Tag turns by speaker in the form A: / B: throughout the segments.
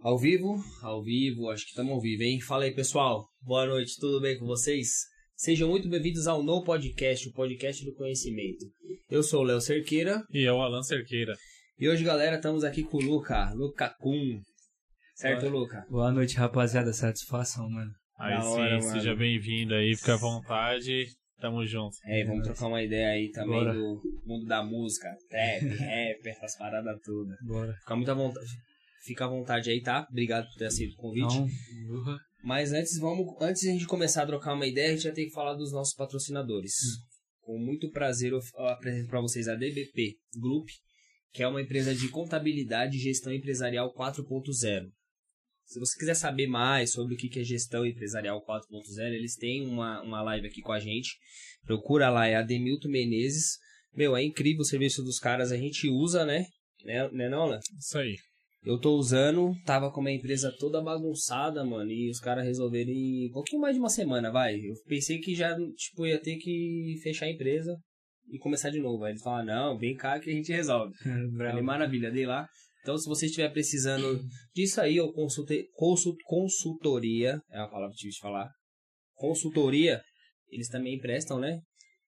A: Ao vivo?
B: Ao vivo, acho que estamos ao vivo, hein? Fala aí, pessoal. Boa noite, tudo bem com vocês? Sejam muito bem-vindos ao No Podcast, o podcast do conhecimento. Eu sou o Léo Cerqueira
C: E é o Alan Cerqueira.
B: e hoje, galera, estamos aqui com o Luca, Luca Kun. Certo, Luca?
A: Boa noite, rapaziada. Satisfação, mano.
C: Aí
B: Da
C: sim,
B: hora,
C: seja
B: mano.
C: bem-vindo aí, fica à vontade. Tamo junto.
B: É, vamos trocar uma ideia aí também
A: Bora.
B: do mundo da música, trap, rap, essas paradas todas.
A: Bora.
B: Fica muito à vontade. Fica à vontade aí, tá? Obrigado por ter aceito o convite.
A: Então,
B: Mas antes, vamos, antes de a gente começar a trocar uma ideia, a gente já tem que falar dos nossos patrocinadores. Com muito prazer, eu f- eu apresento para vocês a DBP Group, que é uma empresa de contabilidade e gestão empresarial 4.0. Se você quiser saber mais sobre o que que é gestão empresarial 4.0, eles têm uma, uma live aqui com a gente. Procura lá, é Ademilton Menezes. Meu, é incrível o serviço dos caras, a gente usa, né? Né, né não, Alan?
C: Isso aí.
B: Eu tô usando, tava com a minha empresa toda bagunçada, mano, e os caras resolveram em um pouquinho mais de uma semana, vai. Eu pensei que já, tipo, ia ter que fechar a empresa e começar de novo. Aí eles falaram, não, vem cá que a gente resolve. Falei,
A: Bravo.
B: é maravilha, dei lá. Então, se você estiver precisando disso aí, ou consulte, consul- consultoria, é uma palavra difícil de falar, consultoria, eles também emprestam, né?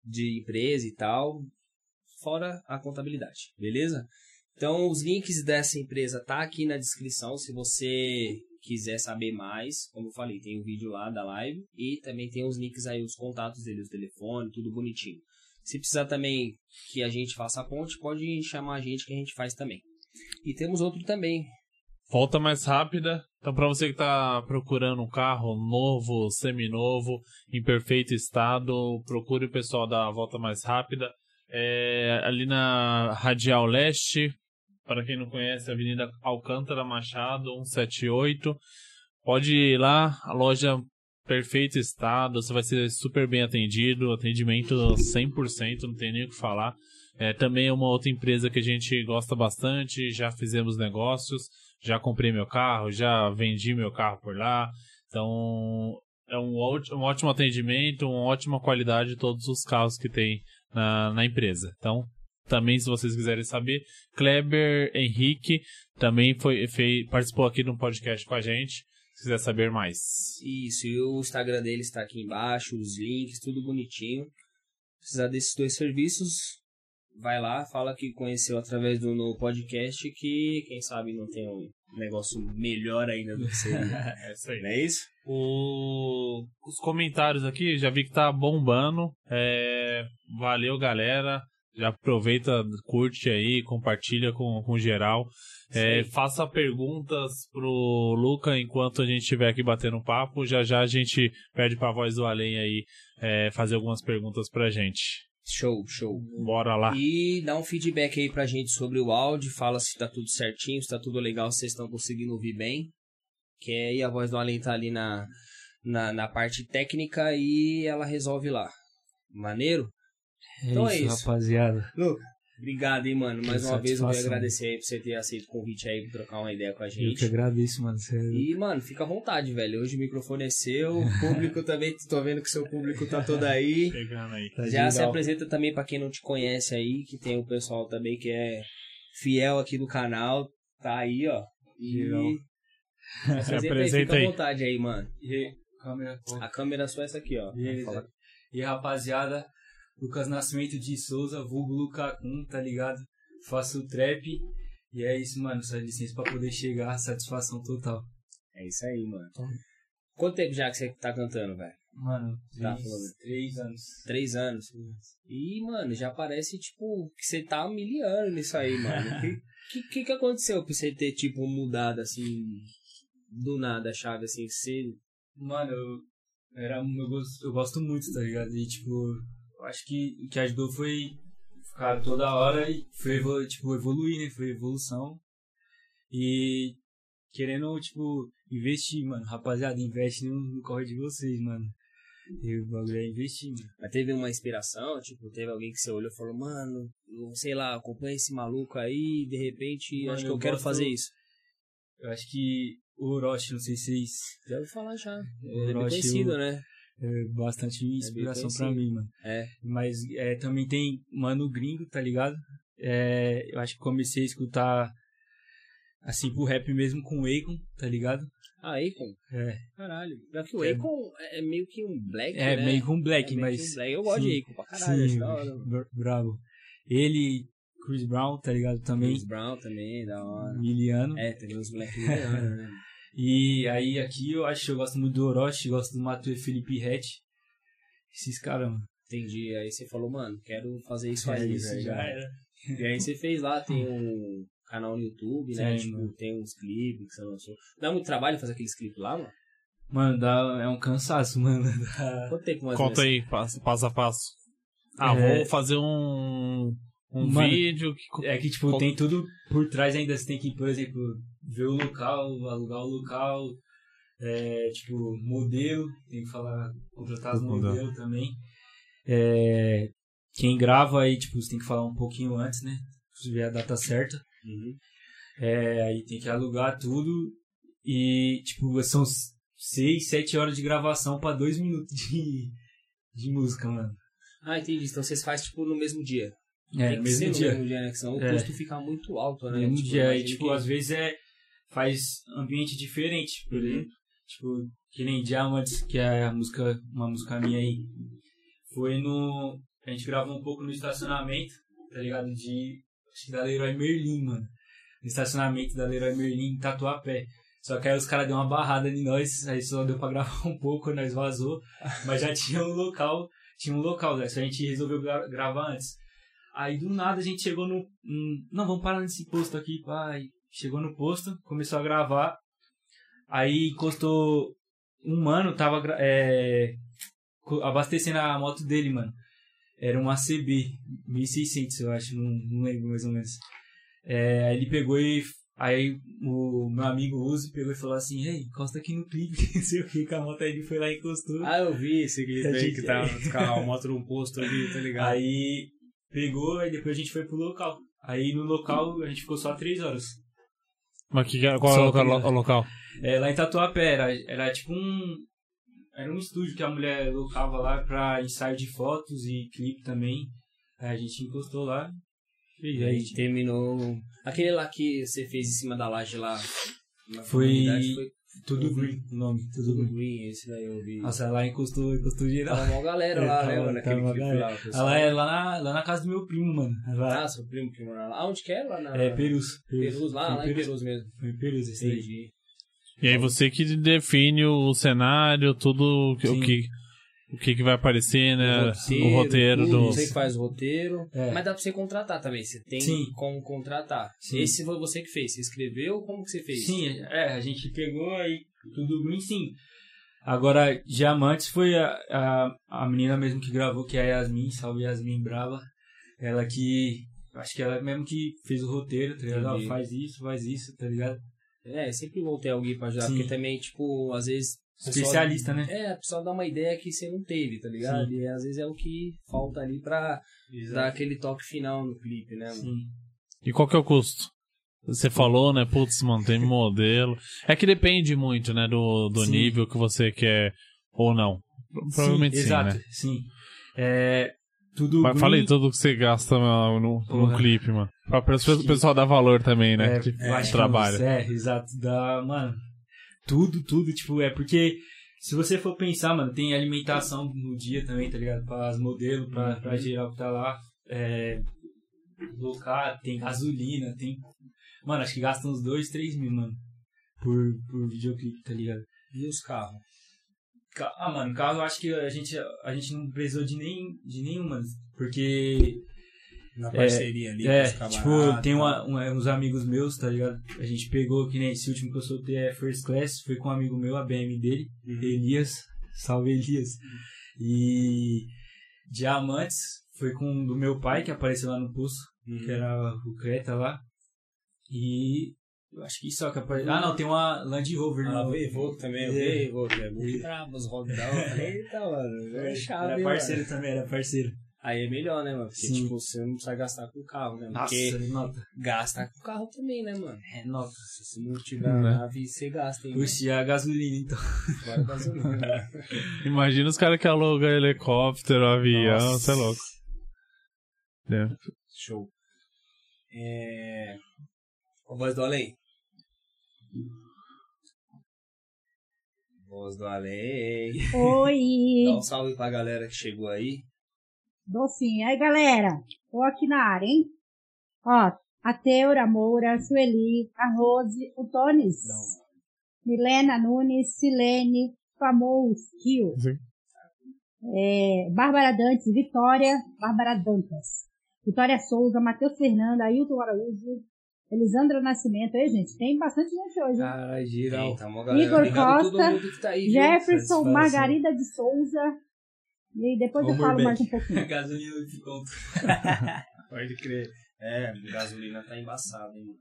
B: De empresa e tal, fora a contabilidade, beleza? Então, os links dessa empresa tá aqui na descrição, se você quiser saber mais, como eu falei, tem o vídeo lá da live e também tem os links aí, os contatos dele, o telefone, tudo bonitinho. Se precisar também que a gente faça a ponte, pode chamar a gente que a gente faz também. E temos outro também.
C: Volta mais rápida. Então, pra você que tá procurando um carro novo, seminovo, em perfeito estado, procure o pessoal da Volta Mais Rápida. É, ali na Radial Leste, para quem não conhece, Avenida Alcântara Machado, 178. Pode ir lá, a loja perfeito estado, você vai ser super bem atendido, atendimento 100%, não tem nem o que falar. É, também é uma outra empresa que a gente gosta bastante, já fizemos negócios, já comprei meu carro, já vendi meu carro por lá. Então, é um, óti- um ótimo atendimento, uma ótima qualidade de todos os carros que tem na, na empresa. Então, também, se vocês quiserem saber, Kleber Henrique também foi, fei- participou aqui de um podcast com a gente. Se quiser saber mais.
B: Isso, e o Instagram dele está aqui embaixo, os links, tudo bonitinho. Precisar desses dois serviços, vai lá, fala que conheceu através do no podcast, que quem sabe não tem um negócio melhor ainda do que seria.
C: É isso aí.
B: não é isso?
C: O- Os comentários aqui, já vi que tá bombando. É, Valeu, galera. Já aproveita, curte aí, compartilha com, com geral. É,
B: Isso aí.
C: faça perguntas pro Luca enquanto a gente estiver aqui batendo um papo. Já já a gente pede pra voz do além aí é, fazer algumas perguntas pra gente.
B: Show, show.
C: Bora lá.
B: E dá um feedback aí pra gente sobre o áudio, fala se tá tudo certinho, se tá tudo legal, se vocês estão conseguindo ouvir bem. Que aí a voz do Além tá ali na, na, na parte técnica e ela resolve lá. Maneiro? Então
A: é
B: é
A: isso,
B: isso.
A: rapaziada.
B: Luca, obrigado, hein, mano. Mais
A: Que
B: uma vez eu queria
A: satisfação.
B: agradecer aí por você ter aceito o convite aí, pra trocar uma ideia com a
A: Eu que
B: gente.
A: agradeço, mano. Cê é-
B: E, mano, fica à vontade, velho. Hoje o microfone é seu, o público também, tô vendo que seu público tá todo aí.
C: Chegando aí.
A: tá
B: Já se
A: legal.
B: apresenta também pra quem não te conhece aí, que tem o pessoal também que é fiel aqui do canal, tá aí, ó. E
A: Legal.
B: se apresenta aí,
C: apresenta
B: fica
C: aí.
B: à vontade aí, mano.
D: E aí, câmera. pô.
B: A câmera só é essa aqui, ó.
D: Ah, Beleza.
B: Fala.
D: E aí, rapaziada, Lucas Nascimento de Souza, vulgo Lucacum, tá ligado? Faço trap. E é isso, mano. Só licença pra poder chegar. Satisfação total.
B: É isso aí, mano. Quanto tempo já que você tá cantando, velho?
D: Mano,
B: Tá,
D: três,
B: falando.
D: três anos.
B: Três anos. E, mano, já parece, tipo, que você tá miliano nisso aí, mano. O que, que, que aconteceu pra você ter, tipo, mudado, assim, do nada a chave, assim, você...
D: Mano, eu, era, um, eu, gosto, eu gosto muito, tá ligado? E, tipo, eu acho que o que ajudou foi ficar toda hora e foi, evolu tipo, evoluir, né? Foi evolução. E querendo, tipo, investir, mano. Rapaziada, investe no, no corre de vocês, mano. E o bagulho é investir, mano.
B: Mas teve uma inspiração, tipo, teve alguém que você olhou e falou, mano, eu sei lá, acompanha esse maluco aí, de repente,
D: Mano,
B: acho que eu,
D: eu
B: quero
D: gosto-
B: fazer isso.
D: Eu acho que o Orochi, não sei se vocês...
B: Já ouvi falar já.
D: O
B: Ele é bem conhecido, né?
D: é bastante inspiração pra
B: conhecido.
D: mim, mano.
B: É.
D: Mas é, também tem Mano Gringo, tá ligado? É, eu acho que comecei a escutar
A: Assim, pro rap mesmo com o Akon, tá ligado?
B: Ah, Akon?
A: É.
B: Caralho. Pior que o
A: É.
B: Akon é meio que um black,
A: É,
B: né?
A: meio com Black,
B: É meio que
A: mas.
B: um black. Eu gosto
A: sim,
B: de Akon pra caralho, acho
A: sim,
B: da hora.
A: bra- brabo. Ele, Chris Brown, tá ligado? Também.
B: Chris Brown também, da hora.
A: Miliano.
B: É, tem uns moleques muito da hora, né?
A: E aí aqui eu acho, eu gosto muito do Orochi, gosto do Matu e Felipe Rett. Esses caras, mano.
B: Entendi. Aí você falou, mano, quero fazer isso
A: É
B: aí,
A: isso,
B: velho.
A: já era.
B: E aí você fez lá, tem um canal no YouTube, né?
A: Sim,
B: tipo,
A: mano.
B: tem uns clipes que você lançou. Dá muito trabalho fazer aqueles clipes lá, mano?
A: Mano, dá, é um cansaço, mano. Dá-
B: Quanto tempo mais ou
C: Conta
B: menos?
C: aí, passo, passo a passo. Ah,
A: É.
C: vou fazer um, um
A: Mano,
C: vídeo que co-
A: É que, tipo,
C: Qual-
A: tem tudo por trás ainda. Você tem que, por exemplo, ver o local, alugar o local, é, tipo, modelo. Tem que falar, contratar os
C: Mudar.
A: modelos também. É, quem grava aí, tipo, você tem que falar um pouquinho antes, né? Se ver a data certa.
B: Uhum.
A: É, aí tem que alugar tudo e, tipo, são 6, 7 horas de gravação pra 2 minutos de, de música, mano.
B: Ah, entendi. Então vocês fazem, tipo, no mesmo dia.
A: É,
B: tem que ser
A: mesmo
B: no
A: dia.
B: mesmo dia, né? Que senão
A: É.
B: o custo fica muito alto, né?
A: Mesmo dia. E,
B: imagino
A: tipo,
B: que-
A: às vezes é, faz ambiente diferente, por
B: Uhum.
A: exemplo. Tipo, que nem Diamonds, que é a música, uma música minha aí. Foi no... A gente gravou um pouco no estacionamento, tá ligado? De... Acho que da Leroy Merlin, mano. No estacionamento da Leroy Merlin, em Tatuapé. Só que aí os caras deu uma barrada em nós, aí só deu pra gravar um pouco, nós vazou. Mas já tinha um local, tinha um local, né? Só a gente resolveu gra- gravar antes. Aí do nada a gente chegou no. hum, não, vamos parar nesse posto aqui, pai. Chegou no posto, começou a gravar. Aí encostou. Um mano tava gra- é, co- abastecendo a moto dele, mano. Era um uma CB 1600, eu acho, não, não lembro mais ou menos. É, aí ele pegou e. Aí o meu amigo Uzi pegou e falou assim: Ei, encosta aqui no clipe, não sei o que, com a moto aí ele foi lá e encostou.
B: Ah, eu vi esse clipe
A: A
B: aí
A: gente-
B: que tá com a moto num posto ali, tá ligado?
A: Aí pegou, aí depois a gente foi pro local. Aí no local a gente ficou só três horas.
C: Mas que, qual é
A: Só
C: o local?
A: queria-
C: o local?
A: É, lá em Tatuapé era, era tipo um. Era um estúdio que a mulher locava lá pra ensaio de fotos e clipe também. Aí a gente encostou lá. Fez,
B: E
A: aí,
B: aí
A: tipo,
B: terminou. Aquele lá que você fez em cima da laje lá. na
A: Foi-
B: comunidade, foi
A: tudo green o nome, tipo, tudo
B: tudo
A: green.
B: green, esse daí eu vi.
A: Nossa, lá encostou, encostou geral.
B: Tava mó galera
A: É,
B: lá,
A: tava-
B: né, mano? Aquele
A: tava
B: clipe
A: galera.
B: lá, o pessoal.
A: Ela é lá na, lá na casa do meu primo, mano. Ela,
B: Ah, seu primo que mora lá. Aonde que é? Lá na.
A: é Perus.
B: Perus, lá,
A: Foi
B: lá em Perus mesmo.
A: Foi em Perus esse daí.
B: Entendi.
C: E aí você que define o cenário, tudo o que- o
A: Sim.
C: que o que, que vai aparecer, né?
B: roteiro,
C: o roteiro
B: tudo,
C: do
B: Você que faz o roteiro.
A: É.
B: Mas dá pra você contratar também. Você tem
A: Sim.
B: como contratar.
A: Sim.
B: Esse foi você que fez. Você escreveu? Como que você fez?
A: Sim, é, a gente pegou aí tudo green, sim. Agora, Diamantes foi a, a, a menina mesmo que gravou, que é a Yasmin, salve Yasmin Brava. Ela que, acho que ela é mesmo que fez o roteiro, tá ligado? Ela
B: Entendi.
A: faz isso, faz isso, tá ligado?
B: É, sempre bom ter alguém pra ajudar.
A: Sim.
B: Porque também, tipo, às vezes. o pessoal-
A: Especialista, né?
B: É, o pessoal dá uma ideia que você não teve, tá ligado? E às vezes é o que falta ali pra dar aquele toque final no clipe, né? mano?
A: Sim.
C: E qual que é o custo? Você falou, né? Putz, mano, tem modelo. É que depende muito, né? Do, do
A: Sim.
C: nível que você quer ou não. Provavelmente sim,
A: Exato,
C: né?
A: sim. É, tudo
C: Mas
A: green,
C: fala aí tudo que você gasta mano, no, no
A: Porra.
C: clipe, mano. Pra pra- pra- o pessoal dar valor também, né?
A: É,
C: Tipo,
A: eu acho que
C: trabalho.
A: uns- É, exato. Da, mano, tudo, tudo, tipo, é porque se você for pensar, mano, tem alimentação no dia também, tá ligado? Para as modelos, pra,
C: Uhum.
A: pra geral que tá lá. É, locar, tem gasolina, tem. Mano, acho que gasta uns 2, 3 mil, mano. Por, por videoclipe, tá ligado?
B: E os carros?
A: Ca- Ah, mano, carro eu acho que a gente, a gente não precisou de, nem, de nenhum, mano. Porque
B: Na
A: parceria
B: ali,
A: é, tipo, tem uma- um- uns amigos meus, tá ligado? A gente pegou, que nem esse último que eu soltei é First Class, foi com um amigo meu, a BM dele,
B: Uhum.
A: Elias, salve Elias. E Diamantes foi com um do meu pai, que apareceu lá no pulso,
B: Uhum.
A: que era o Creta lá. E eu acho que só que apareceu. Ah, não, tem uma Land Rover
B: Uhum. Ah,
A: no-
B: o Evoque também, eu vi
A: É.
B: Evoque, é muito brabo, os rockdown. Eu falei, Eita, mano, é chave,
A: Era
B: hein,
A: parceiro
B: mano.
A: também, era parceiro.
B: Aí é melhor, né, mano? Porque,
A: Sim.
B: tipo, você não precisa gastar com o carro, né?
A: Nossa,
B: Porque
A: nota.
B: gasta com o carro também, né, mano?
A: É, nota.
B: Se você não tiver
C: Né?
B: a nave, você gasta, hein?
A: Puxa, e a gasolina, então.
B: mano? Fora gasolina.
C: Imagina os caras que alugam helicóptero, avião, você é louco. né?
B: Show. É... O É, Voz do Além. Voz do além. Dá
E: Oi!
B: um salve pra galera que chegou aí.
E: Dou sim. Aí, galera, tô aqui na área, hein? Ó, a Teura, a Moura, a Sueli, a Rose, o Tones, Milena Nunes, Silene, Famous Kill,
C: Sim.
E: é, Bárbara Dantes, Vitória, Bárbara Dantas, Vitória Souza, Matheus Fernanda, Ailton Araújo, Elisandra Nascimento. Aí, gente, tem bastante gente hoje, hein?
D: Cara,
B: Então,
D: geral.
B: uma galera.
E: Igor
B: Obrigado a
E: Costa,
B: todo mundo que tá aí. viu?
E: Jefferson,
A: satisfação.
E: Margarida de Souza. E aí depois eu
A: Homer
E: falo mais um
A: Beck.
E: pouquinho.
D: Gasolina de conta.
B: Pode crer. É, gasolina tá embaçada, hein, mano.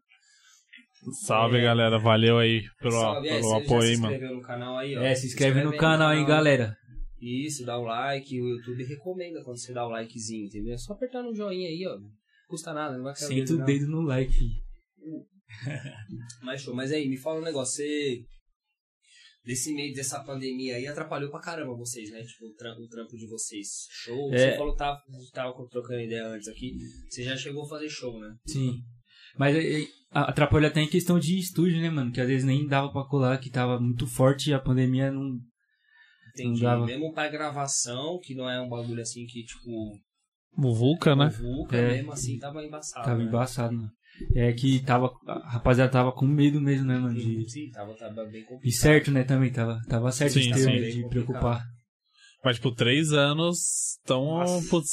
C: Salve, galera. Valeu aí pelo,
B: É. Salve, é,
C: pelo
B: você
C: apoio
B: já
C: aí,
B: se
C: mano.
B: inscreveu no canal aí, ó.
A: É, se inscreve no
B: aí
A: canal, hein, galera.
B: Isso, dá o like. O YouTube recomenda quando você dá o likezinho, entendeu? É só apertar no joinha aí, ó. Não custa nada, não vai cair
A: Senta o dedo no like.
B: Mas show, mas aí, me fala um negócio, você. Desse meio dessa pandemia aí atrapalhou pra caramba vocês, né? Tipo, o, tra- o trampo de vocês. Show.
A: É.
B: Você falou que tava, tava trocando ideia antes aqui. Você já chegou a fazer show, né?
A: Sim. Mas é, é, atrapalhou até em questão de estúdio, né, mano? Que às vezes nem dava pra colar, que tava muito forte e a pandemia não.
B: Entendi.
A: Não dava.
B: Mesmo pra gravação, que não é um bagulho assim que, tipo,
C: O Vulca, né?
B: vulca,
A: É.
B: mesmo assim tava embaçado.
A: tava
B: né?
A: embaçado, mano. É que tava. A rapaziada tava com medo mesmo, né, mano? De...
B: Sim, tava, tava bem complicado.
A: E certo, né, também. Tava, tava certo
C: Sim,
A: em termos
B: sim.
A: de preocupar.
C: Mas, tipo, três anos. Então,
B: Nossa.
C: putz,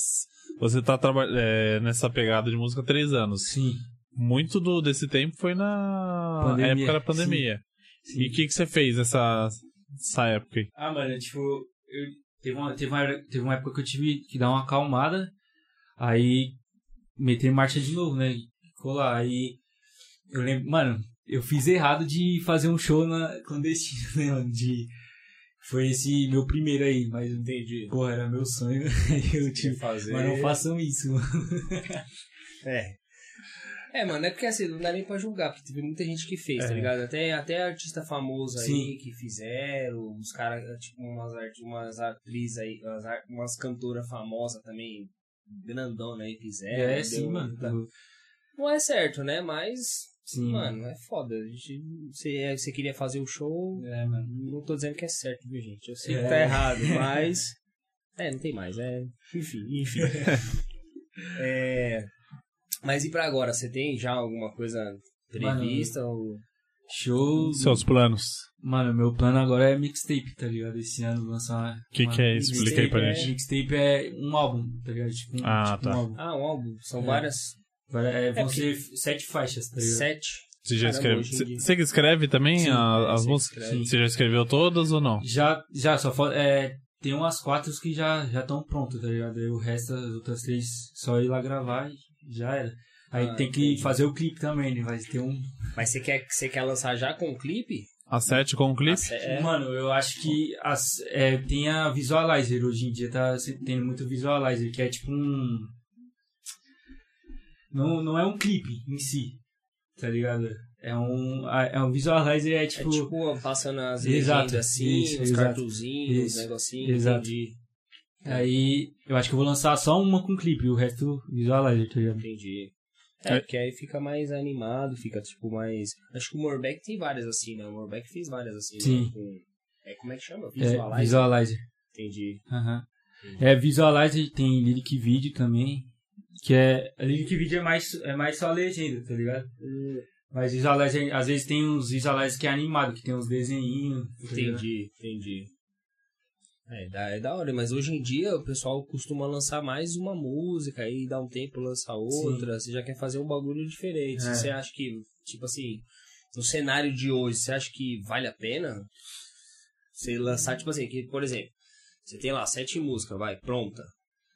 C: você tá trabalhando nessa pegada de música há três anos.
A: Sim.
C: Muito do, desse tempo foi na
A: Pandemia.
C: época da pandemia.
A: sim.
C: E o que, que você fez nessa, nessa época aí?
D: Ah, mano, tipo, eu
A: Teve uma, teve, uma, teve uma época que eu tive que dar uma acalmada, aí meter marcha de novo, né? Colar. Aí eu lembro, mano, eu fiz errado de fazer um show na clandestino, né? mano? De, foi esse meu primeiro aí, mas entendi. Porra, era meu sonho. Aí eu tive.
B: fazer.
A: Mas não façam isso, mano.
B: É. É, mano, é porque assim, não dá nem pra julgar, porque teve muita gente que fez, tá
A: É.
B: ligado? Até, até artista famoso aí
A: Sim.
B: que fizeram, os caras, tipo, umas, art- umas atrizes aí, umas, ar- umas cantoras famosas também, grandona aí, fizeram.
A: É,
B: deu-
A: sim, mano.
B: tá. Não é certo, né? Mas,
A: Sim.
B: mano, é foda. A gente, você, você queria fazer o show,
A: É, mano.
B: não tô dizendo que é certo, viu, gente? Eu sei
A: É.
B: que tá errado, mas. É, não tem mais, é. Enfim, enfim. É, Mas e pra agora? Você tem já alguma coisa prevista? ou...
A: Show.
C: Seus planos.
A: Mano, meu plano agora é mixtape, tá ligado? Esse ano lançar uma.
C: O que,
A: uma-
C: que é isso? Explica aí pra
A: Mixtape
C: gente.
A: é- Mixtape é um álbum, tá ligado? Tipo, um,
C: Ah,
A: tipo um
C: tá.
A: álbum.
B: Ah, um álbum. São
A: É.
B: várias.
A: Vai- é, vão
B: porque-
A: ser sete faixas, tá ligado?
B: Sete.
C: Você já
B: Caramba,
C: escreve.
B: hoje em dia.
C: Você que escreve também
A: Sim,
C: a- as
B: você que
C: músicas?
B: escreve.
C: Você já escreveu todas ou não?
A: Já, já, só falta. É, tem umas quatro que já estão prontas, tá ligado? Aí o resto, as outras três, só ir lá gravar e já era. Aí
B: Ah,
A: tem que
B: entendi.
A: fazer o clipe também, né? Vai ter um.
B: Mas você quer, você quer lançar já com o clipe?
C: A sete com o clipe?
B: Ace- é.
A: Mano, eu acho que as, é, tem a Visualizer hoje em dia, tá sempre tendo muito Visualizer, que é tipo um. Não, não é um clipe em si, tá ligado? É um. a- É um Visualizer, é
B: É
A: tipo.
B: tipo passando as
A: Exato,
B: legendas assim,
A: isso,
B: os
A: exato,
B: cartuzinhos, os
A: isso,
B: negocinhos.
A: exato.
B: Entendi.
A: Aí eu acho que eu vou lançar só uma com clipe, o resto Visualizer, tá ligado?
B: Entendi. É,
C: É.
B: porque aí fica mais animado, fica tipo mais. Acho que o Morbeck tem várias assim, né? O Morbeck fez várias assim,
A: Sim.
B: né? Com... É como é que chama?
A: É,
B: Visualize.
A: Visualizer.
B: Entendi.
A: Aham. É, Visualizer tem Lyric Video também. Que é. a Lyric Video é mais, é mais só legenda, tá ligado? Mas Visualizer, às vezes tem uns Visualizer que é animado, que tem uns desenhinhos. tá ligado?
B: Entendi, entendi. Né? É da, é da hora, mas hoje em dia o pessoal costuma lançar mais uma música aí dá um tempo lançar outra. Você já quer fazer um bagulho diferente.
A: É.
B: Você acha que, tipo assim, no cenário de hoje, você acha que vale a pena você lançar, tipo assim, que, por exemplo, você tem lá sete músicas, vai, pronta.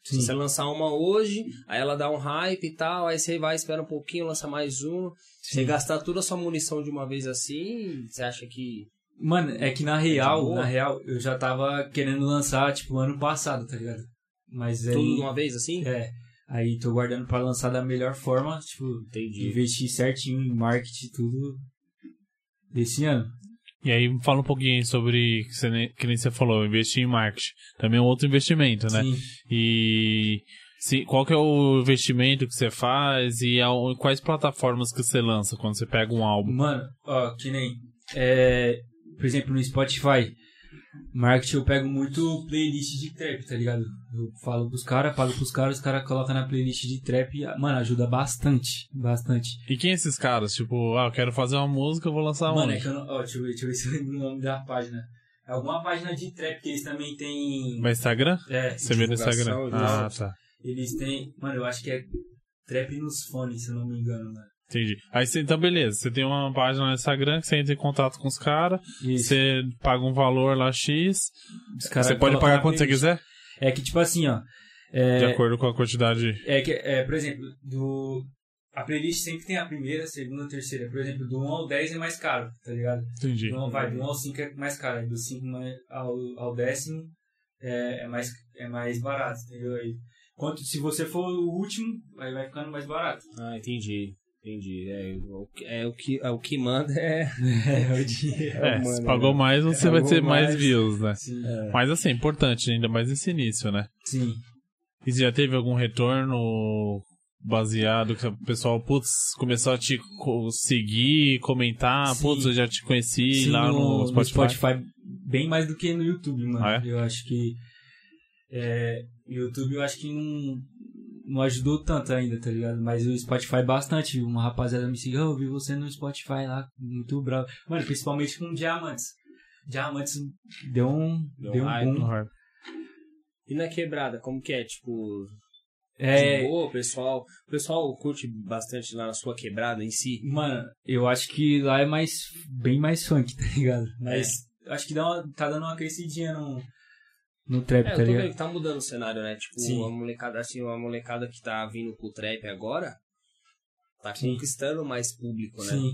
B: Se você
A: Sim.
B: lançar uma hoje, aí ela dá um hype e tal, aí você vai, espera um pouquinho, lança mais uma. Você gastar toda a sua munição de uma vez assim, você acha que.
A: Mano, é que na
B: É de
A: real,
B: boa?
A: na real, eu já tava querendo lançar, tipo, ano passado, tá ligado? Mas aí.
B: Tudo de uma vez assim?
A: É. Aí tô guardando pra lançar da melhor forma, tipo,
B: Entendi.
A: investir certinho em marketing e tudo desse ano.
C: E aí fala um pouquinho sobre, que, você nem- que nem você falou, investir em marketing. Também é um outro investimento, né?
A: Sim.
C: E Se, qual que é o investimento que você faz e ao- quais plataformas que você lança quando você pega um álbum?
A: Mano, ó, que nem. é, por exemplo, no Spotify, marketing eu pego muito playlist de trap, tá ligado? Eu falo pros caras, falo pros caras, os caras colocam na playlist de trap e, mano, ajuda bastante. Bastante.
C: E quem é esses caras? Tipo, ah, eu quero fazer uma música, eu vou lançar
A: Mano,
C: uma.
A: é que eu não. Ó, deixa eu ver, deixa eu ver se eu lembro o nome da página. É alguma página de trap que eles também têm.
C: No Instagram?
A: É,
C: Você vê no
B: divulgação,
C: Instagram.
B: isso.
C: Ah, tá.
A: eles têm. Mano, eu acho que é trap nos fones, se eu não me engano, mano.
C: Entendi. Aí você, então, beleza. Você tem uma página no Instagram que você entra em contato com os caras, você paga um valor lá X.
A: Os caras
C: você pode
A: colocam
C: pagar
A: na
C: quanto você
A: playlist.
C: quiser,
A: É que tipo assim, ó. É,
C: de acordo com a quantidade.
A: É que, é, por exemplo, do. A playlist sempre tem a primeira, a segunda, a terceira. Por exemplo, do 1 ao 10 é mais caro, tá ligado?
C: Entendi.
A: Do 1, vai, do 1 ao 5 é mais caro. aí Do 5 mais- ao, ao décimo é, é, mais, é mais barato, entendeu? Aí, quanto, se você for o último, aí vai ficando mais barato.
B: Ah, entendi. Entendi. É, o- é o, que, é o que manda é.
A: É, o dinheiro.
C: É,
B: mano,
C: se pagou
B: né?
C: mais, você vai
B: Pagou
C: ter mais,
B: mais.
C: views, né?
A: Sim.
B: É.
C: Mas assim, importante, ainda mais nesse início, né?
A: Sim.
C: E você já teve algum retorno baseado que o pessoal, putz, começou a te co- seguir, comentar,
A: Sim.
C: putz, eu já te conheci
A: Sim,
C: lá no,
A: no
C: Spotify.
A: bem mais do que no YouTube, mano.
C: Ah, é?
A: Eu acho que. É, YouTube eu acho que não, não ajudou tanto ainda, tá ligado? Mas o Spotify bastante. Uma rapaziada me seguiu, "Ah, eu vi você no Spotify lá, muito bravo. Mano, principalmente com Diamantes. Diamantes deu um,
B: Deu
A: deu
B: um
A: um
B: hype.
A: boom.
B: E na quebrada, como que é? Tipo, de
A: É,
B: boa, o pessoal. O pessoal curte bastante lá na sua quebrada em si.
A: mano, eu acho que lá é mais bem mais funk, tá ligado? Mas acho que dá uma, tá dando uma crescidinha no, no trap,
B: É, eu
A: tá
B: tô
A: ligado?
B: vendo que tá mudando o cenário, né? Tipo,
A: Sim.
B: a molecada, assim, uma molecada que tá vindo pro trap agora tá
A: Sim.
B: conquistando mais público, né?
A: Sim.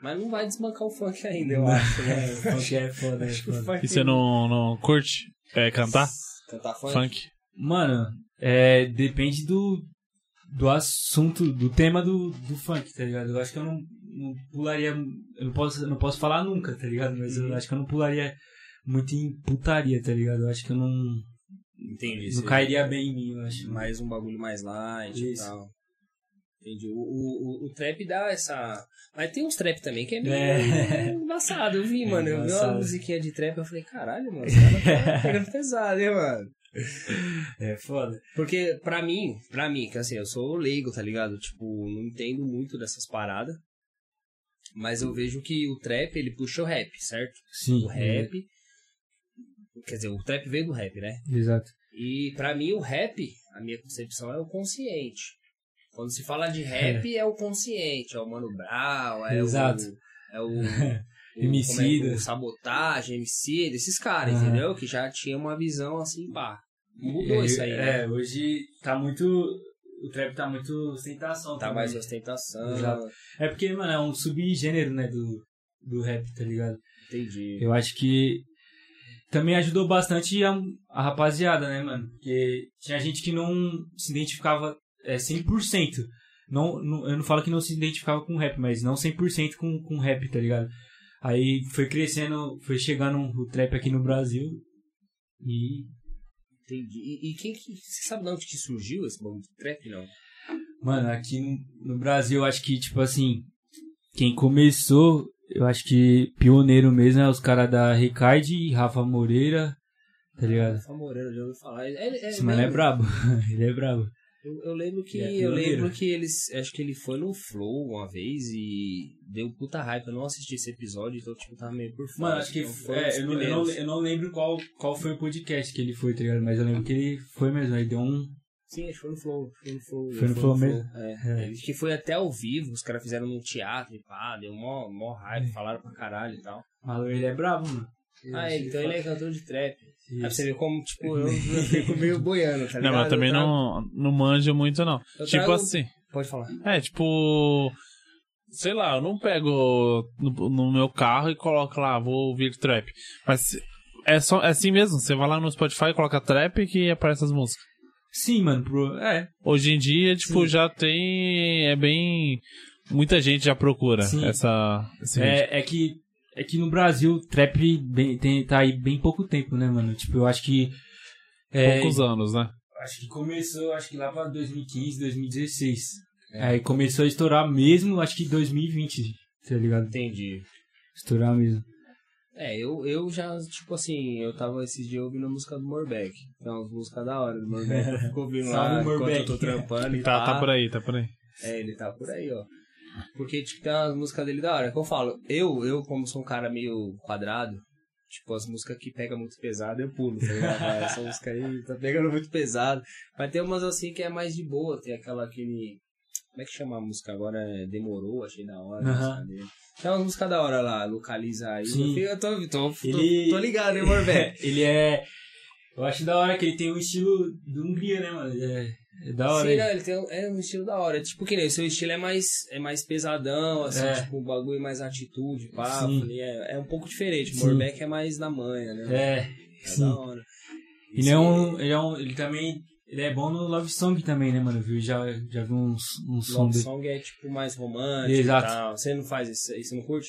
B: Mas não vai desbancar o funk ainda, eu acho, né?
A: É, funk é foda, é foda.
C: E você não, não curte é, cantar?
B: Cantar funk?
C: Funk?
A: Mano, é, depende do, do assunto, do tema do, do funk, tá ligado? Eu acho que eu não, não pularia. Eu não posso, eu não posso falar nunca, tá ligado? Mas
B: Uhum.
A: eu acho que eu não pularia muito em putaria, tá ligado? Eu acho que eu não,
B: Entendi.
A: não
B: sim.
A: cairia bem em mim, eu acho.
B: Mais um bagulho mais light e
A: Isso.
B: tal. Entendi. O, o, o, o trap dá essa. Mas tem uns trap também que é meio
A: É.
B: embaçado. Eu vi, mano. Eu vi uma
A: embaçado.
B: musiquinha de trap eu falei, caralho, mano, os caras tá pegando pesado, hein, mano?
A: É foda.
B: Porque, pra mim, pra mim, que assim, eu sou leigo, tá ligado? Tipo, não entendo muito dessas paradas. Mas eu vejo que o trap, ele puxa o rap, certo?
A: Sim.
B: O
A: é,
B: rap. Quer dizer, o trap veio do rap, né?
A: Exato.
B: E pra mim, o rap, a minha concepção é o consciente. Quando se fala de rap, é, o consciente. É o Mano Brown, é
A: Exato.
B: o. É o. o-
A: Emicida.
B: como é que- o Sabotagem, MC, desses caras,
A: Aham.
B: entendeu? Que já tinha uma visão assim, pá. Mudou
A: E-
B: isso aí, né?
A: É, hoje tá muito. O trap tá muito ostentação.
B: Tá
A: também.
B: mais ostentação.
A: Exato. É porque, mano, é um subgênero, né, do, do rap, tá ligado?
B: Entendi.
A: Eu acho que também ajudou bastante a, a rapaziada, né, mano? Porque tinha gente que não se identificava é, 100%. Não, não, eu não falo que não se identificava com rap, mas não 100% com, com rap, tá ligado? Aí foi crescendo, foi chegando o trap aqui no Brasil. E,
B: Entendi. E, e quem que. Você sabe de onde que surgiu esse bagulho de trap, não?
A: mano, aqui no, no Brasil, eu acho que, tipo assim, quem começou, eu acho que pioneiro mesmo é os caras da Recaide e Rafa Moreira, tá ligado?
B: Rafa Moreira, já ouviu falar. É, é,
A: Esse mano é brabo. Ele é brabo.
B: Eu, eu lembro que.
A: Ele é
B: eu
A: pioneiro.
B: lembro que eles. Acho que ele foi no Flow uma vez e deu puta hype. Eu não assisti esse episódio, então tipo, tava meio por fora.
A: Mano, acho que.
B: Então, foi um
A: é,
B: dos
A: eu, não, eu
B: primeiros.
A: não- eu não lembro qual, qual foi o podcast que ele foi, tá ligado? Mas eu lembro que ele foi mesmo. Aí deu um.
B: Sim, acho que foi no Flow. Foi no Flow,
A: Foi no Flow mesmo?
B: É. Ele Que foi até ao vivo, os caras fizeram num teatro e pá, deu mó, mó
A: Hum.
B: hype, falaram pra caralho e tal.
A: Malu, ele é brabo, mano.
B: Ah, então ele é cantor de trap. Aí pra
A: Isso.
B: você ver como, tipo, eu, eu fico meio boiando, tá ligado?
C: não, mas também
B: Eu trago-
C: não, não manjo muito, não.
B: Eu
C: tipo
B: trago-
C: assim.
B: Pode falar.
C: É, tipo. Sei lá, eu não pego no, no meu carro e coloco lá, vou ouvir trap. Mas é, só, é assim mesmo, você vai lá no Spotify e coloca trap que aparece as músicas.
A: Sim, mano. Pro, é.
C: Hoje em dia, tipo, já tem. É bem. Muita gente já procura
A: Sim.
C: essa. Esse ritmo.
A: é. É que. É que no Brasil, trap bem, tem, tá aí bem pouco tempo, né, mano? Tipo, eu acho que. é,
C: poucos anos, né?
A: acho que começou, acho que lá pra 2015, 2016. Aí começou a estourar mesmo, acho que 2020, tá ligado?
B: Entendi.
A: Estourar mesmo.
B: É, eu, eu já, tipo assim, eu tava esses dias ouvindo a música do Morbeck. Então, as músicas da hora do Morbeck. Eu fico ouvindo lá
A: Salve,
B: enquanto eu
A: Morbeck.
B: tô trampando e
C: Tá,
B: pá.
C: tá por aí, tá por aí.
B: É, ele tá por aí, ó. Porque, tipo, tem umas músicas dele da hora. é Que eu falo, eu, eu como sou um cara meio quadrado, tipo, as músicas que pega muito pesado, eu pulo, tá ligado? Essa música aí tá pegando muito pesado. Mas tem umas assim que é mais de boa, tem aquela que me... Como é que chama a música agora? É Demorou, achei da hora. a
A: Aham.
B: música dele. Tem umas músicas da hora lá, localiza aí.
A: Sim.
B: Eu tô, tô, tô,
A: Ele-
B: tô ligado, hein, Morbeck?
A: ele é. Eu acho da hora que ele tem um estilo do Hungria, né, mano? É, é da hora.
B: Sim,
A: ele.
B: não, ele tem um, é um estilo da hora. Tipo, que nem o seu estilo é mais, é mais pesadão, assim,
A: É.
B: tipo, o bagulho mais atitude, papo.
A: Sim.
B: ali, É, é um pouco diferente. O
A: Sim.
B: Morbeck é mais na manha, né?
A: É,
B: É
A: sim.
B: da hora.
A: Ele é um. Ele é um. Ele também. Ele é bom no Love Song também, né, mano? Eu vi- já, já vi uns, uns
B: Love
A: sons dele.
B: Song é, tipo, mais romântico
A: Exato.
B: e tal. Você não faz isso aí, você não curte?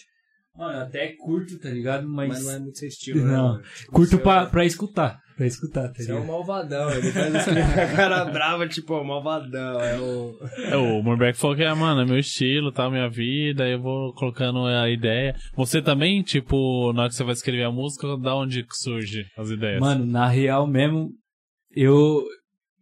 A: Mmano, até curto, tá ligado? Mas.
B: Mas não é muito seu estilo, né?
A: Não.
B: mano? Tipo,
A: Curto
B: você-
A: pra, pra escutar. Pra escutar, tá
B: Você é
A: ligado?
B: um malvadão, ele faz isso com a cara brava, tipo, ó, malvadão, é o...
C: É, o Morbeck falou que, ah, mano, é meu estilo, tá, minha vida, eu vou colocando a ideia. Você também, tipo, na hora que você vai escrever a música, da onde que surge as ideias?
A: Mano, na real mesmo, eu.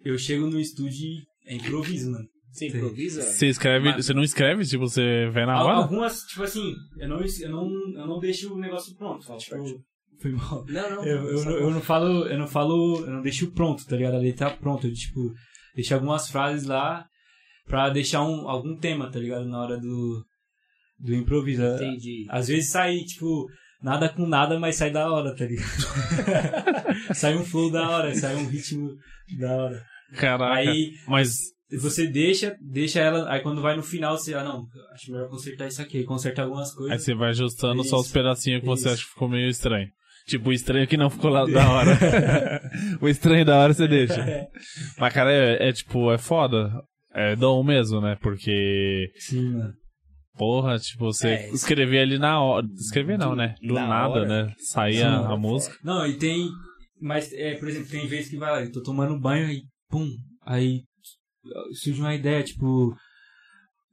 A: Eu chego no estúdio e é improviso, mano.
B: Você improvisa?
C: Você escreve, você não escreve, tipo, você vê na
A: Al-
C: hora?
A: Algumas, tipo assim, eu não, es- eu não, eu não deixo o negócio pronto. Tipo, foi mal.
B: Não, não.
A: Eu, eu, não- eu não falo, eu não falo, eu não deixo pronto, tá ligado? Ali tá pronto, eu, tipo, deixo algumas frases lá pra deixar um, algum tema, tá ligado? Na hora do, do improviso. É,
B: Entendi.
A: Às vezes sai, tipo, nada com nada, mas sai da hora, tá ligado? sai um flow da hora, sai um ritmo da hora.
C: Caraca.
A: Aí
C: Mas
A: você deixa, deixa ela, aí quando vai no final, você, ah não, acho melhor consertar isso aqui, aí conserta algumas coisas.
C: Aí você vai ajustando só os
A: Isso.
C: pedacinhos que você
A: Isso.
C: acha que ficou meio estranho. Tipo, o estranho que não ficou lá da hora. o estranho da hora você deixa. Mas, cara, é, é tipo, é foda. É dom mesmo, né? Porque,
A: Sim, mano.
C: porra, tipo, você
B: É, isso-
C: escrever ali na hora. Escrever não, né? Do
B: na
C: nada,
B: hora.
C: né? Sair
A: Sim,
C: a,
A: mano.
C: a música.
A: Não, e tem. Mas, é, por exemplo, tem vezes que vai lá, eu tô tomando um banho aí, pum, aí surge uma ideia, tipo.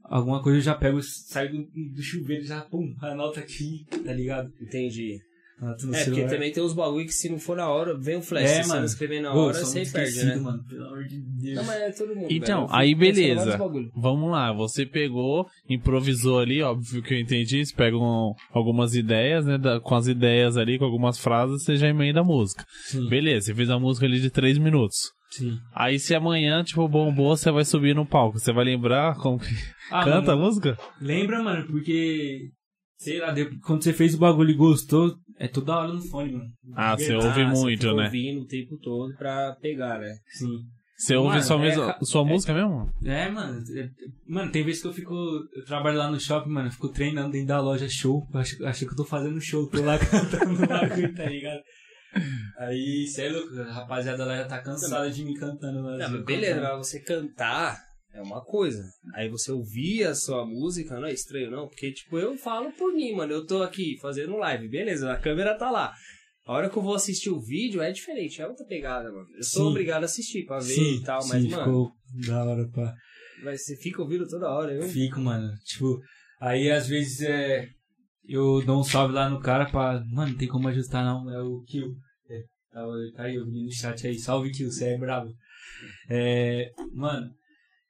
A: Alguma coisa eu já pego, saio do, do chuveiro e já, pum, anota aqui, tá ligado?
B: Entendi.
A: Anota no
B: É, porque
A: celular.
B: também tem uns bagulho que se não for na hora, vem um flash.
A: É,
B: se você não
A: mano.
B: escrever na
A: Ô,
B: hora,
A: sou
B: você
A: muito
B: perde,
A: esquecido,
B: né?
A: Mano, pelo amor de Deus.
B: Não, mas é todo mundo.
C: Então,
B: velho. Eu
C: aí
B: fico pensando em
C: beleza.
B: vários bagulho.
C: Vamos lá, você pegou, improvisou ali, óbvio que eu entendi, você pega um- algumas ideias, né? da- com as ideias ali, com algumas frases, você já emenda a música.
A: Sim,
C: Beleza, você fez a música ali de três minutos.
A: sim.
C: Aí se amanhã, tipo, bombou, você vai subir no palco. Você vai lembrar como que
A: Ah,
C: canta
A: mano,
C: a música?
A: lembra, mano, porque. Sei lá, depois- quando você fez o bagulho e gostou, é toda hora no fone, mano.
C: Ah, você
A: Verdade.
C: ouve
B: Ah, você
C: muito,
B: fica
C: né?
B: ouvindo o tempo todo pra pegar, né?
A: Sim.
C: Você ouve
A: Mano,
C: sua,
A: é
C: mesma-
A: ca-
C: sua música mesmo?
A: É, mano. é- Mano, tem vezes que eu fico. Eu trabalho lá no shopping, mano. Eu fico treinando dentro da loja show. Eu Acho, eu acho que eu tô fazendo show. Tô lá cantando o bagulho, tá ligado? Aí, sei lá, a rapaziada lá já tá cansada de me cantando lá.
B: Não, mas
A: de eu
B: beleza,
A: cantando.
B: mas você cantar é uma coisa. Aí você ouvir a sua música, não é estranho, não? Porque, tipo, eu falo por mim, mano. Eu tô aqui fazendo live, beleza, a câmera tá lá. A hora que eu vou assistir o vídeo é diferente, é outra pegada, mano. Eu sou
A: Sim.
B: obrigado a assistir pra ver
A: Sim,
B: e tal,
A: sim,
B: mas, mano,
A: ficou da hora, pá.
B: mas você fica ouvindo toda hora,
A: Eu
B: eu.
A: fico, mano. Tipo, aí às vezes é. Eu dou um salve lá no cara pra. Mano, não tem como ajustar não, é o Kill. É, tá, tá aí, eu vi no chat aí. Salve Kill, você é brabo. É. Mano,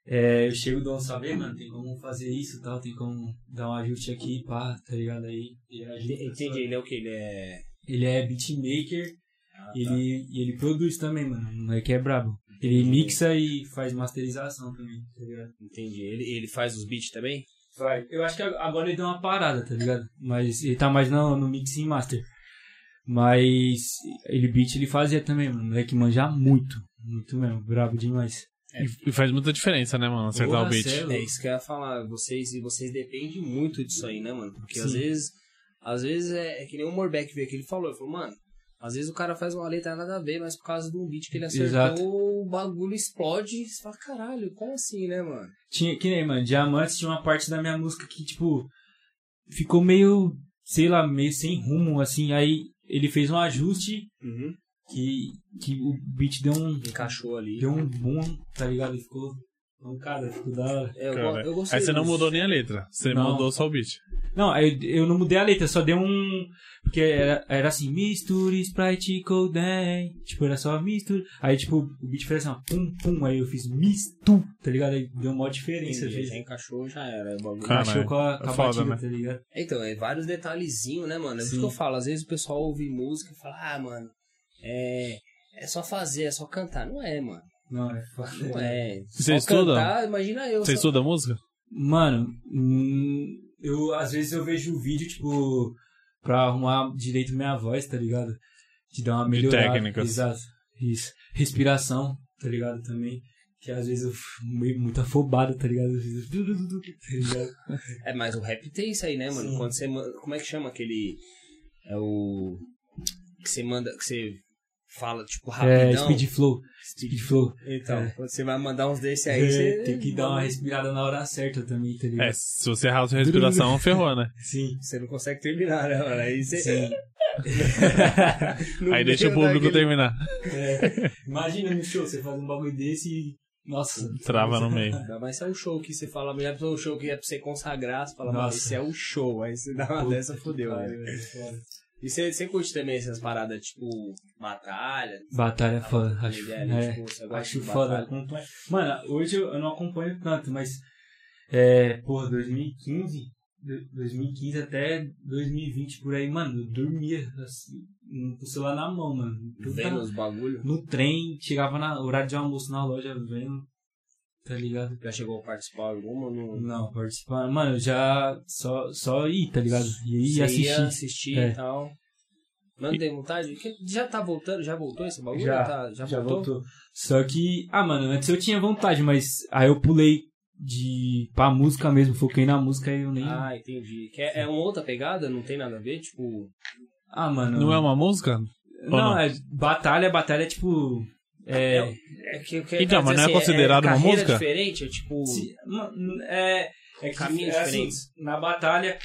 A: é, eu chego e dou um salve, "Ei, mano, tem como fazer isso e tal, tem como dar um ajuste aqui, pá, tá ligado aí? Ele ajuda,
B: Entendi, ele é o que? Ele é.
A: Ele é beatmaker
B: Ah,
A: e ele, e ele produz também, mano. Não é que é brabo. Ele mixa e faz masterização também, tá ligado?
B: Entendi. Ele, ele faz os beats também?
A: Vai. Eu acho que agora ele deu uma parada, tá ligado? Mas ele tá mais no, no mixing e master. Mas ele beat ele fazia também, mano. Moleque manja muito. Muito mesmo. Brabo demais.
C: E, e faz muita diferença, né, mano? Acertar
A: Porra,
C: o beat.
A: cê é louco.
B: É isso que eu ia falar, vocês e vocês dependem muito disso aí, né, mano? Porque às
A: Sim.
B: vezes, às vezes é, é que nem o Morbeck veio aqui, ele falou, ele falou, mano, às vezes o cara faz uma letra nada a ver, mas por causa de um beat que ele acertou,
A: Exato.
B: o bagulho explode, e você fala, caralho, como assim, né, mano?
A: Tinha, que nem, mano, Diamantes tinha uma parte da minha música que, tipo, ficou meio, sei lá, meio sem rumo, assim. Aí ele fez um ajuste que, que o beat deu um,
B: Encaixou ali.
A: deu um boom, tá ligado? Ele ficou pancada, ficou da hora.
B: É, eu, go-
C: Cara,
B: eu gostei.
C: Aí você não
B: disso.
C: mudou nem a letra, você
A: Não.
C: mudou só o beat.
A: Não, aí eu, não mudei a letra, só dei um. Porque era, era assim, misture Sprite Coldem. Tipo, era só misture. Aí, tipo, o beat fez assim, ó, pum, pum. Aí eu fiz mistu, tá ligado? Aí deu uma maior diferença.
B: Entendi,
A: fez.
B: já encaixou, já era. o bagulho.
C: Cara.
A: Achou com a, com a
C: é foda,
A: batida,
C: né?
A: tá ligado?
B: Então, é vários detalhezinhos, né, mano? É isso
A: Sim.
B: que eu falo. Às vezes o pessoal ouve música e fala, ah, mano, é, é só fazer, é só cantar. Não é, mano.
A: Não, é
B: Não
A: foda.
B: é.
C: Você
B: só
C: estuda?
B: cantar, imagina eu.
C: Você
B: só...
C: estuda música?
A: Mano, hum, eu às vezes eu vejo o vídeo, tipo, pra arrumar direito minha voz, tá ligado? De dar uma
C: De
A: melhorada.
C: técnicas.
A: Exato. Isso. Respiração, tá ligado? Também. Que às vezes eu fico meio muito afobado, tá ligado? Às vezes eu... tá ligado?
B: É, mas o rap tem isso aí, né, mano?
A: Sim.
B: Quando você manda. Como é que chama aquele. É o. Que você manda. Que você fala, tipo,
A: É,
B: rapidão.
A: speed flow.
B: Speed-
A: Speed flow.
B: Então,
A: É.
B: quando você vai mandar uns desse aí,
A: É,
B: você.
A: Tem que dar uma respirada na hora certa também, tá ligado?
C: É, se você errar a sua respiração, ferrou, né?
A: Sim.
B: Você não consegue terminar, né, mano? Aí você.
A: Sim.
B: No
C: Aí deixa o
B: meio
C: público
B: daquele-
C: terminar.
A: É, imagina no show, você faz um bagulho desse e. Nossa.
C: Trava no meio.
B: Ainda mais se é um show que você fala, mas é um show que é pra você consagrar, você fala, mano,
A: Nossa.
B: esse é o show. Aí você dá uma
A: Puta é
B: dessa, fodeu, né? E você, você curte também essas paradas, tipo, batalha?
A: Batalha é foda,
B: Tá
A: acho.
B: ligado?
A: É.
B: Tipo, você gosta
A: Acho
B: de
A: foda.
B: batalha?
A: acompanho. Mano, hoje eu eu não acompanho tanto, mas. É, porra, 2015. do- 2015 até 2020 por aí, mano, eu dormia assim, com o celular na mão, mano. Tudo
B: Vendo
A: tá-
B: os bagulho?
A: No trem, chegava na horário de almoço na loja vendo, tá ligado?
B: Já chegou a participar alguma? Não...
A: Não, participar. Mano, eu já só, só ir, tá ligado? E
B: Você
A: ir
B: ia
A: assistir.
B: assistir
A: É.
B: e tal. Mas não tem vontade? Que- Já tá voltando? Já voltou esse bagulho?
A: Já,
B: Tá- já,
A: Já
B: voltou?
A: voltou. Só que, ah, mano, antes eu tinha vontade, mas aí eu pulei de pra música mesmo, foquei na música e eu nem. Ah,
B: Ah, entendi. Que é, é uma outra pegada? Não tem nada a ver? Tipo,
A: Ah, mano.
C: Não é uma música?
A: não,
C: não?
A: é batalha, batalha é tipo. É.
B: é que, que
C: Então,
B: quer
C: mas
B: dizer
C: não é
B: assim,
C: considerado uma
B: carreira
C: música?
B: diferente? É tipo...
A: Se- ma- n- É, é que
B: Caminhos
A: é assim,
B: diferentes.
A: na batalha,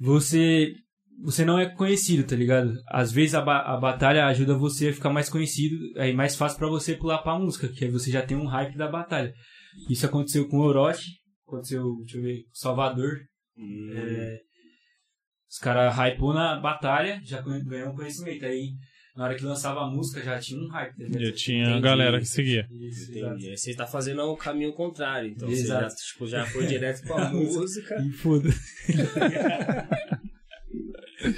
A: você você não é conhecido, tá ligado? Às vezes a, ba- a batalha ajuda você a ficar mais conhecido, aí mais fácil pra você pular pra música, que aí você já tem um hype da batalha. Isso aconteceu com o Orochi, aconteceu, deixa eu ver, com o Salvador. É, os caras hypou na batalha, já conhe- ganhou um conhecimento. Aí, na hora que lançava a música, já tinha um hype. tá ligado?
C: Já tinha a
B: Entendi.
C: galera que seguia.
A: Isso, exato.
B: Entendi. Aí Você tá fazendo o caminho contrário. Então você já,
A: Exato.
B: tipo, já foi direto pra música.
A: E foda.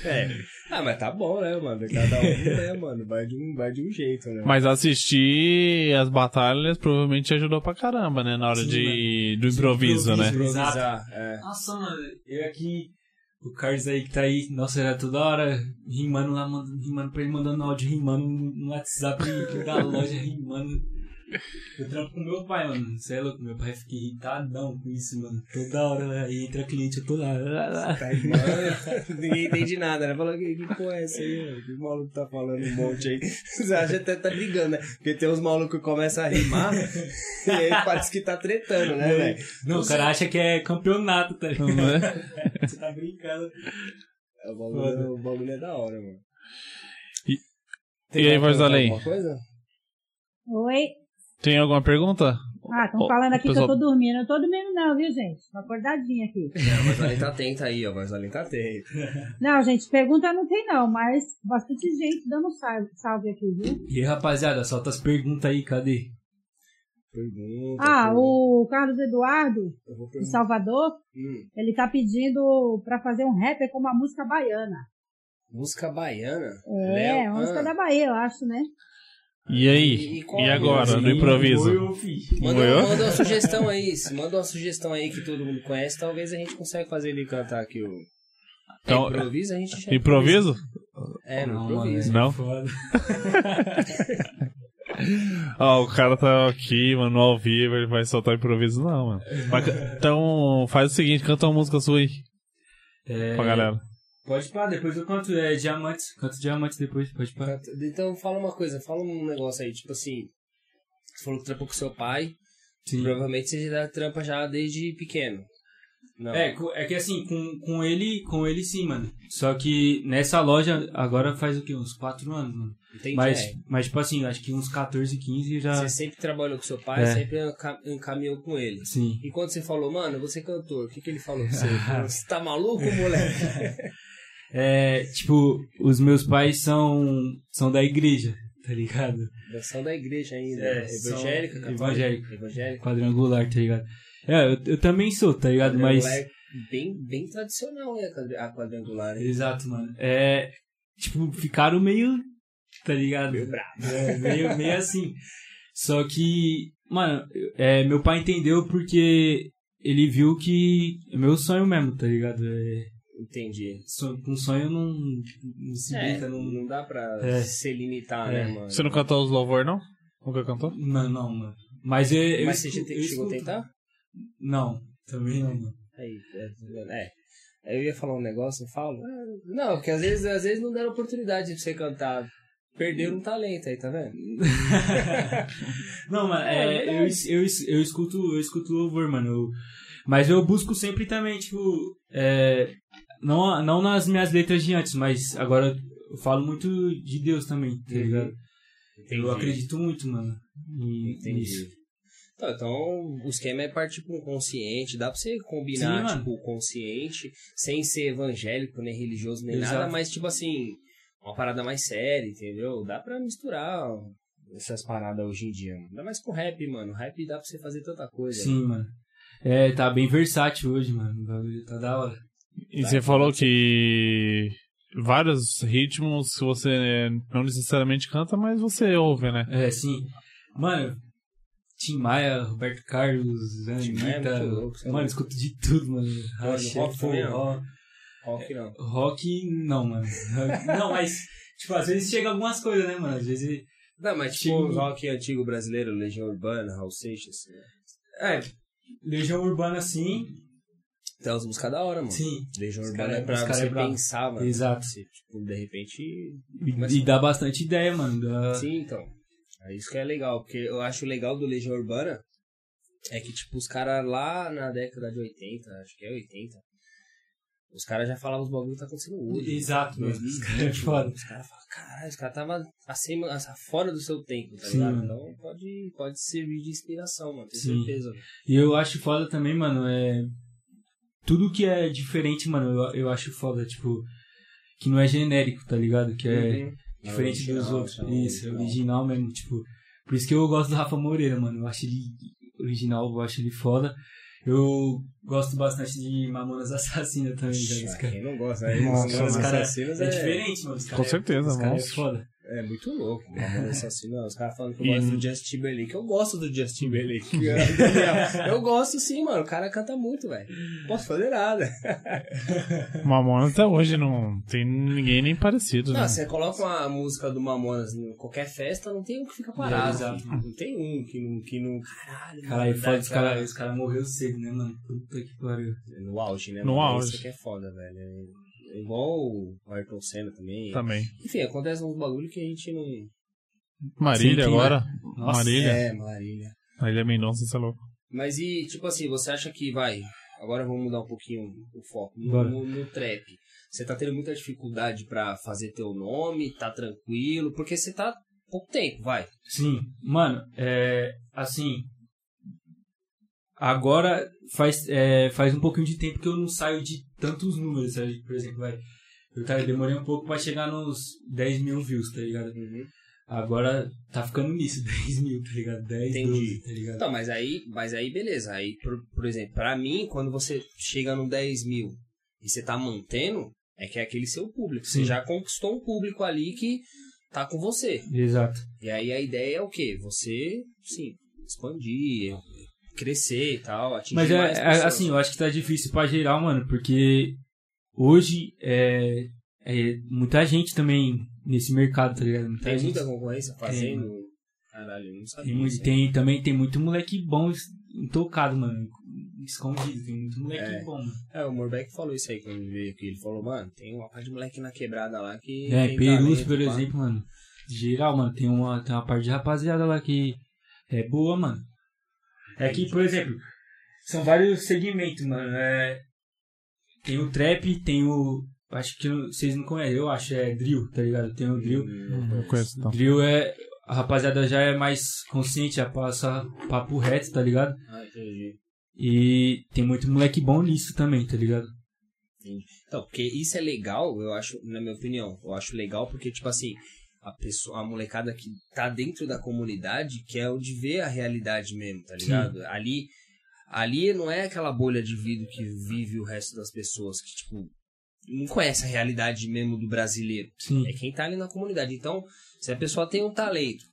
B: É. Ah, mas tá bom, né, mano? Cada um, né, mano? Vai de um, vai de um jeito, né?
C: Mas assistir as batalhas provavelmente ajudou pra caramba, né? Na hora
A: Sim,
C: de, do improviso, né?
A: Exato.
B: Improvisar, é.
A: Nossa, mano, eu aqui. O Carlos aí que tá aí, nossa, era toda hora rimando lá, mandando, rimando pra ele, mandando áudio, rimando no WhatsApp da loja, rimando. Eu trampo com meu pai, mano. Você é louco, meu pai fica irritadão com isso, mano. Toda hora né? aí entra cliente, eu tô lá. lá, lá.
B: Tá rimando, ninguém entende nada, né? Falou, que, que porra é essa aí, mano? Que maluco tá falando um monte aí. Você acha até tá brigando, né? Porque tem uns malucos que começam a rimar, e aí parece que tá tretando, né, velho?
A: É, Não, o cara acha que é campeonato, tá ligado?
C: Né?
A: Você tá brincando.
B: É, O bagulho, o bagulho é da hora, mano.
C: E-
B: Tem
C: e aí,
B: alguma-
C: Varzalém?
B: alguma coisa?
E: Oi.
C: Tem alguma pergunta?
E: Ah, estão
C: Ô,
E: falando aqui
C: pessoal-
E: que eu tô dormindo. Eu tô dormindo não, viu, gente? Tô acordadinha aqui.
B: Não, o Varzalém tá atento aí, ó. O Varzalém tá atento.
E: Não, gente, pergunta não tem não, mas bastante gente dando salve, salve aqui, viu?
A: E aí, rapaziada, solta as perguntas aí, cadê?
B: Pergunta.
E: Ah,
B: pergunta.
E: o Carlos Eduardo,
B: um- Eu vou
E: de
B: perguntar.
E: Salvador,
B: Hum,
E: ele tá pedindo pra fazer um rapper com uma música baiana.
B: música baiana?
E: É,
B: Léo,
E: uma música
B: ah,
E: da Bahia, eu acho, né?
C: E
B: E-
C: aí?
B: e qual
C: E
B: é?
C: agora, do
A: Sim,
C: improviso?
A: eu fiz.
B: Manda,
C: Moiô?
B: manda uma sugestão aí, se manda uma sugestão aí que todo mundo conhece, talvez a gente consiga fazer ele cantar aqui o.
C: Então,
B: Então, improvisa, a gente já
C: Improviso?
B: É, no
A: Não,
B: improviso.
A: mano, é
C: Não?
A: foda.
C: Ó, o cara tá aqui, mano, ao vivo, ele vai soltar improviso, não, mano. Mas ca- então, faz o seguinte, canta uma música sua aí,
A: É,
C: pra galera.
A: Pode pá, depois eu canto é, diamante. Canto diamante depois, pode pá.
B: Então fala uma coisa, fala um negócio aí, tipo assim. Você falou que trampou com seu pai,
A: Sim.
B: provavelmente você já trampa já desde pequeno. Não.
A: É, co- é que assim, com, com ele, com ele sim, mano. Só que nessa loja agora faz o quê? Uns 4 anos, mano.
B: Entendi.
A: Mas,
B: é.
A: mas tipo assim, acho que uns 14, 15 já.
B: Você sempre trabalhou com seu pai,
A: É.
B: sempre enca- encaminhou com ele.
A: Sim.
B: E quando você falou, mano, você é cantor, o que, que ele falou pra você? Ele falou, Você tá maluco, moleque?
A: É, tipo, os meus pais são, são da igreja, tá ligado?
B: São da igreja ainda. né?
A: É,
B: evangélica,
A: são
B: católica.
A: evangélica.
B: Evangélica.
A: Quadrangular, tá ligado? É, eu, eu também sou, tá ligado? Mas.
B: Quadrangular, É um Bem, bem tradicional, né? a quadra- A quadrangular. hein?
A: Exato, mano. É. Tipo, ficaram meio. Tá ligado?
B: Meio
A: É, meio, meio assim. Só que, mano, é, meu pai entendeu porque ele viu que é meu sonho mesmo, tá ligado? É,
B: Entendi.
A: sonho- com sonho não, não se
B: É,
A: brinca, não.
B: não dá pra
A: É.
B: se limitar,
A: É.
B: né, mano?
C: Você não cantou os louvor, não? Nunca cantou?
A: Não, não, mano. Mas eu. eu
B: Mas você
A: escuto-
B: já te-
A: eu
B: chegou a
A: escuto.
B: tentar?
A: Não, também não, mano.
B: Aí, é, é. Eu ia falar um negócio, eu falo. "Ah, Não, porque às vezes, às vezes não deram oportunidade de você cantar. Perderam um talento aí, tá vendo?
A: Não, mano,
B: É,
A: é, eu, es- eu, es- eu escuto, eu escuto louvor, mano. eu- mas eu busco sempre também, tipo, é, não, não nas minhas letras de antes, mas agora eu falo muito de Deus também, tá
B: Uhum.
A: ligado?
B: Entendi.
A: Eu acredito muito, mano. em- nisso.
B: Entendi. Tá, então, o esquema é partir para um consciente. Dá pra você combinar,
A: Sim, mano.
B: tipo, o consciente, sem ser evangélico, nem religioso, nem
A: Exato.
B: nada, mas, tipo assim, uma parada mais séria, entendeu? Dá pra misturar essas paradas hoje em dia. mano. Ainda mais com rap, mano. Rap dá pra você fazer tanta coisa.
A: Sim, mano. É, tá bem versátil hoje, mano. o bagulho Tá da hora.
C: E você falou que vários ritmos que você não necessariamente canta, mas você ouve, né?
A: É, sim. Mano, Tim Maia, Roberto Carlos,
B: Tim Maia é muito
A: Anitta.
B: louco, você é
A: mano,
B: louco.
A: escuto de tudo, mano.
B: Mas
A: Axé,
B: rock também, ó.
A: forró.
B: Rock não.
A: Rock, não, mano. Rock- não, mas, tipo, às vezes chega algumas coisas, né, mano? Às vezes.
B: Não, mas tipo,
A: Antigo.
B: o rock antigo brasileiro, Legião Urbana, Raul Seixas. né?
A: É, Legião Urbana, sim.
B: Tem umas músicas da hora, mano.
A: Sim.
B: Legião
A: Os
B: Urbana
A: cara-
B: é pra
A: os cara
B: você
A: é bravo.
B: pensar, mano.
A: Exato.
B: Você, tipo, de repente,
A: E, e dá bastante ideia, mano. dá-
B: Sim, então. É isso que é legal, porque eu acho legal do Legião Urbana é que, tipo, os caras lá na década de 80, acho que é 80, os caras já falavam os bagulho que tá acontecendo hoje.
A: Exato, mano. Os caras é
B: 2020,
A: foda.
B: mano. Os caras falam, caralho, os caras tava acima, essa- fora do seu tempo, tá
A: Sim,
B: ligado?
A: mano.
B: Então pode, pode servir de inspiração, mano, tenho
A: Sim.
B: certeza. mano.
A: E eu acho foda também, mano, é. Tudo que é diferente, mano, eu, eu acho foda, tipo. Que não é genérico, tá ligado? Que é
B: Uhum.
A: diferente
B: É
A: dos
B: original,
A: outros.
B: é
A: Isso, é original mesmo, tipo. Por isso que eu gosto do Rafa Moreira, mano. Eu acho ele original, eu acho ele foda. Eu gosto bastante de Mamonas Assassinas também, cara. Esse
B: Ixi,
A: cara.
B: Quem não gosta, né?
C: Nossa,
B: Mamonas
A: mano.
B: Assassinas
A: É
B: é,
A: diferente, mano. Os cara
C: Com
A: é-
C: certeza,
A: os cara é
C: monstro.
A: foda.
B: É muito louco, mano. assassino. Os caras falando que eu
C: E-
A: Uhum.
B: gosto do Justin Timberlake. Eu gosto do Justin Timberlake.
A: É.
B: Eu- eu gosto sim, mano. O cara canta muito, velho. Não Posso fazer nada.
C: Mamonas até hoje não tem ninguém nem parecido, né?
B: Não, você coloca uma música do Mamonas em qualquer festa, não tem um que fica
A: É,
B: parado.
A: exato.
B: não tem um que não. Que não... Caralho,
A: Caralho,
B: mano,
A: foda,
B: dá
A: os
B: aquela-
A: caras os cara morreu cedo, né, mano? Puta que pariu.
B: No auge, né?
C: No
B: mano?
C: auge.
B: Isso que é foda, velho. É- É igual o Ayrton Senna também.
A: Tá.
C: Também.
B: Enfim, acontece uns bagulho que a gente não.
C: Marília
A: Sim, tem
C: agora.
A: Nossa,
C: Marília.
B: É, Marília.
C: Marília Mendonça, você é louco.
B: Mas e, tipo assim, você acha que vai. Agora vamos mudar um pouquinho o foco. No,
A: Bora.
B: no- no trap. Você tá tendo muita dificuldade pra fazer teu nome, tá tranquilo, porque você tá pouco tempo, vai.
A: Sim, mano, é. Assim. Agora faz, é, faz um pouquinho de tempo que eu não saio de tantos números, sabe? Por exemplo, vai. Eu tá- eu demorei um pouco pra chegar nos 10 mil views, tá ligado? Agora tá ficando nisso, 10 mil, tá ligado? 10,
B: Entendi.
A: 12, tá ligado?
B: Então, mas aí, mas aí beleza. Aí, por, por exemplo, pra mim, quando você chega no 10 mil e você tá mantendo, é que é aquele seu público. Você
A: Sim.
B: já conquistou um público ali que tá com você.
A: Exato.
B: E aí a ideia é o quê? Você, sim, expandir, crescer e tal, atingir
A: Mas é,
B: mais
A: é,
B: pessoas.
A: assim, eu acho que tá difícil pra geral, mano, porque hoje é, é muita gente também nesse mercado, tá ligado? Muita
B: Tem
A: gente.
B: muita concorrência fazendo. Caralho, eu não sabia.
A: Tem, muito-
B: disso.
A: tem- também tem muito moleque bom es- intocado, mano. Escondido, tem muito moleque
B: É.
A: bom, mano.
B: É, o Morbeck falou isso aí quando ele veio aqui. Ele falou, mano, tem uma parte de moleque na quebrada lá que.
A: É,
B: tem
A: Perus,
B: talento,
A: por
B: pá."
A: exemplo, mano. Geral, mano, tem uma, tem uma parte de rapaziada lá que é boa, mano. É que, por exemplo, são vários segmentos, mano. É, tem o trap, tem o. Acho que não- vocês não conhecem, eu acho, é drill, tá ligado? Tem o drill.
C: Não conheço, então. não.
A: Drill é. A rapaziada já é mais consciente, já passa papo reto, tá ligado?
B: Ah, entendi.
A: E tem muito moleque bom nisso também, tá ligado?
B: Então, porque isso é legal, eu acho, na minha opinião, eu acho legal porque, tipo assim, a pessoa, a molecada que tá dentro da comunidade, que é onde vê a realidade mesmo, tá ligado? Ali, ali não é aquela bolha de vidro que vive o resto das pessoas, que, tipo, não conhece a realidade mesmo do brasileiro.
A: Sim.
B: É quem tá ali na comunidade. Então, se a pessoa tem um talento,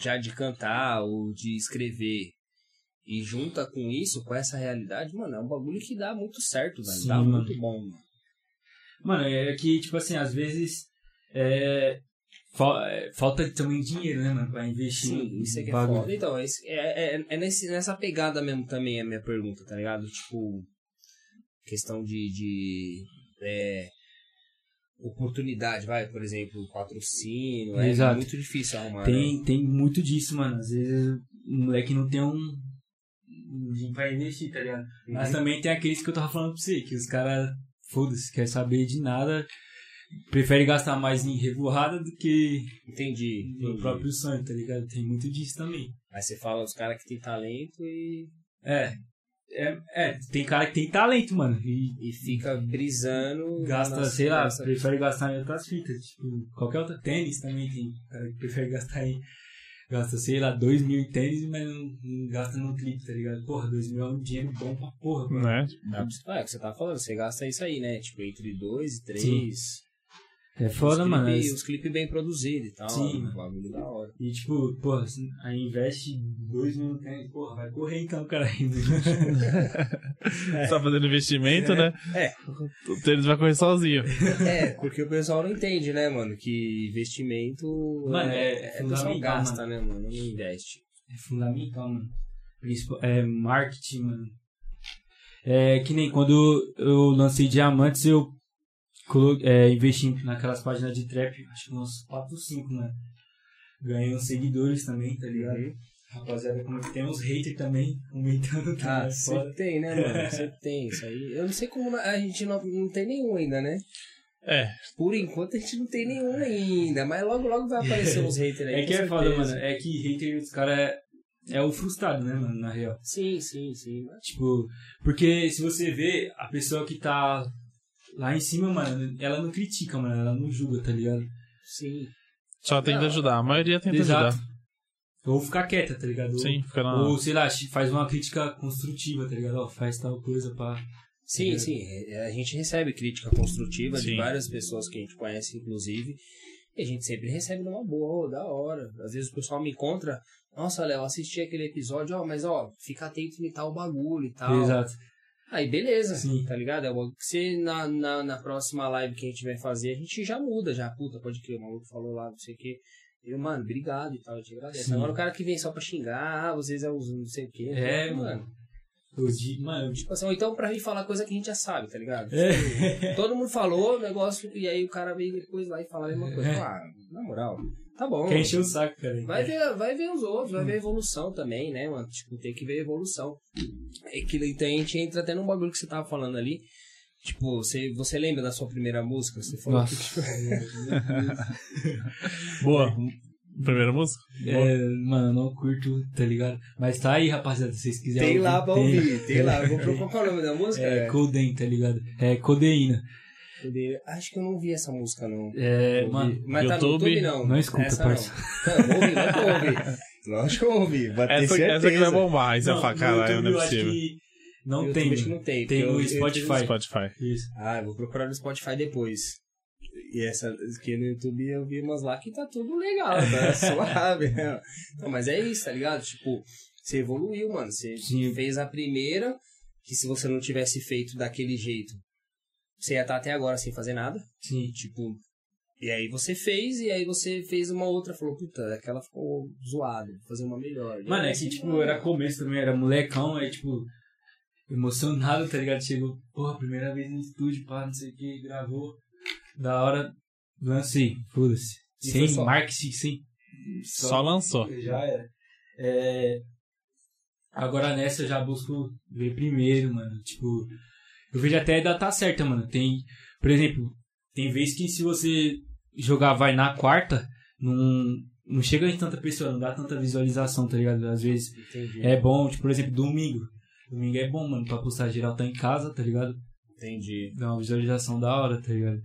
B: já de cantar ou de escrever, e junta com isso, com essa realidade, mano, é um bagulho que dá muito certo, velho.
A: Sim,
B: dá
A: mano.
B: muito bom, mano.
A: Mano, é que, tipo assim, às vezes é, fal- é, falta também dinheiro, né, mano, pra investir.
B: Sim,
A: em
B: isso aqui é
A: bagulho.
B: foda. Então, esse- é, é, é nesse, nessa pegada mesmo também a minha pergunta, tá ligado? Tipo, questão de. de é, oportunidade, vai, por exemplo, patrocínio. É
A: Exato.
B: muito difícil arrumar. né?
A: Tem, tem muito disso, mano. Às vezes o moleque não tem um. um pra investir, tá ligado?
B: Uhum.
A: Mas também tem aqueles que eu tava falando pra você, que os caras, foda-se, quer saber de nada, prefere gastar mais em revoada do que
B: Entendi.
A: no
B: entendi.
A: próprio sonho, tá ligado? Tem muito disso também.
B: Aí você fala os caras que tem talento e,
A: É. É, é, tem cara que tem talento, mano, e
B: e fica brisando.
A: Uhum. gasta,
B: nas-
A: sei lá,
B: nessa-
A: prefere gastar em outras fitas, tipo, qualquer outra. Tênis também tem cara que prefere gastar em. Gasta, sei lá, dois mil em tênis, mas não, não gasta num clipe, tá ligado? Porra, dois mil é um dinheiro bom pra porra, mano.
C: Né?
B: Ah, é o que você tá falando, você gasta isso aí, né? Tipo, entre dois e três.
A: Sim. É
B: Os
A: foda,
B: clipe-
A: mano. é-
B: Os clipes bem produzidos e tal.
A: Sim,
B: um bagulho da hora.
A: E tipo, porra, assim, aí investe dois mil no tênis, porra, vai correr então, cara.
C: Tá fazendo investimento, né?
B: É.
C: O tênis vai correr sozinho.
B: É, porque o pessoal não entende, né, mano? Que investimento.
A: Mano, é
B: é, é, o pessoal
A: fundamental,
B: gasta, né, mano? Não investe.
A: É fundamental, mano. Principal, é marketing, mano. É que nem quando eu lancei Diamantes, eu colo- é, investi naquelas páginas de trap, acho que uns 4 ou 5, né? Ganhei uns seguidores também, tá ligado? Rapaziada, como que tem uns haters também comentando tá
B: Ah,
A: ligado?
B: sempre tem, né, mano? Sempre tem isso aí. Eu não sei como na- a gente não, não tem nenhum ainda, né?
C: É.
B: Por enquanto a gente não tem nenhum ainda, mas logo logo vai aparecer uns haters aí.
A: É que
B: com
A: é foda,
B: certeza.
A: mano. É que hater, os caras é, é o frustrado, né, mano, na real.
B: Sim, sim, sim.
A: Tipo, porque se você vê a pessoa que tá lá em cima, mano, ela não critica, mano, ela não julga, tá ligado?
B: Sim.
C: Só tenta
B: Não.
C: ajudar. A maioria tenta
A: Exato.
C: ajudar.
A: Ou ficar quieta, tá ligado? Ou-
C: Sim, Ah. fica na.
A: Ou, sei lá, faz uma crítica construtiva, tá ligado? Ó, faz tal coisa pra.
B: Sim,
A: Entendeu?
B: sim. é, A gente recebe crítica construtiva
C: Sim.
B: de várias pessoas que a gente conhece, inclusive. E a gente sempre recebe numa boa, ô, da hora. Às vezes o pessoal me encontra. Nossa, Léo, assisti aquele episódio, ó, mas ó, fica atento em tal bagulho e tal.
A: Exato.
B: Aí beleza,
A: Sim.
B: tá ligado? É o bagulho que você na, na, na próxima live que a gente vai fazer, a gente já muda, já, puta, pode crer, o maluco falou lá, não sei o quê. Eu, mano, obrigado e tal, eu te agradeço.
A: Sim.
B: Agora o cara que vem só pra xingar, ah, vocês é os não sei o quê.
A: É,
B: Ah,
A: mano. Eu di- Mano,
B: Tipo assim, ou então pra gente falar coisa que a gente já sabe, tá ligado?
A: é.
B: Todo mundo falou o negócio e aí o cara veio depois lá e fala a mesma coisa.
A: É.
B: Ah, na moral, tá bom.
A: Quer encher o saco, cara.
B: Vai ver, vai ver os outros, vai ver a evolução também, né, mano? Tipo, tem que ver a evolução. É que então, a gente entra até num bagulho que você tava falando ali. Tipo, você, você lembra da sua primeira música? Você falou
A: Nossa.
C: Boa. Primeira música?
A: É, mano, eu não curto, tá ligado? Mas tá aí, rapaziada, se vocês
B: que
A: quiserem.
B: tem lá pra ouvir, tem lá. Vou
A: procurar.
B: procurar qual é o nome da música?
A: É, Coden, tá ligado? É, Codeína.
B: Entendeu? Acho que eu não vi essa música, não.
A: É,
B: Ouvi.
A: mano,
B: Mas tá no
C: YouTube,
B: YouTube, não.
A: não escuta,
B: essa
A: parça.
B: Não, Tá, não ouvi, não ouvi. Lógico que eu ouvi, vai ter
C: Essa,
B: certeza.
C: essa que vai bombar. Isso é
A: Não,
C: faca,
A: no
C: caralho, não é
A: YouTube eu acho
C: possível.
A: que Não
B: Eu
A: tem.
B: também acho que
A: mano.
B: não tem.
A: Tem
B: porque eu-
A: o
B: eu-
A: Spotify.
C: Spotify.
A: Isso.
B: Ah, eu vou procurar no Spotify depois. E essa, que no YouTube eu vi umas lá que tá tudo legal, tá suave. né? Não, mas é isso, tá ligado? Tipo, você evoluiu, mano. Você
A: Sim.
B: fez a primeira, que se você não tivesse feito daquele jeito, você ia estar até agora sem fazer nada.
A: Sim.
B: Tipo, e aí você fez, e aí você fez uma outra, falou, puta, aquela ficou zoada, vou fazer uma melhor. E
A: Mano,
B: aí
A: é
B: você
A: que, tipo,
B: vai.
A: era começo também, era molecão, aí, tipo, emocionado, tá ligado? Chegou, porra, primeira vez no estúdio, pá, não sei o que, gravou. Da hora, lancei, foda-se.
B: E foi
A: Sem
B: só.
A: marketing, sem.
C: Só lançou.
A: Já era. É, Agora nessa eu já busco ver primeiro, mano. Tipo, eu vejo até da tá certa, mano. Tem, por exemplo, tem vez que se você jogar vai na quarta, não, não chega em tanta pessoa, não dá tanta visualização, tá ligado? Às vezes
B: Entendi.
A: é bom, tipo, por exemplo, domingo. Domingo é bom, mano, pra postar geral tá em casa, tá ligado?
B: Entendi.
A: Dá uma visualização da hora, tá ligado?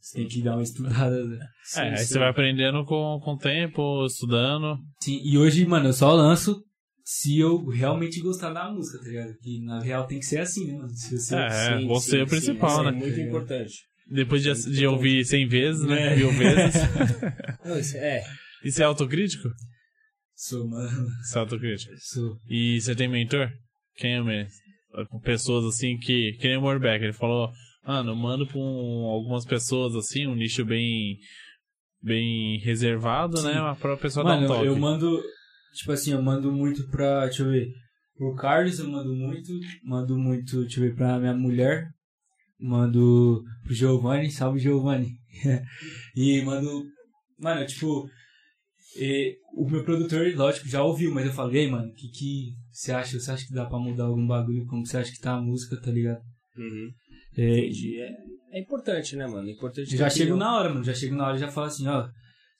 A: Você tem que dar uma estudada, né?
C: É, aí você vai aprendendo com, com o tempo, estudando.
A: Sim, e hoje, mano, eu só lanço se eu realmente gostar da música, tá ligado? Que na real tem que ser assim, né, mano? Se você...
C: É, você é o principal,
B: isso
C: né?
B: É muito importante.
C: Depois de, ass- de ouvir 100 vezes, né? Mil vezes.
B: Não, isso é,
C: Isso é autocrítico?
A: Sou, mano,
C: Isso é autocrítico.
A: sou.
C: E você tem mentor? Quem é mesmo? Pessoas assim que. Que nem o Morbeck, ele falou, mano, eu mando pra um- algumas pessoas assim, um nicho bem. bem reservado, né? Mas Pra pessoa dar um
A: Mano,
C: toque.
A: eu mando, tipo assim, eu mando muito pra, deixa eu ver, pro Carlos eu mando muito, mando muito, deixa eu ver, pra minha mulher, mando pro Giovanni, salve Giovanni. e mando, mano, tipo, e o meu produtor, lógico, já ouviu, mas eu falei, mano, o que que você acha? Você acha que dá pra mudar algum bagulho? Como você acha que tá a música, tá ligado? É,
B: Entendi. É, é importante, né, mano? É importante. ter
A: já chego
B: opinião.
A: na hora, mano. Já chego na hora e já falo assim, ó.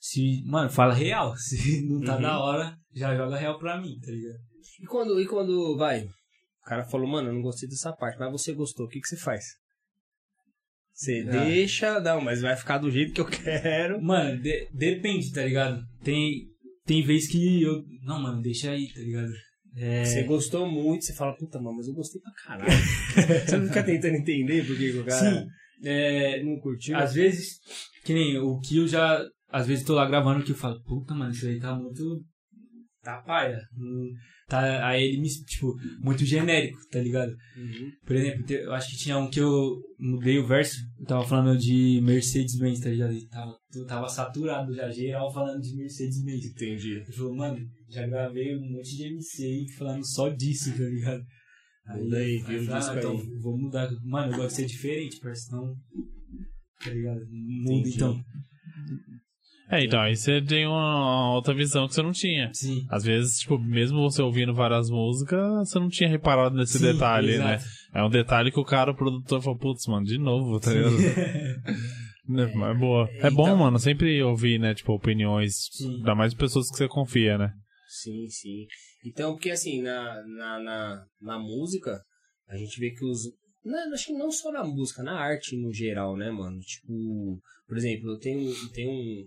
A: Se, mano, fala real. Se não tá
B: Uhum.
A: da hora, já joga real pra mim, tá ligado?
B: E quando, e quando vai? O cara falou, mano, eu não gostei dessa parte, mas você gostou, o que, que você faz? Você
A: Ah.
B: deixa, não, mas vai ficar do jeito que eu quero.
A: Mano, de- depende, tá ligado? Tem, tem vez que eu. Não, mano, deixa aí, tá ligado? É,
B: Você gostou muito, você fala, puta, mano, mas eu gostei pra caralho. você não fica tentando entender por que que o cara
A: Sim. é,
B: não curtiu.
A: às vezes, que nem o que eu já. Às vezes tô lá gravando que eu falo, puta, mano, isso aí tá muito. Tá paia. Não- Tá, aí ele me. Tipo, muito genérico, tá ligado?
B: Uhum.
A: Por exemplo, te- eu acho que tinha um que eu mudei o verso, eu tava falando de Mercedes-Benz, tá ligado? E Tava, eu tava saturado já, geral falando de Mercedes-Benz.
B: Entendi.
A: Ele falou, mano, já gravei um monte de MC aí falando só disso, tá ligado?
B: Muda aí,
A: eu
B: vira o
A: falei,
B: disco
A: ah, então,
B: aí."
A: vou mudar. Mano, eu gosto de ser diferente, parece não. Tá ligado? Muda
B: Entendi.
A: então.
C: É, então, aí você tem uma outra visão que você não tinha.
A: Sim.
C: Às vezes, tipo, mesmo você ouvindo várias músicas, você não tinha reparado nesse
A: Sim,
C: detalhe, né?
A: exato.
C: É um detalhe que o cara, o produtor, falou, putz, mano, de novo, tá ligado? Né, mas É, boa. É bom,
B: Então-
C: mano, sempre ouvir, né, tipo, opiniões,
A: Sim.
C: ainda mais de pessoas que você confia, né?
B: Sim, sim. Então, porque assim, na, na, na, na música, a gente vê que os. na- acho que não só na música, na arte no geral, né, mano? Tipo, por exemplo, eu tenho, eu tenho um.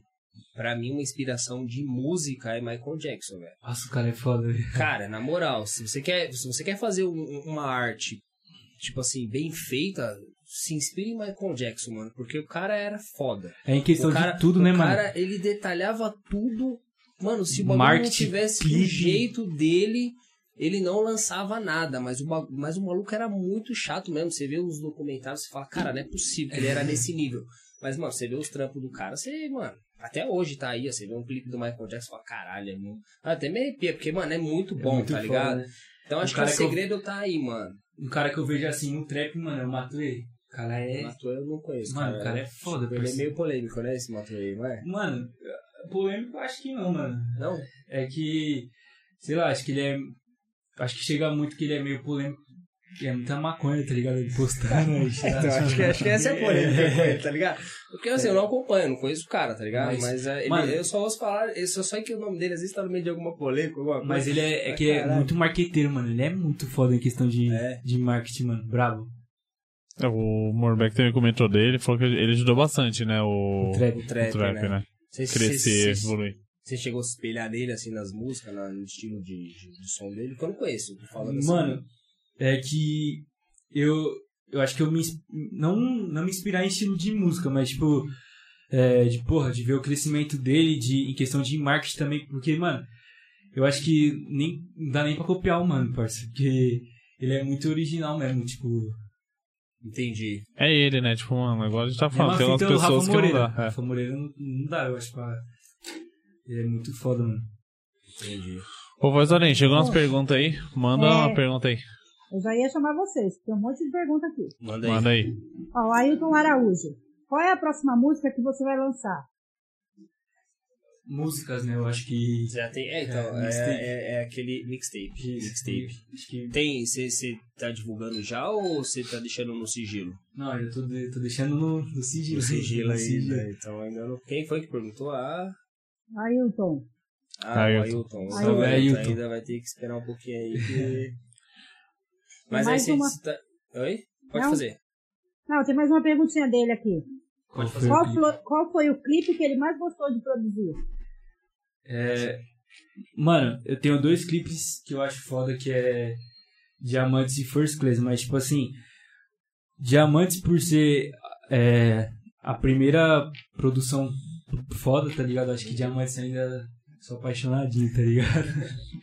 B: Pra mim, uma inspiração de música é Michael Jackson, velho.
A: Nossa, o cara é foda, velho.
B: Cara, na moral, se você quer, se você quer fazer um- um- uma arte, tipo assim, bem feita, se inspire em Michael Jackson, mano. Porque o cara era foda.
A: É em questão
B: O cara,
A: de tudo, né,
B: o
A: mano?
B: cara, é ele detalhava tudo. Mano, se o bagulho não
A: Marketing,
B: tivesse o
A: clipe.
B: jeito dele, ele não lançava nada. Mas o, bagu- mas o maluco era muito chato mesmo. Você vê os documentários, você fala, cara, não é possível que ele era nesse nível. Mas, mano, você vê os trampos do cara, você, mano, até hoje tá aí, ó, você vê um clipe do Michael Jackson, você fala, caralho, é muito... até me arrepia, porque, mano, é muito
A: É
B: bom,
A: muito
B: tá
A: foda,
B: ligado?
A: né?
B: Então
A: O
B: acho que o
A: cara que eu-
B: segredo tá aí, mano.
A: Um cara que eu vejo assim no trap, mano, é o Matuê. O cara é.
B: Matuê eu não conheço,
A: Mano, o
B: cara.
A: cara é foda,
B: Ele é
A: parceiro.
B: meio polêmico, né, esse Matuê, não é?
A: Mano, polêmico eu acho que não, mano.
B: Não?
A: É que, sei lá, acho que ele é. Acho que chega muito que ele é meio polêmico. que É muita maconha, tá ligado? Ele postando. aí,
B: Então, acho que, acho que essa é a polêmica com ele, tá ligado? Porque assim, eu não acompanho, não conheço o cara, tá ligado? Mas,
A: Mas,
B: é, ele-
A: mano-
B: eu só ouço falar, eu só sei que o nome dele às vezes tá no meio de alguma polêmica, alguma coisa.
A: Mas ele é, é que é
B: Caralho.
A: muito marqueteiro, mano. Ele é muito foda em questão de,
B: É.
A: de marketing, mano. Bravo.
C: É, O Morbeck também comentou dele, falou que ele ajudou bastante, né, o,
A: O trap.
B: O trap,
C: o trap, né?
B: Você,
C: Crescer,
B: você-
C: evoluir.
B: você chegou a se espelhar nele, assim, nas músicas, na- no estilo de, de, de som dele, que eu não conheço, tô falando assim.
A: Mano, é que eu, eu acho que eu me. ins- Não, não me inspirar em estilo de música, mas tipo. é, de porra, de ver o crescimento dele de, em questão de marketing também, porque, mano, eu acho que nem, não dá nem pra copiar o mano, parça, porque ele é muito original mesmo, tipo.
B: Entendi.
C: É ele, né, tipo, mano, agora a gente tá falando,
A: mesma
C: tem umas
A: fita do assim, então, Rafa
C: pessoas que não
A: Moreira.
C: dá. é.
A: Rafa Moreira não, não dá, eu acho, pra. Ele é muito foda, mano.
B: Entendi.
C: Ô, Voz do Além, chegou umas perguntas aí, manda
E: É.
C: uma pergunta aí,
E: Eu já ia chamar vocês, tem um monte de pergunta aqui.
B: Manda aí.
C: manda aí.
E: Ó, o Ailton Araújo. Qual é a próxima música que você vai lançar?
A: músicas, né? Eu acho que.
B: Já tem. É, então,
A: É,
B: é,
A: mixtape.
B: é- é aquele mixtape.
A: Isso.
B: Mixtape.
A: Acho que.
B: Tem. Você tá divulgando já ou você tá deixando no sigilo?
A: Não, eu tô, de- tô deixando no, no sigilo.
B: No sigilo
A: No
B: ainda.
A: sigilo.
B: Então ainda não. Quem foi que perguntou? Ah, A.
E: Ailton.
B: Ah,
C: Ailton.
B: o Ailton. O
E: Salve,
A: Ailton.
B: Ainda vai ter que esperar um pouquinho aí. Que... Mas
E: Mais
B: aí
E: uma.
B: você. Tá... Oi? Pode
E: Não.
B: fazer.
E: Não, tem mais uma perguntinha dele aqui.
A: Pode fazer o
E: Qual,
A: clipe.
E: flo- qual foi o clipe que ele mais gostou de produzir?
A: É, mano, eu tenho dois clipes que eu acho foda que é Diamantes e First Class, mas tipo assim, Diamantes por ser é, a primeira produção foda, tá ligado? Acho que Diamantes ainda sou apaixonadinho, tá ligado?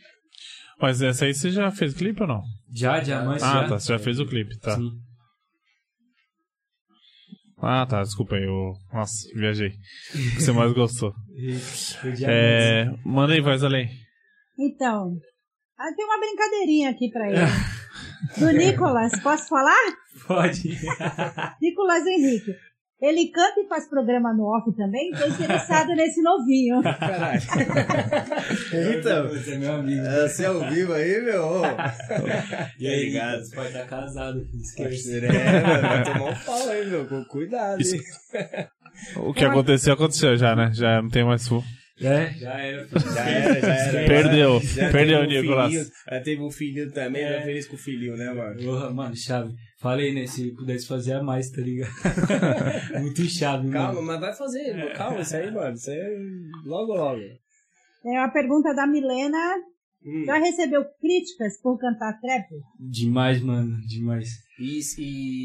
C: Mas essa aí você já fez clipe ou não?
A: Já, Diamantes
C: Ah,
A: já.
C: tá. Você já fez o clipe, tá.
A: Sim.
C: Ah, tá. Desculpa aí. Eu... Nossa, viajei. O que você mais gostou?
A: E foi
C: É...
A: Diamantes.
C: Manda aí, voz além.
E: Então, ah, tem uma brincadeirinha aqui pra ele. Do Nicolas, posso falar?
A: Pode.
E: Nicolas Henrique. Ele canta e faz programa no off também, tô interessado nesse novinho.
B: Caralho. então,
A: Você é meu amigo.
B: você é ao vivo aí, meu?
A: E aí,
B: Obrigado.
A: você pode estar casado, esquece.
B: É, vai tomar um pau aí, meu. Com cuidado, hein?
C: O que aconteceu, aconteceu já, né? Já não tem mais fu.
A: É, já era.
B: Já era, já era.
C: Perdeu.
B: É, Já
C: Perdeu,
B: teve um
C: Nicolas.
B: filhinho, Ela teve um filhinho também,
A: É.
B: já feliz com o filhinho, né, mano?
A: Porra, mano, chave. Falei, né? Se pudesse fazer a mais, tá ligado? Muito chave,
B: Calma,
A: mano.
B: mas vai fazer, meu. calma, isso aí, mano. Isso
A: é
B: aí, logo, logo.
E: É uma pergunta da Milena.
B: Hum.
E: Já recebeu críticas por cantar trap?
A: Demais, mano. Demais.
B: E,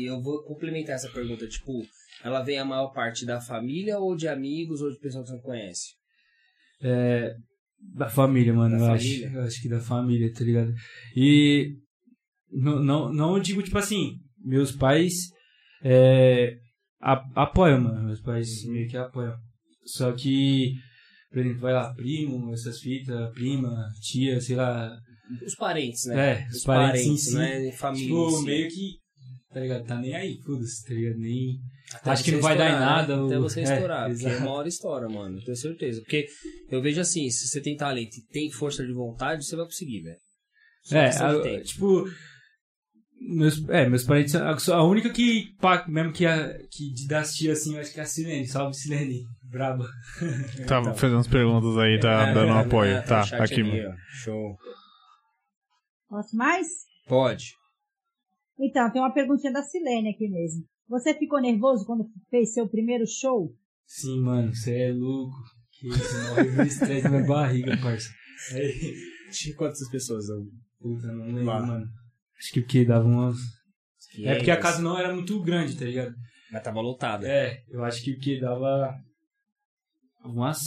B: e eu vou complementar essa pergunta, tipo, ela vem a maior parte da família ou de amigos ou de pessoas que você não conhece?
A: É, da família, mano.
B: Da
A: eu
B: família?
A: Acho, eu acho que da família, tá ligado? E não, não, não eu digo, tipo assim, meus pais é, a- apoiam, mano. Meus pais meio que apoiam. Só que, por exemplo, vai lá, primo, essas fitas, prima, tia, sei lá.
B: Os parentes, né?
A: É, os parentes, em si.
B: né? Família. em
A: Tipo,
B: si.
A: meio que. Tá ligado? Tá nem aí, foda-se, tá ligado? Nem.
B: Até
A: Acho que
B: você
A: não vai dar em
B: estourar,
A: nada,
B: Né?
A: o-
B: Até você
A: é,
B: estourar, porque
A: exato.
B: uma hora estoura, mano. eu Tenho certeza. Porque eu vejo assim, se você tem talento e tem força de vontade, você vai conseguir, velho. Só
A: É,
B: questão de
A: a-
B: tempo.
A: tipo. Meus, é, meus parentes. A, a única que. pá, mesmo que, a, que de das tias assim, eu acho que é a Silene. Salve Silene. Braba.
C: Tá fazendo as perguntas aí, tá
B: então. É,
C: dando um
B: é,
C: apoio.
B: é,
C: tá,
B: o chat
C: aqui,
B: ali,
C: mano.
B: ó. Show.
E: Posso mais?
B: Pode.
E: Então, tem uma perguntinha da Silene aqui mesmo. Você ficou nervoso quando fez seu primeiro show?
A: Sim, mano, você é louco. Que isso, morre do estresse na minha barriga, parça. Aí,
B: Tinha quantas pessoas?
A: puta, não lembro,
B: Lá.
A: mano. Acho que o que? Dava umas. É porque a casa não era muito grande, tá ligado?
B: Mas tava lotada.
A: É, eu acho que o que? Dava. Umas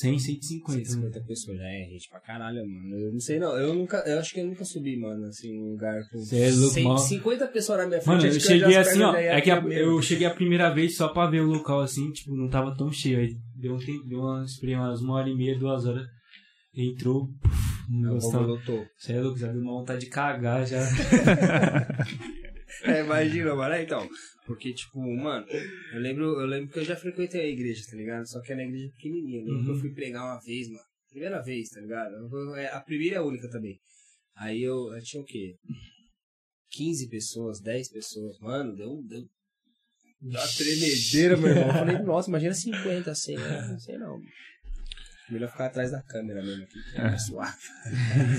A: 100, 150. 150.
B: 150 pessoas, já é gente pra caralho, mano. Eu não sei não, eu nunca, eu acho que eu nunca subi, mano, assim, num lugar com
A: Você é louco, mano.
B: 50 pessoas na minha frente.
A: Mano, eu
B: acho que já-
A: cheguei
B: já
A: assim, ó.
B: já ia
A: É que a-
B: comer.
A: eu cheguei a primeira vez só pra ver o local assim, tipo, não tava tão cheio. Aí deu um tempo, deu umas, esperei umas uma hora e meia, duas horas. Entrou, puf, um não
B: O povo
A: gostava.
B: lotou.
A: Você é louco, já deu uma vontade de cagar já.
B: É, imagina, mano, é, então. Porque, tipo, mano, eu lembro, eu lembro que eu já frequentei a igreja, tá ligado? Só que era uma igreja pequenininha. né? Eu lembro que eu
A: Uhum.
B: fui pregar uma vez, mano. Primeira vez, tá ligado? Eu- eu- é A primeira e a única também. Aí eu, eu tinha o quê? 15 pessoas, 10 pessoas. Mano, deu, um- deu Dá uma tremedeira, meu irmão. Eu falei, nossa, imagina 50, 100. né? Não sei não. Melhor ficar atrás da câmera mesmo aqui. que É. mais suave.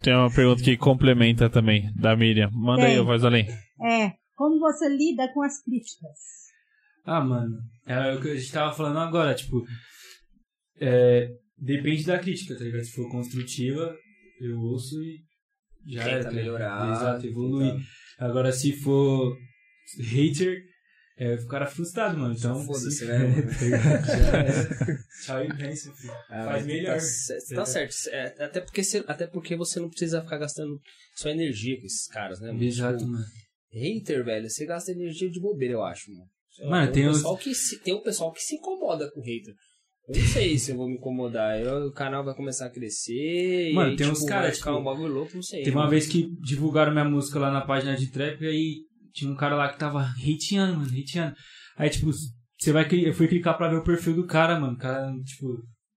C: Tem uma pergunta que complementa também, da Miriam. Manda aí,
E: Tem.
C: voz além.
E: É, como você lida com as críticas?
A: Ah, mano, é o que a gente tava falando agora, tipo, é, depende da crítica, tá ligado? Se for construtiva, eu ouço e já
B: Tenta
A: é, tá ligado?
B: melhorar,
A: Exato, evoluir.
B: tenta-
A: Agora, se for hater, é, eu ficar frustrado, mano. Então,
B: Foda-se,
A: se-
B: né, mano?
A: tá ligado? Já é. Tchau e bem, filho.
B: Ah,
A: Faz
B: mas
A: melhor.
B: Tá, ce- tá certo. É, até, porque você, até porque você não precisa ficar gastando sua energia com esses caras, né? mano?
A: Exato,
B: Tipo,
A: mano.
B: hater, velho, você gasta energia de bobeira, eu acho, mano. Sei lá,
A: Mano,
B: tem,
A: tem
B: um
A: os-
B: pessoal que se, tem um pessoal que se incomoda com hater. Eu não sei se eu vou me incomodar. Eu- o canal vai começar a crescer.
A: Mano,
B: e aí,
A: tem
B: tipo,
A: uns cara,
B: vai ficar
A: tipo,
B: um bagulho louco, não sei.
A: Teve uma
B: mano.
A: vez que divulgaram minha música lá na página de trap e aí tinha um cara lá que tava hateando, mano, hateando. Aí, tipo, você vai cli- eu fui clicar pra ver o perfil do cara, mano. O cara, tipo,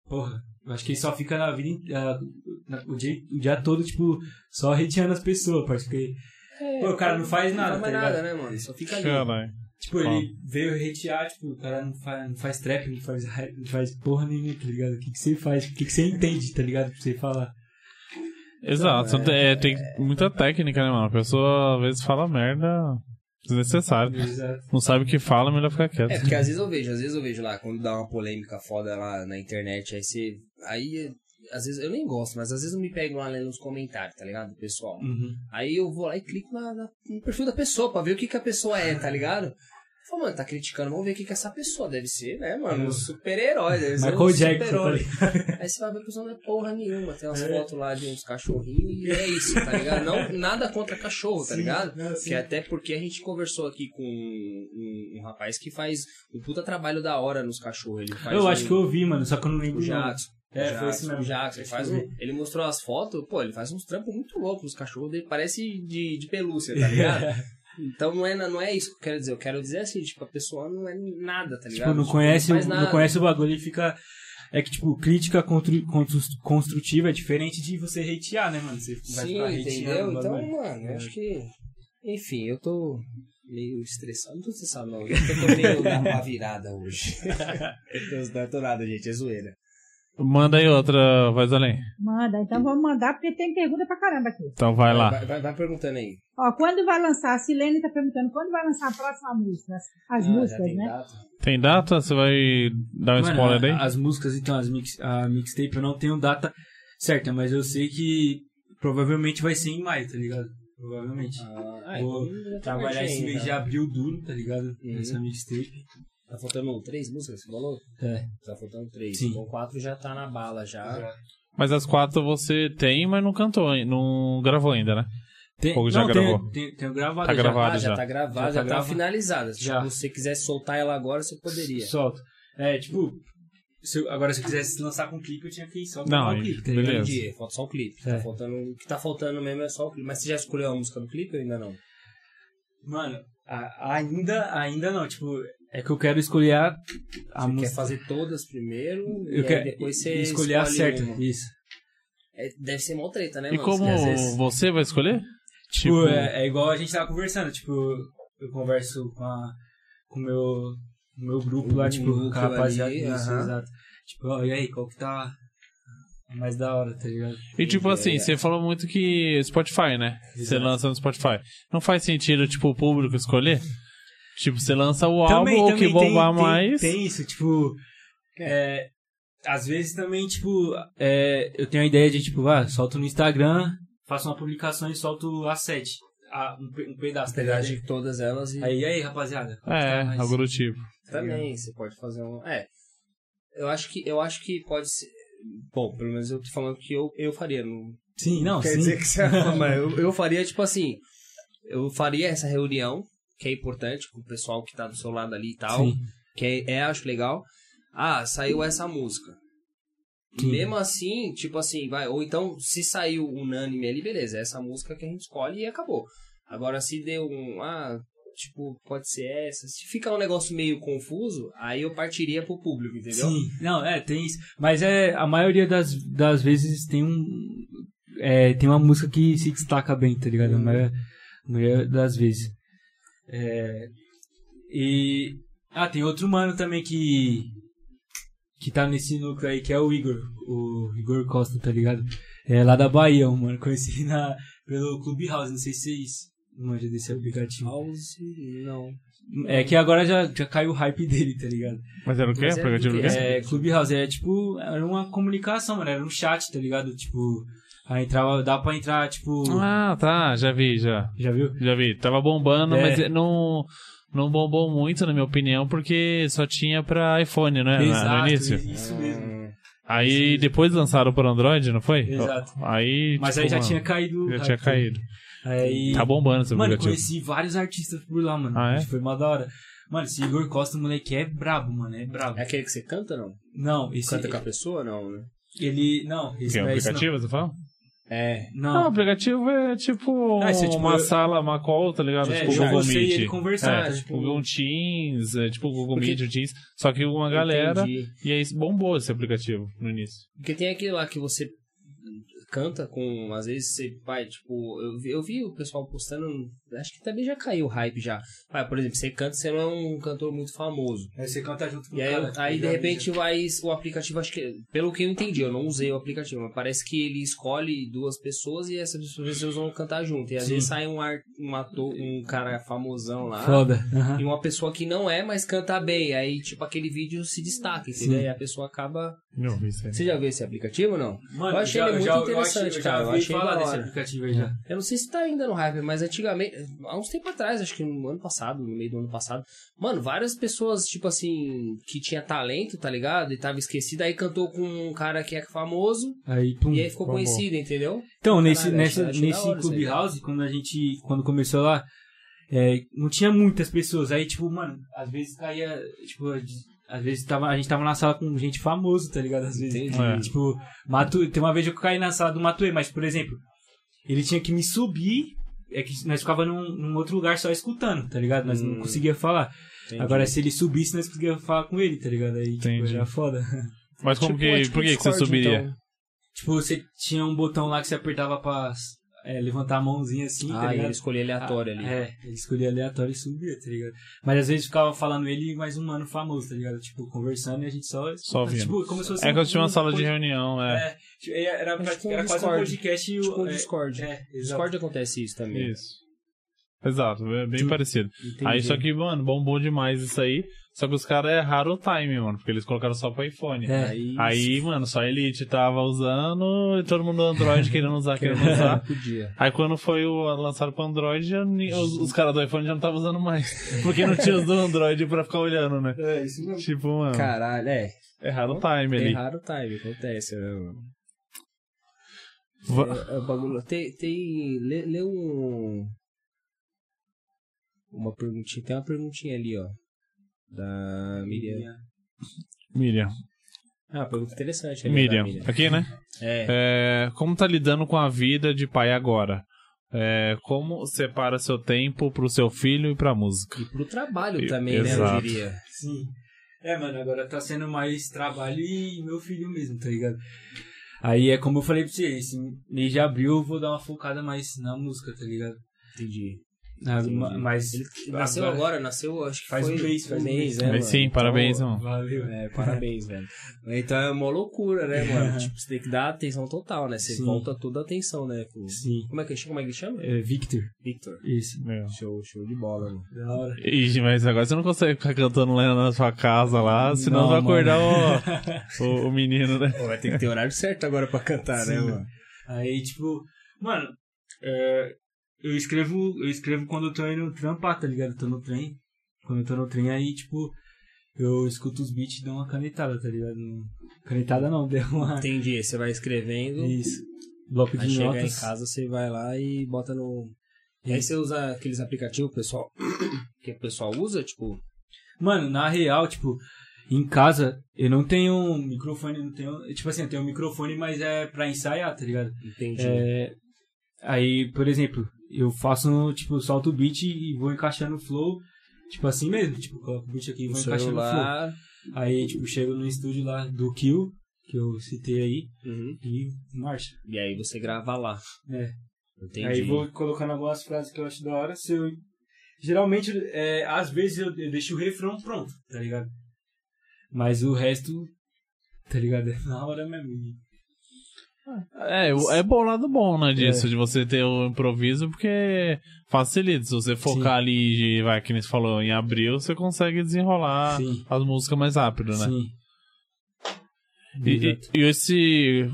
A: Porra, eu acho que ele só fica na vida. in- ah, na- o, dia, o dia todo, tipo, só redeando as pessoas, parça, porque. Pô, o cara não faz
B: É,
A: nada,
B: não
A: tá
B: faz
A: ligado?
B: nada, né, mano? Só fica ali.
C: Caralho.
A: Tipo, ele veio retear, tipo, o cara não faz, não faz trap, não faz, rap, não faz porra nenhuma, tá ligado? O que, que você faz? O que, que você entende, tá ligado? Pra você falar.
C: Exato,
B: Então,
C: só tem- é, tem muita técnica, né, mano? A pessoa às vezes fala merda desnecessária.
A: Exato.
C: Não sabe o que fala, melhor ficar quieto.
B: É, porque às vezes eu vejo, às vezes eu vejo lá, quando dá uma polêmica foda lá na internet, aí você. Aí, às vezes, eu nem gosto, mas às vezes eu me pego lá lendo nos comentários, tá ligado? Do pessoal.
A: Uhum.
B: Aí eu vou lá e clico na, na- no perfil da pessoa pra ver o que, que a pessoa é, tá ligado? Fala, mano, tá criticando, vamos ver o que, que essa pessoa deve ser, né, mano? Um super-herói, deve ser um
A: É. Michael Jackson, tá
B: super-herói.
A: ligado?
B: Aí você vai ver que a pessoa não é porra nenhuma. Tem umas fotos lá de uns cachorrinhos e é isso, tá ligado? Não, nada contra cachorro, tá ligado?
A: é,
B: Que até porque a gente conversou aqui com um, um rapaz que faz um puta trabalho da hora nos cachorros. Ele faz Tipo,
A: Eu
B: um-
A: acho que eu ouvi, mano, só que eu não lembro
B: o
A: o nome.
B: Jackson.
A: É,
B: o
A: foi esse
B: Jackson,
A: mesmo.
B: o Jackson, ele, faz um- ele mostrou as fotos, pô, ele faz uns trampos muito loucos. Os cachorros dele parece de, de pelúcia, tá ligado? Então não é, na- não é isso que eu quero dizer. Eu quero dizer assim, tipo, a pessoa não é nada, tá ligado?
A: Tipo, não conhece,
B: faz
A: não
B: nada.
A: conhece o bagulho e fica. É que, tipo, crítica contru- constru- construtiva é diferente de você hatear, né, mano? Você vai
B: Sim,
A: ficar hateando
B: entendeu?
A: o
B: Então,
A: bagulho.
B: mano, eu acho que. Enfim, eu tô meio estressado. Não tô estressado, não. Eu tô meio dar uma virada hoje. eu tô- eu tô nada, gente. É zoeira.
C: Manda aí outra, voz além.
E: Manda, então vamos mandar, porque tem pergunta pra caramba aqui.
C: Então vai lá.
B: É, Vai, vai- vai perguntando aí.
E: Ó, quando vai lançar? A Silene tá perguntando quando vai lançar a próxima música. As, as
B: Ah, já
E: músicas,
B: tem
E: né?
B: data?
C: Tem data? Você vai dar um
A: Mano,
C: spoiler
A: a-
C: aí?
A: As músicas, então, as mix, a mixtape, eu não tenho data certa, mas eu sei que provavelmente vai ser em maio, tá ligado? Provavelmente.
B: Ah,
A: Vou
B: então já tá
A: Trabalhar
B: pertinho
A: esse mês
B: ainda.
A: de abril duro, tá ligado?
B: Uhum.
A: Essa mixtape.
B: Tá faltando três músicas, você falou?
A: É.
B: Tá faltando três.
A: Sim.
B: Então quatro já tá na bala já.
C: Mas as quatro você tem, mas não cantou, hein? não gravou ainda, né?
A: Tem,
C: Ou já
A: não, tenho-
C: gravou?
A: Tenho, tenho gravado
C: Tá
A: já.
C: gravado.
B: ah, já,
C: já.
B: tá gravada,
A: Já tá
B: já tá,
A: gravado.
B: finalizada. Se
A: Já.
B: você quiser soltar ela agora, você poderia.
A: Solto. É, tipo, se eu- agora se eu quisesse lançar com clipe, eu tinha que ir só
C: Não,
A: gravar o
C: aí- tipo,
A: clipe, tá ligado?
C: beleza.
B: Entendi, falta só o clipe.
A: É.
B: Tá faltando, o que tá faltando mesmo é só o clipe. Mas você já escolheu a música do clipe ou ainda não?
A: Mano, a- ainda, ainda não, tipo, é que eu quero escolher a, a
B: você
A: música.
B: quer fazer todas primeiro
A: eu
B: e
A: quero
B: aí depois você
A: escolher a
B: escolhe
A: certa,
B: uma.
A: isso.
B: É, deve ser mó treta, né,
C: E
B: mano?
C: como
B: Porque às vezes-
C: você vai escolher?
A: Tipo, é, é igual a gente tava conversando, tipo, eu converso com a com o meu, com o meu grupo lá,
B: O
A: tipo, com a
B: núcleo
A: rapaziada,
B: ali,
A: isso,
B: aham.
A: exato. Tipo, ó, e aí, qual que tá mais da hora, tá ligado?
C: E tipo assim,
B: É.
C: você falou muito que Spotify, né? Você lança no Spotify. Não faz sentido, tipo, o público escolher? Tipo, você lança o álbum, o que bombar
A: tem,
C: mais.
A: Tem, isso, tipo. é, às vezes também, tipo, é, eu tenho a ideia de, tipo, ah, solto no Instagram, faço uma publicação e solto a sete. a- um, pe- um pedaço, tá ligado?
B: Apesar de todas elas e...
A: Aí, e aí, rapaziada? qual que
C: É,
A: tá mais?
C: algo do tipo.
A: Tá
B: Também, você pode fazer um. É. Eu acho que, eu acho que pode ser. Bom, pelo menos eu tô falando que eu, eu faria. Não
A: Sim, não,
B: quer
A: sim.
B: dizer que você mas eu, eu faria, tipo assim. Eu faria essa reunião, que é importante, com o pessoal que tá do seu lado ali e tal.
A: Sim.
B: Que é, é, acho legal. Ah, saiu essa música.
A: Sim.
B: Mesmo assim, tipo assim, vai. Ou então, se saiu unânime ali, beleza, é essa música que a gente escolhe e acabou. Agora, se deu um. Ah, tipo, pode ser essa. Se ficar um negócio meio confuso, aí eu partiria pro público, entendeu?
A: Sim, não, é, tem isso. Mas é, a maioria das, das vezes tem um. é, tem uma música que se destaca bem, tá ligado? A maioria, a maioria das vezes. É, e. Ah, tem outro mano também que. Que tá nesse núcleo aí, que é o Igor. O Igor Costa, tá ligado? É lá da Bahia, um mano. Conheci na, pelo Clubhouse, não sei se vocês manjam desse aplicativo.
B: House, não.
A: É que agora já, já caiu o hype dele, tá ligado?
C: Mas era o quê?
B: Mas é
C: Aplicativo do
B: do
C: quê?
B: quê?
A: É, Clubhouse é tipo, era uma comunicação, mano, era um chat, tá ligado? Tipo, aí entrava, dá pra entrar, tipo,
B: é.
C: Ah, tá, já vi, já.
A: já viu?
C: Já vi. Tava bombando,
A: É.
C: mas não, não bombou muito, na minha opinião, porque só tinha pra iPhone, né? na- no início.
A: isso mesmo.
C: Aí depois lançaram por Android, não foi?
A: Exato.
C: Aí,
A: Mas
C: tipo,
A: aí já
C: mano,
A: tinha caído.
C: já
A: o
C: tinha
A: hype.
C: caído.
A: Aí,
C: Tá bombando esse
A: mano, eu
C: aplicativo.
A: conheci vários artistas por lá, mano.
C: Ah, é?
A: Foi uma da hora. Mano, esse Igor Costa, o moleque é brabo, mano, é brabo.
B: É aquele que você canta, não?
A: Não, esse
B: Canta com a pessoa, não, né?
A: ele não, esse
C: Que é
A: não
C: um
A: é esse não.
C: aplicativo, você fala?
B: É.
C: Não, o
A: Não,
C: aplicativo é tipo,
A: Ah, isso é tipo-
C: uma sala, uma call, tá ligado?
A: é,
C: tipo
A: eu
C: Google
A: você e
C: Meet.
A: ele conversar.
C: É,
A: tipo,
C: tipo um Teams, é tipo o Google
B: Porque-
C: Meet, o Teams. Só que uma galera.
B: Entendi.
C: E aí bombou esse aplicativo no início.
B: Porque tem aquele lá que você canta com, às vezes você vai, tipo, eu vi, eu vi o pessoal postando, acho que também já caiu o hype já. Vai, por exemplo, você canta, você não é um cantor muito famoso.
A: Aí você canta junto com
B: Ah. E aí,
A: o cara. tipo,
B: aí de
A: já-
B: repente vai o aplicativo, acho que, pelo que eu entendi, eu não usei o aplicativo, mas parece que ele escolhe duas pessoas e essas pessoas vão cantar junto. E às
A: Sim.
B: vezes sai um, ar, um ator, um cara famosão lá.
A: Foda. aham.
B: E uma pessoa que não é, mas canta bem. Aí, tipo, aquele vídeo se destaca, entendeu? E a pessoa acaba.
C: Não, vi isso é. aí.
B: Você já viu esse aplicativo ou não?
A: Mano,
B: eu achei
A: já-
B: ele muito
A: já- eu
B: interessante,
A: achei-
B: cara.
A: Eu
B: Eu
A: já ouvi
B: achei
A: falar
B: da
A: desse
B: hora.
A: aplicativo aí já.
B: Eu não sei se tá ainda no hype, mas antigamente, há uns tempo atrás, acho que no ano passado, no meio do ano passado, mano, várias pessoas, tipo assim, que tinha talento, tá ligado? E tava esquecida, aí cantou com um cara que é famoso,
A: Aí, pum,
B: e aí ficou
A: bombou.
B: conhecido, entendeu?
A: Então, nesse,
B: Caralho,
A: nessa,
B: achei- achei da
A: nesse
B: hora isso aí,
A: Clubhouse, quando a gente. Quando começou lá, é, não tinha muitas pessoas. Aí, tipo, mano, às vezes caía. Tipo, às vezes tava, a gente tava na sala com gente famosa, tá ligado? Às vezes.
B: Entendi.
C: É.
A: Tipo, Matu, tem uma vez que eu caí na sala do Matue, mas, por exemplo, ele tinha que me subir. É que nós ficava num, num outro lugar só escutando, tá ligado? Nós
B: Hum.
A: não conseguia falar.
B: Entendi.
A: Agora, se ele subisse, nós conseguíamos falar com ele, tá ligado? Aí, tipo,
C: Entendi.
A: era foda.
C: Mas como
B: Tipo,
C: que.
B: é tipo
C: por que, que você
B: Discord,
C: subiria?
B: então.
A: Tipo, você tinha um botão lá que você apertava pra é, levantar a mãozinha assim, tá
B: Ah, e
A: ligado?
B: ele escolheu aleatório ali.
A: É, ele escolhia aleatório e subia, tá ligado? Mas às vezes ficava falando ele e mais um mano famoso, tá ligado? Tipo, conversando e a gente só.
C: Só ouvindo.
A: Tipo, como se fosse.
C: É que eu
A: um-
C: tinha uma
A: um
C: sala de
A: pod-
C: reunião, é.
A: É, tipo, era, era,
B: Mas tipo um
A: era quase um
B: Discord.
A: podcast e o.
B: Tipo um
A: é,
B: Discord.
A: É, exato.
B: Discord acontece isso também.
C: Isso. Exato, é bem
B: Sim.
C: parecido.
B: É. Entendi.
C: Aí só que, mano, bombou demais isso aí. Só que os caras erraram o time, mano, porque eles colocaram só pro iPhone.
A: É.
B: Aí,
C: Aí, mano, só a Elite tava usando e todo mundo do Android querendo usar, querendo usar.
B: podia.
C: Aí quando foi o, lançado pro Android, já ni- os, os caras do iPhone já não estavam usando mais. Porque não tinha os do Android pra ficar olhando, né?
A: É, isso mesmo.
C: Tipo, mano,
B: Caralho, é.
C: erraram o time ali.
B: Erraram o time, acontece. né?
C: Va-
B: É, é o bagulho. Tem. tem lê, lê um. Uma perguntinha. Tem uma perguntinha ali, ó. Da Miriam.
C: Miriam.
B: Ah, pergunta interessante. ali,
C: Miriam.
B: da Miriam.
C: Aqui, né?
B: É.
C: É, como tá lidando com a vida de pai agora? É, como separa seu tempo pro seu filho e pra música?
B: E pro trabalho
C: E-
B: também, né? Eu
C: exato.
B: diria.
A: Sim. É, mano, agora tá sendo mais trabalho e meu filho mesmo, tá ligado? Aí é como eu falei pra você, esse mês de abril eu vou dar uma focada mais na música, tá ligado?
B: Entendi.
A: Na-
B: Entendi.
A: ma- Mas
B: Ele nasceu agora, nasceu, acho que
A: Faz
B: foi
A: um mês, faz um mês.
B: né?
C: Mas
B: mano?
C: sim,
B: Então,
C: parabéns, irmão.
A: Valeu.
B: É, parabéns, velho. Então é uma loucura, né, mano? tipo, você tem que dar atenção total, né? Você
A: Sim.
B: volta toda a atenção, né? pro-
A: Sim.
B: Como é que ele chama? Como é que ele chama?
A: É, Victor.
B: Victor.
A: Isso.
C: Meu.
B: Show, show de bola, mano.
A: Da hora.
C: Ixi, mas agora você não consegue ficar cantando lá na sua casa lá, senão
B: Não,
C: vai acordar o, o, o menino, né?
B: Pô, vai ter que ter horário certo agora pra cantar, né,
A: Sim.
B: mano?
A: Aí, tipo, mano, é, eu escrevo, eu escrevo quando eu tô indo trampar, tá ligado? Eu tô no trem. Quando eu tô no trem, aí, tipo, eu escuto os beats e dou uma canetada, tá ligado? Não- Canetada não, deu uma.
B: Entendi, você vai escrevendo,
A: Isso. Bloco
B: aí
A: de
B: chega
A: notas.
B: em casa, você vai lá e bota no... E aí você usa aqueles aplicativos pessoal que o pessoal usa, tipo...
A: Mano, na real, tipo, em casa eu não tenho um microfone, não tenho. Tipo assim, eu tenho microfone, mas é pra ensaiar, tá ligado?
B: Entendi.
A: É, aí, por exemplo, eu faço, um, tipo, solto o beat e vou encaixando o flow, tipo assim mesmo, tipo, coloco o beat aqui e
B: no
A: vou encaixando o flow.
B: celular...
A: Aí, tipo, chego no estúdio lá do Kill, que eu citei aí,
B: Uhum.
A: e marcha.
B: E aí você grava lá.
A: É.
B: Entendi.
A: Aí vou colocando algumas frases que eu acho da hora, se eu... Geralmente, é, às vezes eu, eu deixo o refrão pronto, tá ligado? Mas o resto, tá ligado? É na hora mesmo. E-
C: É, o- é bom o lado bom, né, disso, de você ter o improviso, porque facilita. Se você focar ali, vai, que nem você falou, em abril, você consegue desenrolar
A: Sim.
C: as músicas mais rápido, Ah, né?
A: Sim.
C: E, e,
A: Exato.
C: e esse.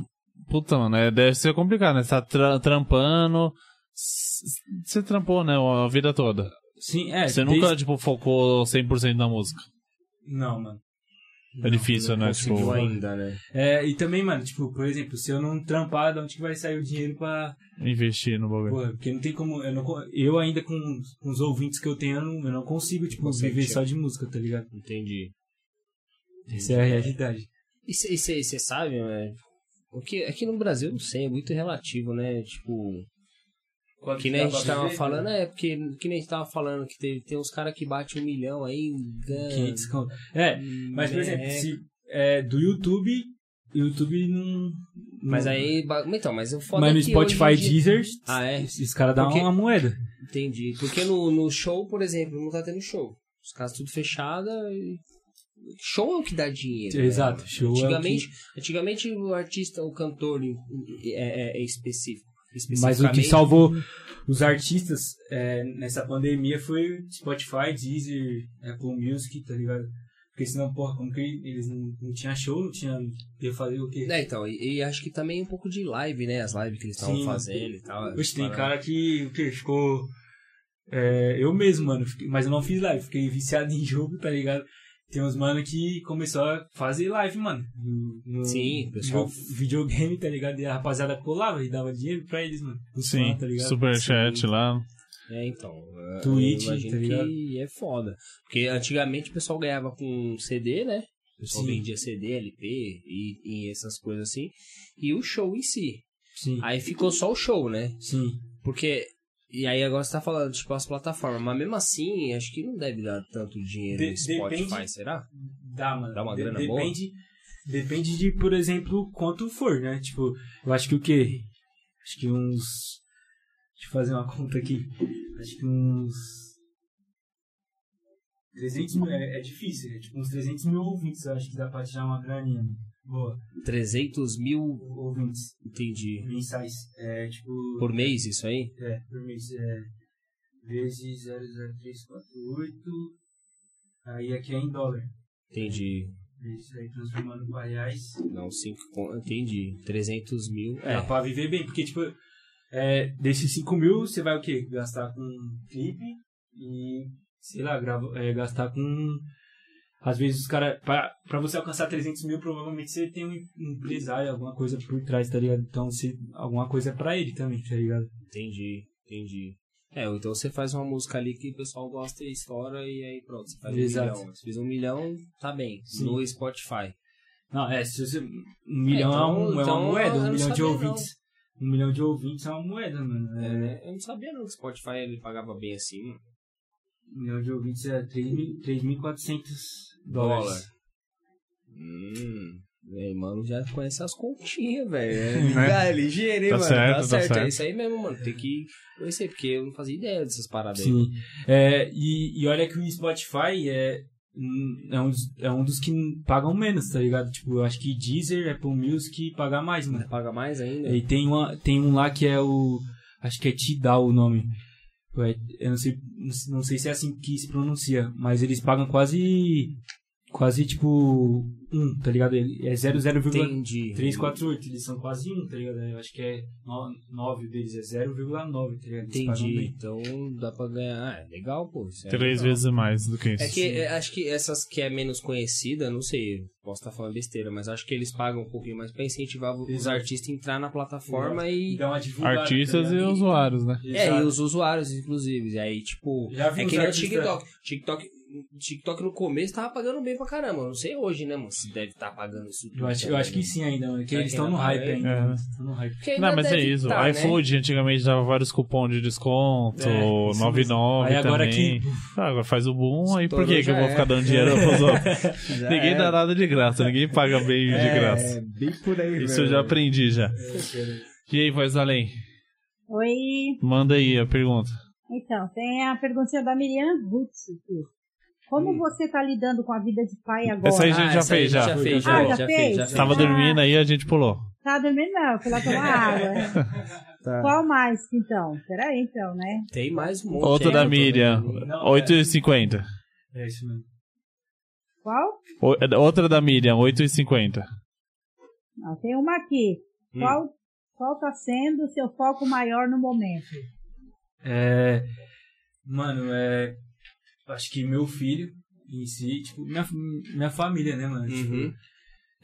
C: Puta, mano, é, deve ser complicado, né? Você tá tra- trampando. s- s- Você trampou, né? A vida toda.
A: Sim, é.
C: Você
A: desde-
C: nunca, tipo, focou 100% na música.
A: Não, mano.
C: É difícil, né? Tipo,
B: Conseguiu ainda, né?
A: É, e também, mano, tipo, por exemplo, se eu não trampar, de onde que vai sair o dinheiro pra.
C: investir no bagulho.
A: Porra, porque não tem como. Eu, não co- eu ainda com, com os ouvintes que eu tenho, eu não, eu não consigo, tipo,
B: Consegue,
A: viver
B: sim.
A: só de música, tá ligado?
B: Entendi.
A: Essa é a realidade.
B: E você sabe, né? Porque aqui no Brasil, não sei, é muito relativo, né? Tipo,
D: Quanto
B: que nem a
D: dá
B: gente
D: pra
B: tava
D: viver,
B: falando,
D: né?
B: é, porque que nem a gente tava falando que tem, tem uns caras que batem um milhão aí,
A: Que
B: ganha. um
A: desconto. É, mas por exemplo, se, é, do YouTube, YouTube não.
B: Mas
A: não-
B: aí. ba- Então, mas o foda
A: Mas
B: é
A: no
B: que hoje em
A: Spotify
B: dia-
A: Deezer,
B: Ah, é?
A: os caras dão
B: Porque-
A: uma moeda.
B: Entendi. Porque no, no show, por exemplo, não tá tendo show. Os caras tudo fechada e. Show é o que dá dinheiro. né,
A: Exato,
B: mano?
A: show é o
B: antigamente, antigamente o artista, o cantor em- é, é- é específico.
A: Mas o que
B: especificamente,
A: salvou os artistas é, nessa pandemia foi Spotify, Deezer, Apple Music, tá ligado? Porque senão, porra, como que eles não, não tinham show, não tinha. ia fazer o quê?
B: né, então, e, e acho que também um pouco de live, né? As lives que eles estavam
A: Sim.
B: fazendo e tal. as
A: Oxe, tem
B: paradas.
A: cara que, o quê? ficou. é, eu mesmo, mano, fiquei- mas eu não fiz live, fiquei viciado em jogo, tá ligado? Tem uns mano que começou a fazer live, mano. No, no-
B: Sim, pessoal.
A: no videogame, tá ligado? E a rapaziada colava e dava dinheiro pra eles, mano. Os
C: Sim,
A: fãs, tá ligado?
C: superchat lá.
B: É, então. eu-
A: Twitch,
B: eu imagino
A: tá ligado?
B: que é foda. Porque antigamente o pessoal ganhava com CD, né? O pessoal
A: Sim.
B: vendia CD, LP e, e essas coisas assim. E o show em si.
A: Sim,
B: Aí ficou só o show, né?
A: sim.
B: Porque. E aí agora você tá falando, tipo, as plataformas. Mas mesmo assim, acho que não deve dar tanto dinheiro
A: De-
B: no Spotify,
A: depende-
B: será?
A: Dá, mano.
B: Dá uma grana boa?
A: depende, Depende de, por exemplo, quanto for, né? Tipo, eu acho que o quê? Acho que uns. Deixa eu fazer uma conta aqui. Acho que uns. 300 mil. É, é difícil, é tipo uns 300 mil ouvintes. Eu acho que dá pra tirar uma graninha. Boa.
B: 300 mil.
A: Ouvintes
B: Entendi.
A: mensais. É tipo.
B: Por mês, isso aí?
A: É, por mês. É, vezes 00348. Aí aqui é em dólar.
B: Entendi.
A: Isso aí transformando para reais.
B: Não, 5. Entendi. 300 mil.
A: Dá
B: É.
A: pra viver bem, porque, tipo, é, desses 5 mil, você vai o quê? Gastar com clipe e, sei lá, grava, é, gastar com... Às vezes os caras... Pra, pra você alcançar 300 mil, provavelmente você tem um empresário, alguma coisa por trás, tá ligado? Então, se, alguma coisa é pra ele também, tá ligado?
B: Entendi, entendi. É, ou então você faz uma música ali que o pessoal gosta e estoura e aí pronto, você faz
A: Exato.
B: um milhão. Se fiz um milhão, tá bem.
A: Sim.
B: No Spotify.
A: Não, é, se você... Um milhão é,
B: então-
A: um- é
B: então
A: uma moeda,
B: eu
A: um
B: não
A: milhão de
B: sabia,
A: ouvintes. Um milhão de ouvintes é uma moeda, mano.
B: É,
A: É,
B: né? Eu não sabia não que o Spotify ele pagava bem assim. mano.
A: um milhão de ouvintes é 3.400
B: Dólar.
A: dólares.
B: Hum. Véi, mano, já conhece as continhas, velho.
A: Né?
B: É ligeiro, hein,
C: Tá
B: mano?
C: certo,
B: tá
C: tá
B: certo. É
C: certo.
B: isso aí mesmo, mano. Tem que conhecer, porque eu não fazia ideia dessas paradas aí.
A: Sim. É, e, e olha que o Spotify é, hum, é, um dos, é um dos que pagam menos, tá ligado? Tipo, eu acho que Deezer, Apple Music paga mais, mano.
B: Paga mais ainda?
A: E tem, uma, tem um lá que é o. Acho que é Tidal o nome. Ué, Eu não sei, não sei se é assim que se pronuncia, mas eles pagam quase. Quase tipo. 1, um, tá ligado? Ele- É 0,348.
B: Entendi.
A: Eles são quase 1, um, tá ligado? Eu acho que é 9 deles, é 0,9, tá ligado? Eles pagam
B: Entendi.
A: bem.
B: Então dá pra ganhar. Ah, é legal, pô. isso é
C: Três
B: legal.
C: vezes mais do que isso.
B: É que é, acho que essas que é menos conhecida, não sei, posso estar falando besteira, mas acho que eles pagam um pouquinho mais pra incentivar os
A: Exato.
B: artistas a entrar na plataforma
A: E
B: e.
A: dá uma divulgada,
C: Artistas
A: tá
C: e
A: ligado?
C: usuários, né?
B: É, e
A: Exato.
B: os usuários, inclusive. E aí, tipo.
A: Já vi
B: É
A: uns
B: que nem o
A: artistas-
B: TikTok. TikTok. TikTok no começo tava pagando bem pra caramba. Não sei hoje, né, mano? Se deve estar pagando isso. tudo
A: Eu acho, eu
B: também,
A: acho que
B: né?
A: sim ainda, mano, que
B: Será
A: eles
B: que
A: estão no
B: ainda
A: hype
B: vai?
A: ainda.
C: É.
A: mano, eles tão no hype.
B: Porque ainda
C: Não, mas é
B: deve
C: isso.
B: tá, né?
C: iFood antigamente dava vários cupons de desconto,
A: É, isso
C: 99
A: Aí agora
C: também. Ah, agora faz o boom, aí por
B: Estourou,
C: que, que
B: já
C: eu vou
B: é.
C: ficar dando dinheiro pros outros?
B: Já
C: ninguém
B: é.
C: dá nada de graça, ninguém paga bem de
B: É,
C: graça.
B: bem por aí,
C: Isso eu
B: velho.
C: já aprendi já. E aí, voz além?
E: Oi,
C: Manda aí a pergunta.
E: Então, tem a perguntinha da Miriam Gucci. aqui. Como você está lidando com a vida de pai agora?
C: Essa aí a gente
B: Hum.
C: já
B: Ah, essa aí
C: fez,
B: a gente
C: já.
B: Já fez,
E: Ah,
B: já,
E: já
B: já
E: fez?
B: fez, já fez.
C: Tava
E: Ah.
C: dormindo aí, a gente pulou.
E: Tá dormindo não, foi lá tomar água.
B: tá? É.
E: Qual mais, então? Peraí, então, né?
B: Tem mais um monte.
C: Outra
B: aí,
C: da
B: eu tô
C: Miriam,
B: vendo.
C: 8h50.
A: É isso mesmo.
E: Qual?
C: O- Outra da Miriam, 8h50.
E: Não, tem uma aqui.
B: Hum.
E: Qual, qual tá sendo o seu foco maior no momento?
A: É, mano, é. Acho que meu filho em si, tipo, minha, minha família, né, mano?
B: Uhum.
A: Tipo,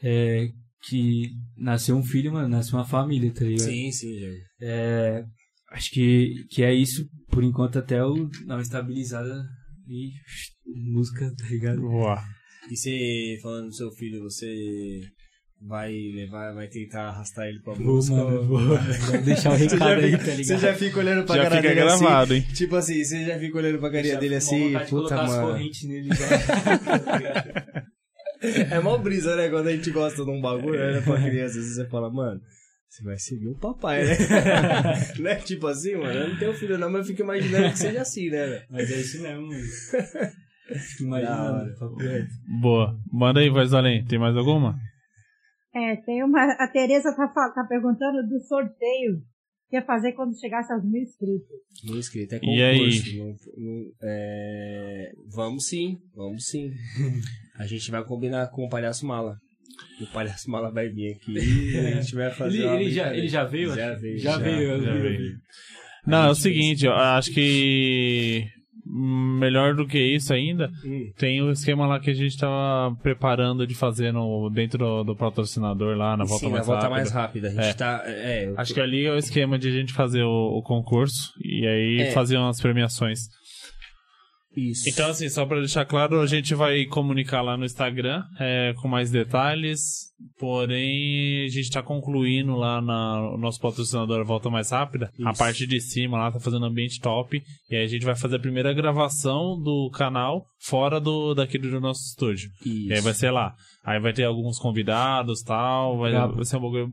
A: é, que nasceu um filho, mano, nasceu uma família, tá ligado?
B: Sim, sim, já.
A: É, acho que, que é isso, por enquanto, até o dar uma estabilizada e música, tá ligado?
C: Boa.
B: E você, falando do seu filho, você vai levar, vai tentar arrastar ele pra
A: Vou,
B: busca.
A: mano, vou vou deixar o
B: né? Você já,
A: recado aí,
B: fica,
A: tá
B: você
A: ligado?
B: já fica olhando pra
C: Já
B: cara
C: fica
B: dele
C: gravado, hein?
B: assim. Tipo assim, você já fica olhando pra carinha
A: Já
B: dele
A: fico com
B: assim,
A: vontade de
B: puta
A: colocar as
B: mano.
A: correntes nele já.
B: É mó brisa, né? Quando a gente gosta de um bagulho, né? Pra criança, às vezes você fala, mano, você vai seguir o papai, né? né? Tipo assim, mano, eu não tenho filho não, mas eu fico imaginando que seja assim, né? velho?
A: Mas é isso mesmo. mano. Fico
B: Da
A: imaginando. tá É.
B: hora.
A: papo reto.
C: Boa. Manda aí, voz além. Tem mais alguma?
E: É, tem uma. A Tereza tá, fal- tá perguntando do sorteio que ia fazer quando chegasse aos mil inscritos.
B: Não inscrito, é concurso.
C: E aí?
B: não- não- é, Vamos sim, vamos sim. A gente vai combinar com o Palhaço Mala. O Palhaço Mala vai vir aqui e a gente vai fazer
A: Ele,
B: uma
A: ele já,
B: brincadeira.
A: ele já veio?
B: Já
A: acho?
B: veio,
A: Já,
B: já,
A: veio. eu
C: já
A: vi, eu
C: veio.
A: vi.
C: Não, é o
B: gente fez.
C: seguinte, eu acho que hum, melhor do que isso ainda,
B: Hum.
C: tem o esquema lá que a gente tava preparando de fazer no, dentro do, do patrocinador lá, na volta
B: Sim,
C: mais
B: na volta
C: rápida.
B: mais rápida. A gente
C: É.
B: tá. É, eu
C: Acho que ali é o esquema de a gente fazer o, o concurso e aí
B: É.
C: fazer umas premiações.
B: Isso.
C: Então, assim, só pra deixar claro, a gente vai comunicar lá no Instagram é, com mais detalhes. Porém, a gente tá concluindo lá na o nosso patrocinador Volta Mais Rápida. A
B: Isso.
C: parte de cima lá tá fazendo ambiente top. E aí a gente vai fazer a primeira gravação do canal fora do daquele do nosso estúdio. E aí
B: Isso.
C: vai ser lá. Aí vai ter alguns convidados tal. Vai,
A: Brabo.
C: vai ser um bagulho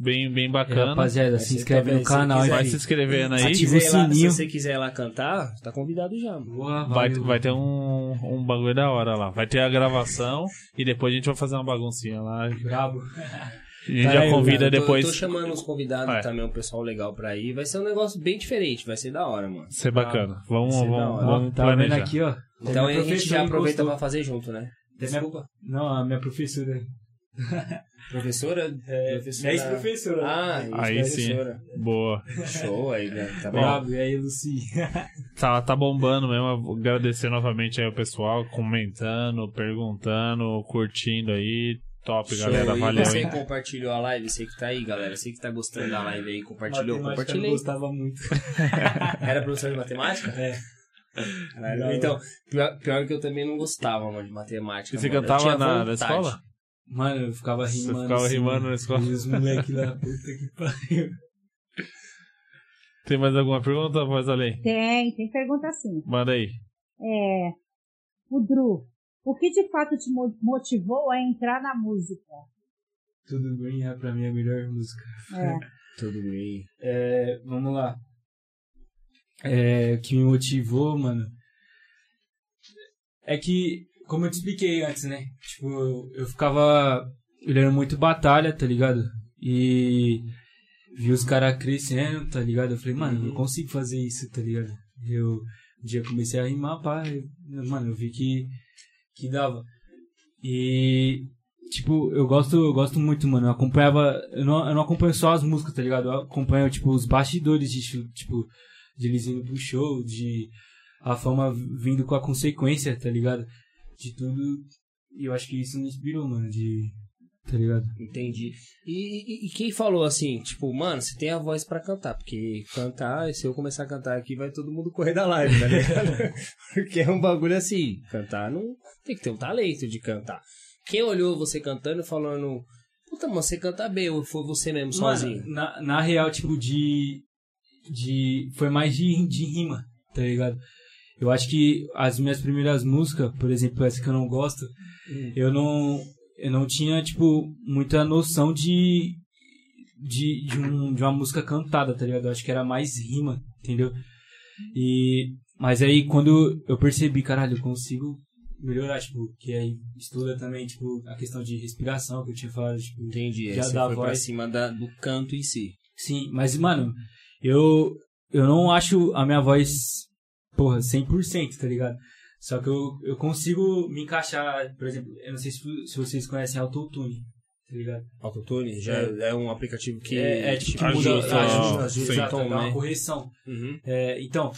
C: bem, bem
A: É,
C: bacana.
A: rapaziada,
B: Se
A: se inscreve
B: inscreve
A: no
B: aí, se
A: canal. hein,
C: vai
A: filho.
C: se inscrevendo aí.
A: Ativa
B: Ativa
A: o
B: o lá, se
A: sininho.
B: você quiser ir lá cantar, tá convidado já, mano.
A: Boa,
C: Vai,
A: valeu.
C: vai ter um, um bagulho da hora lá. Vai ter a gravação e depois a gente vai fazer uma baguncinha lá. A
A: Brabo.
C: gente
B: Tá
C: já
B: aí,
C: convida
B: cara, eu tô-
C: depois.
B: Eu tô chamando os convidados
C: É.
B: também, um pessoal legal pra ir. Vai ser um negócio bem diferente, vai ser da hora, mano.
C: Ser bacana. Vamos,
B: Vai ser da
C: vamos,
B: hora.
A: Ó,
C: vamos
A: tá vendo
C: planejar.
A: aqui, ó. Até
B: Então a
A: minha
B: gente já
A: professora
B: aproveita
A: encostou.
B: pra fazer junto, né? Desculpa.
A: Não, a minha professora.
B: Professora? É, professora.
A: Minha ex-professora.
B: Ah,
C: Aí sim.
B: professora.
C: Boa.
B: Show aí, né? Tá bom.
A: Brabo, e aí, Luci?
C: Tá, tá bombando mesmo. Eu vou Agradecer novamente aí o pessoal comentando, perguntando, curtindo aí. Top,
B: Show
C: galera.
B: aí.
C: Valeu,
B: Você
C: hein?
B: que compartilhou a live, você que tá aí, galera. Você que tá gostando da live aí, compartilhou,
A: Matemática eu
B: compartilhei.
A: não gostava muito.
B: Era professor de matemática?
A: É.
B: Caralho, Então, pior, pior que eu também não gostava, mano, de matemática.
C: Você
B: mano. Eu
C: cantava
B: tinha
C: na, na
B: vontade.
C: escola?
A: Mano, eu ficava
C: Você
A: rimando.
C: ficava
A: assim,
C: rimando na escola?
A: E os moleques lá, puta que pariu.
C: Tem mais alguma pergunta, voz além?
E: Tem, tem pergunta assim.
C: Manda aí.
E: É, o Drew, o que de fato te mo- motivou a entrar na música?
A: Tudo bem, é pra mim a melhor música.
E: É,
B: Tudo bem.
A: É, vamos lá. É, o que me motivou, mano, é que, como eu te expliquei antes, né? Tipo, eu, eu ficava olhando muito batalha, tá ligado? E vi os caras crescendo, tá ligado? Eu falei, mano, eu não consigo fazer isso, tá ligado? Eu um dia comecei a rimar, pá, e, mano, eu vi que, que dava. E Tipo, eu gosto, eu gosto muito, mano. Eu acompanhava. Eu não, eu não acompanho só as músicas, tá ligado? Eu acompanho, tipo, os bastidores de, tipo, de eles indo pro show, de a fama vindo com a consequência, tá ligado? De tudo. E eu acho que isso me inspirou, mano, de. Tá ligado?
B: Entendi. E, e- e quem falou assim, tipo, mano, você tem a voz pra cantar, porque cantar, se eu começar a cantar aqui, vai todo mundo correr da live, tá ligado? porque é um bagulho assim, cantar não tem que ter um talento de cantar. Quem olhou você cantando e falando, puta, mano, você canta bem, ou foi você mesmo sozinho?
A: Mano, na, na real, tipo, de. de foi mais de, de rima, tá ligado? Eu acho que as minhas primeiras músicas, por exemplo, essa que eu não gosto,
B: Hum.
A: eu não. Eu não tinha, tipo, muita noção de. De, de, um, de uma música cantada, tá ligado? Eu acho que era mais rima, entendeu? E. Mas aí quando eu percebi, caralho, eu consigo melhorar, tipo, que aí estuda também, tipo, a questão de respiração que eu tinha falado, tipo,
B: Entendi,
A: Já
B: aí você
A: dá
B: foi pra
A: voz.
B: cima da- do canto em si.
A: Sim, mas, mano, eu, eu não acho a minha voz, porra, 100%, tá ligado? Só que eu, eu consigo me encaixar, por exemplo, eu não sei se, se vocês conhecem Autotune, tá ligado?
B: Autotune já é, um aplicativo que...
A: é, é tipo, que
C: ajuda,
A: muda,
C: ajuda,
A: ajuda,
B: ajuda,
A: exato,
B: tom,
A: dá
B: né?
A: uma correção.
B: Uhum.
A: É, então,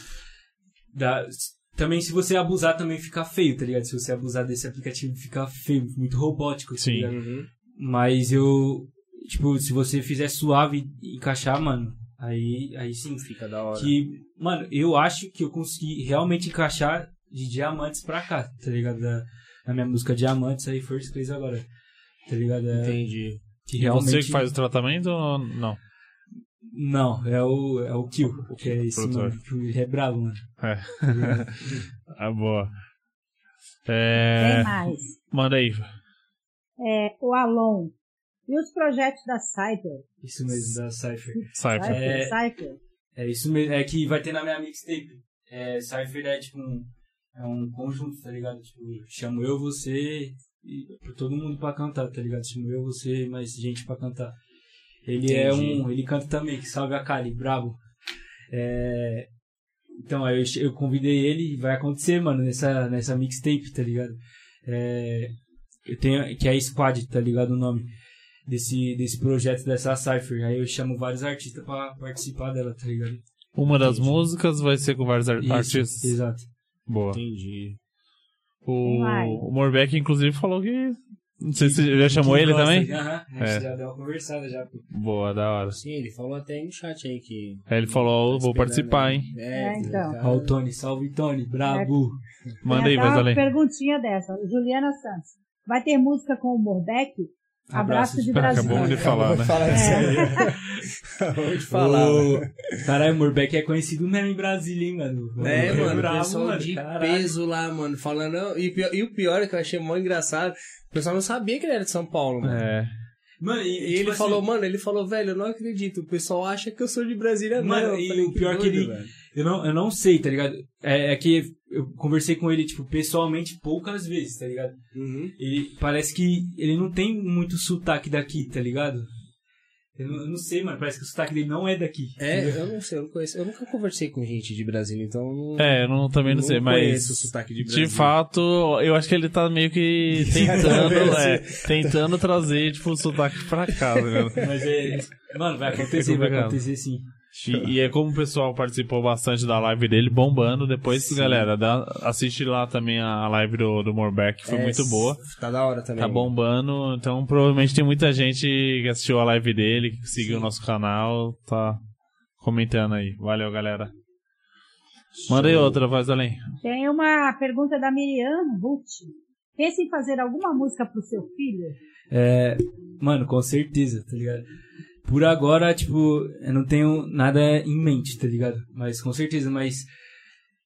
A: dá- s- também se você abusar, também fica feio, tá ligado? Se você abusar desse aplicativo, fica feio, muito robótico, tá
C: Sim.
A: ligado?
B: Uhum.
A: Mas eu, tipo, se você fizer suave e encaixar, mano, aí, aí sim,
B: Fica da hora.
A: que, mano, eu acho que eu consegui realmente encaixar de diamantes pra cá, tá ligado? Da, da minha música Diamantes aí, First Clays agora. tá ligado? É,
C: Entendi.
A: que
C: E
A: realmente...
C: É você que faz o tratamento ou não?
A: Não, é o, é o Kill, que é esse
C: Produtor.
A: mano, que é brabo, mano.
C: É. ah, boa.
E: Tem
C: É...
E: mais.
C: Manda aí.
E: É, o Alon. E os projetos da Cypher?
A: Isso mesmo, da Cypher.
C: Cypher.
A: É.
E: Cypher.
A: É isso mesmo, é que vai ter na minha mixtape. É, Cypher é tipo um, é um conjunto, tá ligado? Tipo, chamo eu, você e todo mundo pra cantar, tá ligado? Chamo eu, você e mais gente pra cantar. Ele é
B: Entendi.
A: um. Ele canta também, que salve a Kali, brabo. É, então, aí eu, che- eu convidei ele e vai acontecer, mano, nessa, nessa mixtape, tá ligado? É, eu tenho, que é Squad, tá ligado o nome? Desse, desse projeto dessa Cypher. Aí eu chamo vários artistas pra participar dela, tá ligado?
C: Uma das músicas vai ser com vários ar-
A: Isso,
C: artistas.
A: Exato.
C: Boa.
B: Entendi.
E: Vai.
C: O, o Morbeck, inclusive, falou que. Não sei se já chamou
A: Quem
C: ele
A: gosta,
C: também.
A: Aham, a gente
C: É.
A: já deu uma conversada já. pô.
C: Boa, da hora.
B: Sim, ele falou até aí no chat aí que.
C: Aí É, ele falou: "Ó, vou participar, hein?
E: É, então.
A: Ó, o Tony, salve Tony, brabo.
B: É,
C: Manda aí,
E: Tem até
C: mais
E: uma
C: além.
E: perguntinha dessa. Juliana Santos. Vai ter música com o Morbeck? Abraço,
A: Abraço
E: de
A: de-
E: Brasil.
C: Acabamos de falar, né?
B: Fala disso aí. Acabou de falar. né?
A: Ô,
B: mano.
A: Caralho, o Morbeck é conhecido mesmo em Brasília, hein, mano.
B: É, mano, o
A: brabo,
B: pessoal de
A: caralho.
B: peso lá, mano, falando. não, E, o pior- e o pior é que eu achei mó engraçado. O pessoal não sabia que ele era de São Paulo, mano.
C: É.
A: Mano,
B: E
A: e,
B: ele falou, mano, ele falou, velho, eu não acredito. O pessoal acha que eu sou de Brasília,
A: Mano,
B: não. Eu
A: e
B: falei,
A: o pior é que
B: doido,
A: ele-
B: velho.
A: Eu não, eu não sei, tá ligado? É, é que eu conversei com ele, tipo, pessoalmente poucas vezes, tá ligado?
B: Uhum.
A: Ele parece que ele não tem muito sotaque daqui, tá ligado? Eu não, eu não sei, mano, parece que o sotaque dele não é daqui.
B: É, eu não sei, eu não conheço. Eu nunca conversei com gente de Brasília, então eu não.
C: É, eu não, também não, sei, mas.
B: conheço o
F: tipo
B: sotaque de
C: De
B: Brasília.
C: fato, eu acho que ele tá meio que tentando, é, tentando trazer, tipo, o sotaque pra casa, né?
A: Mas é. Mano, vai acontecer, vai
C: Complicado.
A: acontecer sim.
C: E, e é como o pessoal participou bastante da live dele, bombando. Depois,
B: Sim.
C: galera, dá- assiste lá também a live do, do Morbeck, que foi
B: É,
C: muito boa.
B: Tá da hora também.
C: Tá bombando, então provavelmente tem muita gente que assistiu a live dele, que seguiu o nosso canal, tá comentando aí. Valeu, galera. Mandei outra, faz além.
E: Tem uma pergunta da Miriam Ruth. Pensa em fazer alguma música pro seu filho?
A: É, mano, com certeza, tá ligado? Por agora, tipo, eu não tenho nada em mente, tá ligado? Mas com certeza, mas.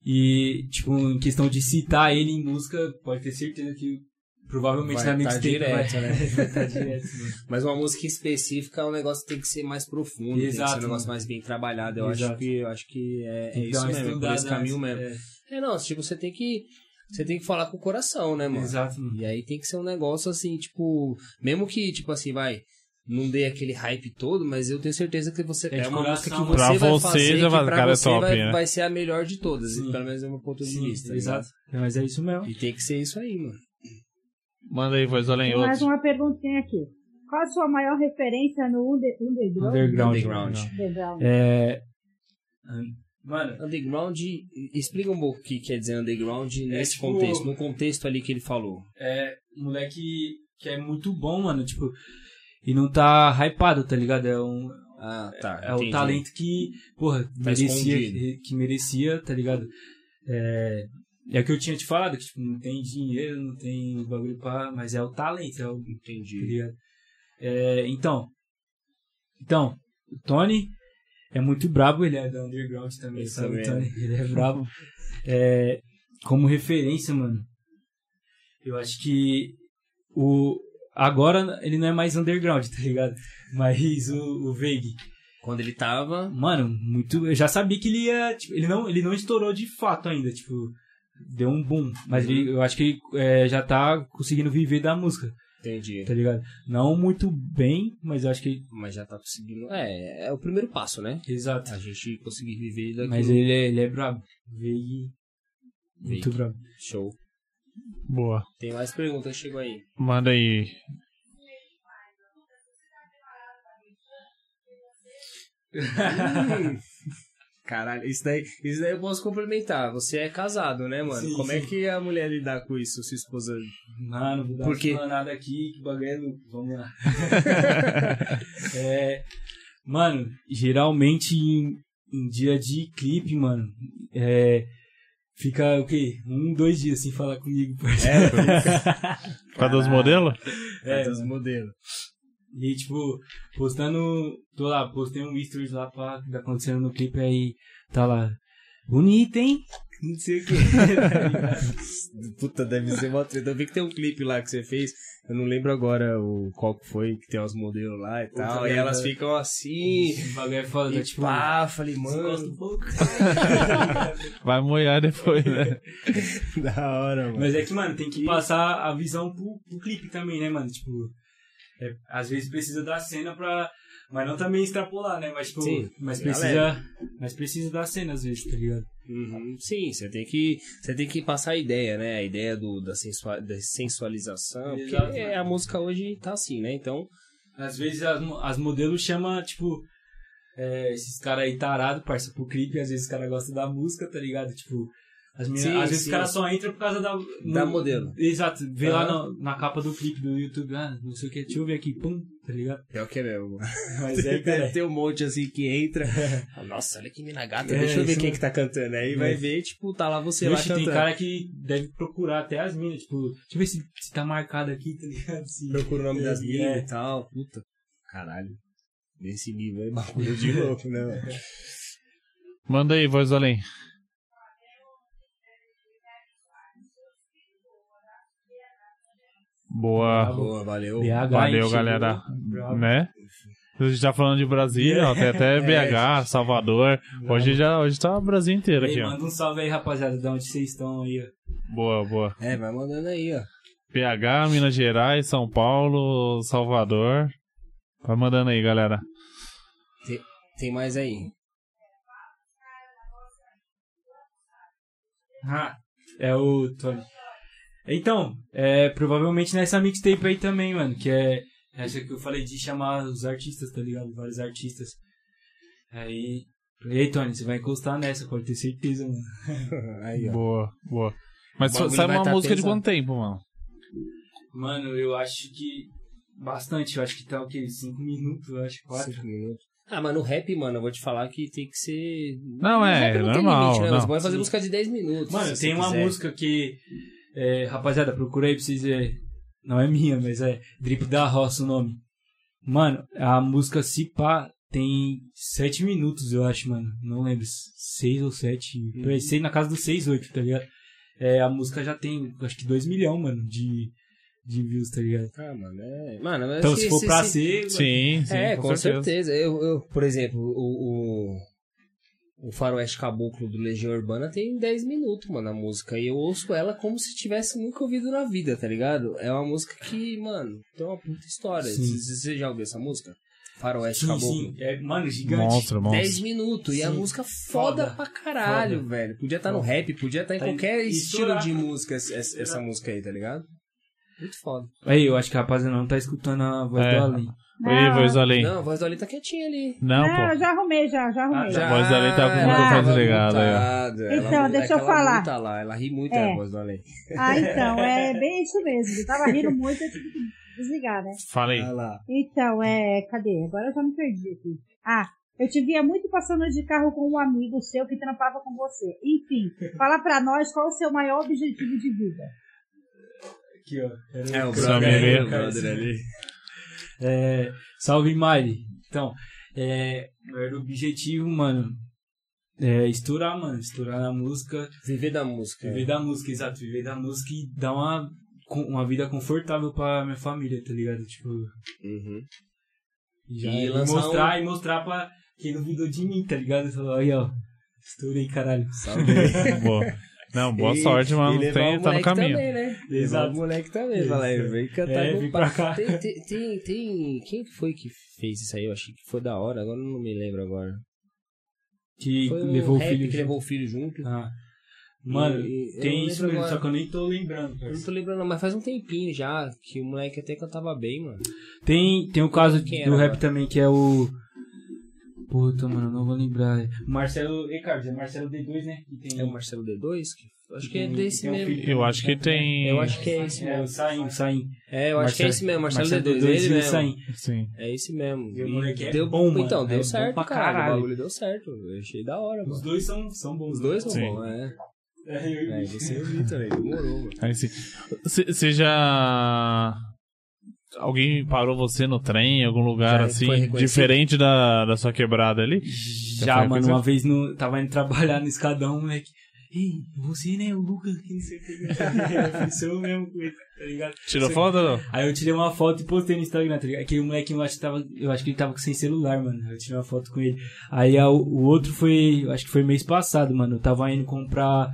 A: E, tipo, em questão de citar ele em música, pode ter certeza que provavelmente
B: Vai
A: na
B: tá
A: mixtape vai
B: direto, né?
A: vai tá direto, mano.
B: Mas uma música específica é um negócio que tem que ser mais profundo, tem que
A: Exato,
B: ser um negócio
A: mano.
B: mais bem trabalhado. Eu acho
A: Exato.
B: que, eu acho que é, é
A: Tem que
B: isso
A: dar uma
B: mesmo, é por
A: estudada
B: esse caminho
A: antes,
B: mesmo. É, não, tipo, você tem que. Você tem que falar com o coração, né,
A: é.
B: mano?
A: Exato, mano.
B: E aí tem que ser um negócio assim, tipo. Mesmo que, tipo assim, vai. Não dê aquele hype todo, mas eu tenho certeza que você
A: É
B: é,
A: de
B: uma
A: coração,
B: música que
A: né?
B: você
C: Pra
B: vai
C: você,
B: fazer,
C: já
B: que
C: vai-
B: pra
C: cara, é
B: você
C: top,
B: vai,
C: né?
B: vai ser a melhor de todas,
A: Sim.
B: pelo menos é meu ponto de
A: Sim,
B: vista. tá
A: exato. Mas é isso mesmo.
B: ligado? E tem que ser isso aí, mano.
C: Manda aí, faz além
E: Tem mais
C: outra.
E: uma perguntinha aqui. Qual a sua maior referência no under, underground?
A: Underground.
B: Underground.
E: Underground.
A: É. Mano,
B: Underground, explica um pouco o que quer dizer underground nesse
A: tipo-
B: contexto, no contexto ali que ele falou.
A: é um moleque que é muito bom, mano, tipo. E não tá hypado, tá ligado? É um,
B: Ah, tá.
A: É o
B: entendi. Tá
A: talento que, porra, merecia,
B: escondido.
A: que merecia, tá ligado? É, é o que eu tinha te falado, que tipo, não tem dinheiro, não tem bagulho pra. Mas é o talento, é o. Tá
B: Entendi.
A: ligado? É, então. Então, o Tony é muito brabo, ele é do underground também,
B: Ele
A: sabe? O
B: também né?
A: Tony, ele é brabo. É, como referência, mano. Eu acho que o. Agora ele não é mais underground, tá ligado? Mas o, o Veig.
B: Quando ele tava.
A: Mano, muito. Eu já sabia que ele ia. tipo, ele, não, ele não estourou de fato ainda, tipo. Deu um boom. Mas ele- eu acho que ele é, já tá conseguindo viver da música,
B: Entendi.
A: tá ligado? Não muito bem, mas eu acho que.
B: Mas já tá conseguindo. É, é o primeiro passo, né?
A: Exato.
B: A gente conseguir viver daqui.
A: Mas ele é, ele é brabo. Veio. Muito
B: Veio.
A: brabo.
B: Show.
E: um.
C: Boa.
B: Tem mais perguntas que chegou aí.
C: Manda aí.
B: Caralho, isso daí, isso daí eu posso complementar. Você é casado, né, mano?
A: Sim,
B: Como é
A: sim.
B: que a mulher lidar com isso, sua esposa?
A: Mano, vou dar
B: Por
A: uma
B: quê?
A: explanada aqui, que bagulho é louco. Vamos lá. É, mano, geralmente em, em dia de clipe, mano, é, Fica o quê? Um, dois dias sem falar comigo, parceiro.
F: É, por isso.
C: Cadê os modelos?
A: É,
F: Cadê os modelos?
A: E, tipo, postando. Tô lá, postei um stories lá pra que tá acontecendo no clipe aí. Tá lá. Bonito, hein? Não sei o quê. Tá
F: Puta, deve ser uma treta. Eu vi que tem um clipe lá que você fez. Eu não lembro agora o qual que foi, que tem os modelos lá e tal.
B: tá
F: e elas
B: ligado.
F: ficam assim.
A: O bagulho é foda,
F: E
A: tá, tipo.
F: pá, falei,
A: encosta
F: mano.
A: um pouco.
C: Vai moiar depois, né?
F: Da hora, mano.
A: Mas é que, mano, tem que passar a visão pro, pro clipe também, né, mano? Tipo, é, às vezes precisa da cena pra. Mas não também extrapolar, né? Mas, tipo,
F: Sim,
A: mas
F: galera.
A: precisa. Mas precisa da cena às vezes, tá ligado?
F: Uhum.
B: Sim, você tem que você tem que passar a ideia, né? A ideia do, da, sensua- da sensualização, porque
A: Exato.
B: é, a música hoje tá assim, né? Então,
A: Às vezes as, mo- as modelos chamam, tipo, é, esses caras aí tarado, parça, pro clipe, às vezes os caras gostam da música, tá ligado? Tipo, as meninas,
B: Sim,
A: às vezes
B: sim.
A: os caras só entram por causa da.
B: Da
A: no-
B: modelo.
A: Exato, vê lá no- na capa do clipe do YouTube, ah, não sei o que, deixa eu ver aqui, pum, tá ligado?
F: Pior que é mesmo.
A: Mas é, cara.
F: Deve ter um monte assim que entra.
B: nossa, olha que mina gata,
F: Então, deixa eu ver
A: É, isso
F: quem que tá cantando. Aí vai
A: É.
F: ver, tipo, tá lá você
A: Vixe,
F: lá
A: tem
F: cantando.
A: cara que deve procurar até as minas, tipo, deixa eu ver se, se tá marcado aqui, tá ligado? Se-
F: Procura o nome das
A: É.
F: minas e tal. Puta. Caralho. Nesse nível aí, bagulho de louco, né? mano?
C: Manda aí, voz do além.
A: tá
C: Boa.
F: Boa, valeu.
A: BH,
C: Valeu,
A: hein,
C: galera.
A: chegou. Bravo.
C: Né? A gente tá falando de Brasília, ó, tem
F: É.
C: até BH, Salvador. Hoje já hoje tá o Brasil inteiro
A: Ei,
C: aqui, ó.
A: manda um salve aí, rapaziada, de onde vocês estão aí, ó.
C: Boa, boa.
F: É, vai mandando aí, ó.
C: BH, Minas Gerais, São Paulo, Salvador. Vai mandando aí, galera.
F: Tem mais aí.
A: Ah, é o Tony. Então, é provavelmente nessa mixtape aí também, mano, que é essa que eu falei de chamar os artistas, tá ligado? Vários artistas. Aí, ei, Tony, você vai encostar nessa, pode ter certeza, mano.
F: Aí, ó.
C: Boa, boa. Mas
F: O bagulho
C: sai
F: vai
C: uma
F: tá
C: música de
F: pesado.
C: quanto tempo, mano?
A: Mano, eu acho que bastante, eu acho que tá o quê? 5 minutos, eu acho, 4.
F: Cinco minutos.
B: Ah, mas no rap, mano, eu vou te falar que tem que ser
C: Não, é,
B: rap não tem
C: normal,
B: limite, né?
C: não.
B: Você pode fazer música de 10 minutos.
A: Mano,
B: se
A: tem um
B: você
A: uma
B: quiser.
A: música que. é, rapaziada, procura aí pra vocês verem. Não é minha, mas é Drip da Roça o nome. Mano, a música Se Pá tem 7 minutos, eu acho, mano. Não lembro. 6 ou 7. Uhum. Sei na casa dos 6, 8, tá ligado? É, a música já tem, acho que 2 milhões, mano, de, de views, tá ligado?
B: Ah, mano, é... Mano, mas
A: Então, se for pra ser.
C: Sim, sim.
B: é, com, certeza. Eu, eu, por exemplo, o, o, o Faroeste Caboclo do Legião Urbana tem 10 minutos, mano, a música. E eu ouço ela como se tivesse nunca ouvido na vida, tá ligado? É uma música que, mano, tem uma puta história.
A: Sim.
B: C- c- Você já ouviu essa música? Faroeste
A: Sim,
B: Caboclo.
A: sim. É, mano, gigante.
C: Monstro, monstro.
B: 10 minutos. E a
A: Sim.
B: música foda,
A: Foda.
B: pra caralho, velho. Podia estar no rap, podia estar em
A: Tá
B: qualquer
A: em-
B: estilo de
A: estourar.
B: música essa, essa- essa música aí, tá ligado? Muito foda.
A: Aí, eu acho que a rapaziada não tá escutando a voz
C: É.
A: do além.
C: Ei,
E: Não,
C: voz do além.
B: Não, a voz do Ali tá quietinha ali.
C: Não,
E: não,
C: pô.
E: já arrumei, já, já arrumei.
A: já.
C: A voz da Lei tá com o microfone desligado, aí, ó.
B: aí.
E: Então, deixa
F: é
E: eu falar.
B: Muta lá, ela ri muito,
E: É.
B: a voz do Ale.
E: Ah, então, é bem isso mesmo. Eu tava rindo muito, eu tive que desligar, né?
C: Fala aí.
F: Olha lá.
E: Então, é. Cadê? Agora eu já me perdi aqui. Ah, eu te via muito passando de carro com um amigo seu que trampava com você. Enfim, fala pra nós qual o seu maior objetivo de vida.
A: Aqui, ó.
F: É
C: Seu
F: o brother
C: amigo aí,
F: ali, o
A: cara,
F: brother
A: assim.
F: ali.
A: É, salve, Mari. Então, é, era o objetivo, mano, é estourar, mano. Estourar na música,
B: Viver da música.
A: viver da música, exato. Viver da música e dar uma, com- uma vida confortável pra minha família, tá ligado? Tipo,
B: Uhum.
A: já,
B: E
A: e
B: lançar um-
A: mostrar, e mostrar pra quem duvidou de mim, tá ligado? Falar, aí, ó, estourei, caralho.
F: Salve.
C: Boa. Não, boa
F: E-
C: sorte, mano.
F: e levar
C: Tem,
F: o
C: tá no
B: moleque
C: caminho.
B: Também, né?
A: Exato.
F: Exato. O moleque também. Fala aí,
A: Isso.
F: vem cantar
A: É,
F: no
A: vem
F: bar.
A: pra cá.
B: Tem, tem, tem, tem- Quem que foi que fez isso aí? Eu achei que foi da hora, agora eu não me lembro agora.
A: Que
B: Foi um
A: levou o
B: rap
A: filho.
B: que levou o filho junto.
A: Ah. Mano,
B: E- e- eu
A: tem
B: não
A: isso
B: lembro
A: mesmo,
B: agora.
A: só que eu nem tô lembrando.
B: Eu
A: parceiro.
B: não tô lembrando, mas faz um tempinho já que o moleque até cantava bem, mano.
A: Tem, tem o caso
B: Quem era
A: do rap
B: agora?
A: também, que é o. Puta, mano, não vou lembrar. Marcelo. Ei, Carlos, é Marcelo D2, né? Que tem,
B: É o Marcelo D2? Que... Acho que é
A: tem-
B: desse
A: tem um
B: mesmo.
A: filho
C: Eu acho que tem.
B: Eu acho que é esse
A: É,
B: mesmo.
A: o Saim, o Saim.
B: É, eu acho que é esse mesmo, Marcelo, D2, é ele
A: e o
B: mesmo.
A: Saim.
C: Sim.
B: É esse mesmo.
A: E o
B: E
A: moleque é
B: deu,
A: bom, mano.
B: Então,
A: É
B: deu
A: bom
B: certo,
A: pra
B: cara. O
A: caralho.
B: bagulho deu certo. Eu achei da hora,
A: Os
B: mano.
A: dois são, são bons. né?
B: Os dois são
C: Sim.
B: bons, é.
F: Aí você eu vi também, demorou, mano.
C: Aí sim. C- Você já. Alguém parou você no trem em algum lugar
F: Já foi
C: assim,
F: reconhecido?
C: diferente da, da sua quebrada ali?
A: Já,
C: foi
A: mano,
C: coisa?
A: uma vez no, tava indo trabalhar no escadão, moleque. Ei, você, né? O Luca, que não sei o que. Pensou mesmo com ele, tá ligado?
C: Tirou
A: Sim.
C: foto ou não?
A: Aí eu tirei uma foto e postei no Instagram, tá ligado? Aquele moleque, eu acho que, tava, eu acho que ele tava sem celular, mano. Aí Eu tirei uma foto com ele. Aí a- o outro foi, eu acho que foi mês passado, mano. Eu tava indo comprar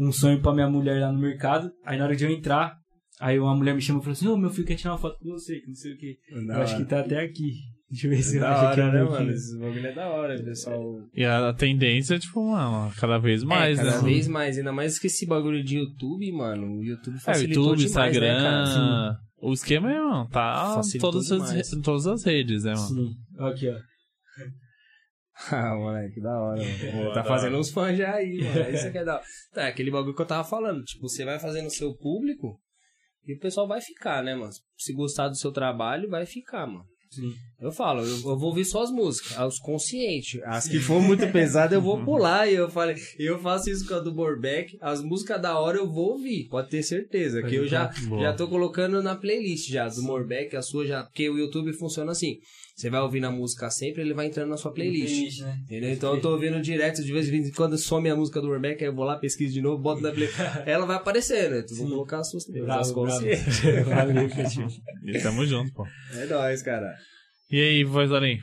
A: um sonho pra minha mulher lá no mercado. Aí na hora de eu entrar, aí uma mulher me chamou e falou assim, ô, meu filho quer tirar uma foto com você, que não sei o que. Eu acho que tá até aqui. Deixa eu ver se eu
F: da
A: acho que é
F: hora, né,
A: meu
F: mano?
A: filho.
F: Esse bagulho é da hora, pessoal.
C: E a, a tendência é, tipo, mano, cada vez mais,
B: é, cada
C: né?
B: vez mais, ainda mais que esse bagulho de YouTube, mano. O YouTube
C: É, o
B: facilitou
C: YouTube,
B: demais, né, cara? Sim.
C: Instagram. o esquema é, mano, tá em
B: Facilitou
C: todas as,
B: demais.
C: re- todas as redes,
F: É,
C: né, mano?
A: Sim, aqui, ó.
F: Ah, moleque, da hora, mano.
C: Boa,
F: tá
C: da
F: fazendo
C: hora.
F: uns fãs já aí, mano.
B: É, Isso aqui é da... Tá, é aquele bagulho que eu tava falando. Tipo, você vai fazendo o seu público e o pessoal vai ficar, né, mano? Se gostar do seu trabalho, vai ficar, mano.
A: Sim.
B: Eu falo, eu, eu vou ouvir só as músicas, os conscientes. As que
F: Sim.
B: for muito pesada, eu vou pular. E eu falei, eu faço isso com a do Borbeck. As músicas da hora eu vou ouvir, pode ter certeza. Que eu já,
C: Boa.
B: já tô colocando na playlist já, do Morbeck, a sua já. Porque o YouTube funciona assim. Você vai ouvindo a música sempre, ele vai entrando na sua playlist.
A: Playlist, né?
B: Entendeu? Então eu tô ouvindo direto de vez em quando some a música do Warback, aí eu vou lá, pesquiso de novo, boto na play. Ela vai aparecer, né? Tu vou colocar as suas as
A: Bravo, bravo.
B: consciências.
A: Valeu, Catinho.
C: E tamo junto, pô.
F: É nóis, cara.
C: E aí, voz além?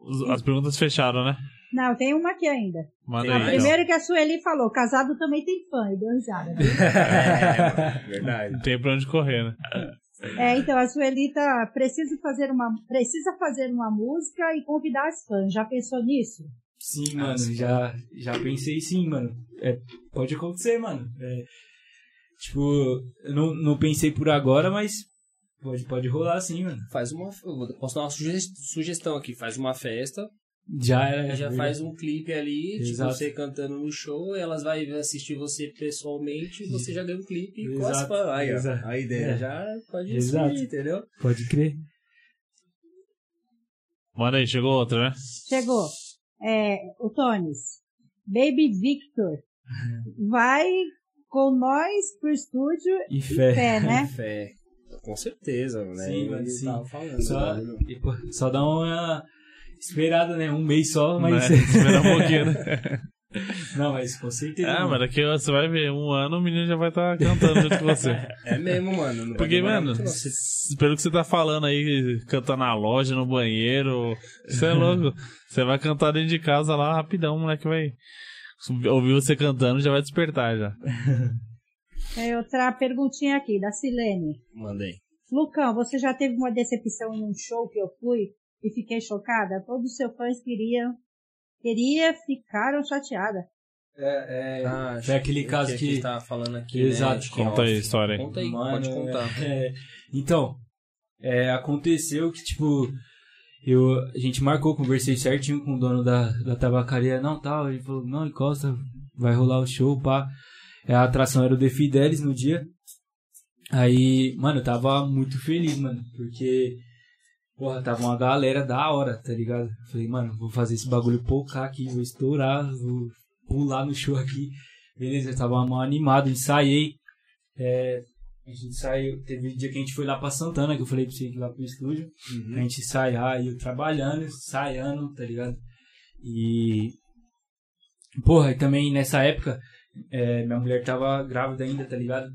C: Os- As perguntas fecharam, né?
E: Não, tem uma aqui ainda.
C: Manda
E: A
C: aí. então.
E: primeira que a Sueli falou, casado também tem fã, e deu risada. né?
B: É,
F: Verdade.
C: Não tem pra onde correr, né?
E: É, então a Suelita precisa fazer uma, precisa fazer uma música e convidar as fãs. Já pensou nisso?
A: Ah, Sim, mano, já, já pensei sim, mano. É, pode acontecer, mano. É, tipo, eu não, não pensei por agora, mas pode, pode rolar sim, mano.
B: Faz uma. Eu vou- posso dar uma suge- sugestão aqui. Faz uma festa,
A: Já era.
B: já faz um clipe ali,
A: É, Exato.
B: tipo, você cantando no show, elas vão assistir você pessoalmente e você já ganha um clipe com as
A: Exato.
B: fãs. Aí, ó.
A: Exato.
F: A ideia.
A: É.
B: Já pode
A: Exato.
B: subir, entendeu?
A: Pode crer.
C: Manda aí, chegou outra, né?
E: Chegou. É, o Tones. Baby Victor. Vai com nós pro estúdio
A: E
E: e
A: fé.
E: pé, né?
B: Fé. Com certeza, né?
A: Sim, mano,
B: Eu
A: sim.
B: tava falando,
A: Só-
B: né?
A: E, pô, Tipo, só dá uma esperada, né? Um mês só, mas.
C: Né? Espera um pouquinho, né?
A: não, mas com certeza.
C: Ah,
A: mano.
C: mas daqui você vai ver, um ano o menino já vai estar cantando junto com você.
B: É mesmo, mano. Não vai
C: Porque,
B: demorar
C: mano,
B: muito, não.
C: s- pelo que você tá falando aí, cantar na loja, no banheiro, você é louco. Você vai cantar dentro de casa lá rapidão, o moleque vai. Ouvir você cantando já vai despertar já.
E: É outra perguntinha aqui, da Silene.
B: Mandei.
E: Lucão, você já teve uma decepção num show que eu fui e fiquei chocada? Todos os seus fãs queriam, queria, ficaram chateadas.
F: tá,
B: É, é, ah,
A: foi aquele
B: o
A: caso
B: que a gente
A: que-
B: tava falando aqui.
A: Exato.
B: né? Acho que
C: Conta aí a
B: off.
C: história aí.
B: Conta aí,
A: Mano,
B: pode contar.
A: é, então, é, aconteceu que, tipo, eu, a gente marcou, conversei certinho com o dono da, da tabacaria, não, tal, ele falou, não, encosta, vai rolar o show, pá. É, A atração era o The Fidelis no dia. Aí, mano, eu tava muito feliz, mano, porque, porra, tava uma galera da hora, tá ligado? Falei, mano, vou fazer esse bagulho pocar aqui, vou estourar, vou pular no show aqui. Beleza, eu tava mal animado, ensaiei. É, a gente saiu, teve dia que a gente foi lá pra Santana, que eu falei pra você ir lá pro estúdio, pra gente ensaiar, e eu trabalhando, ensaiando, tá ligado? E. Porra, e também nessa época, é, minha mulher tava grávida ainda, tá ligado?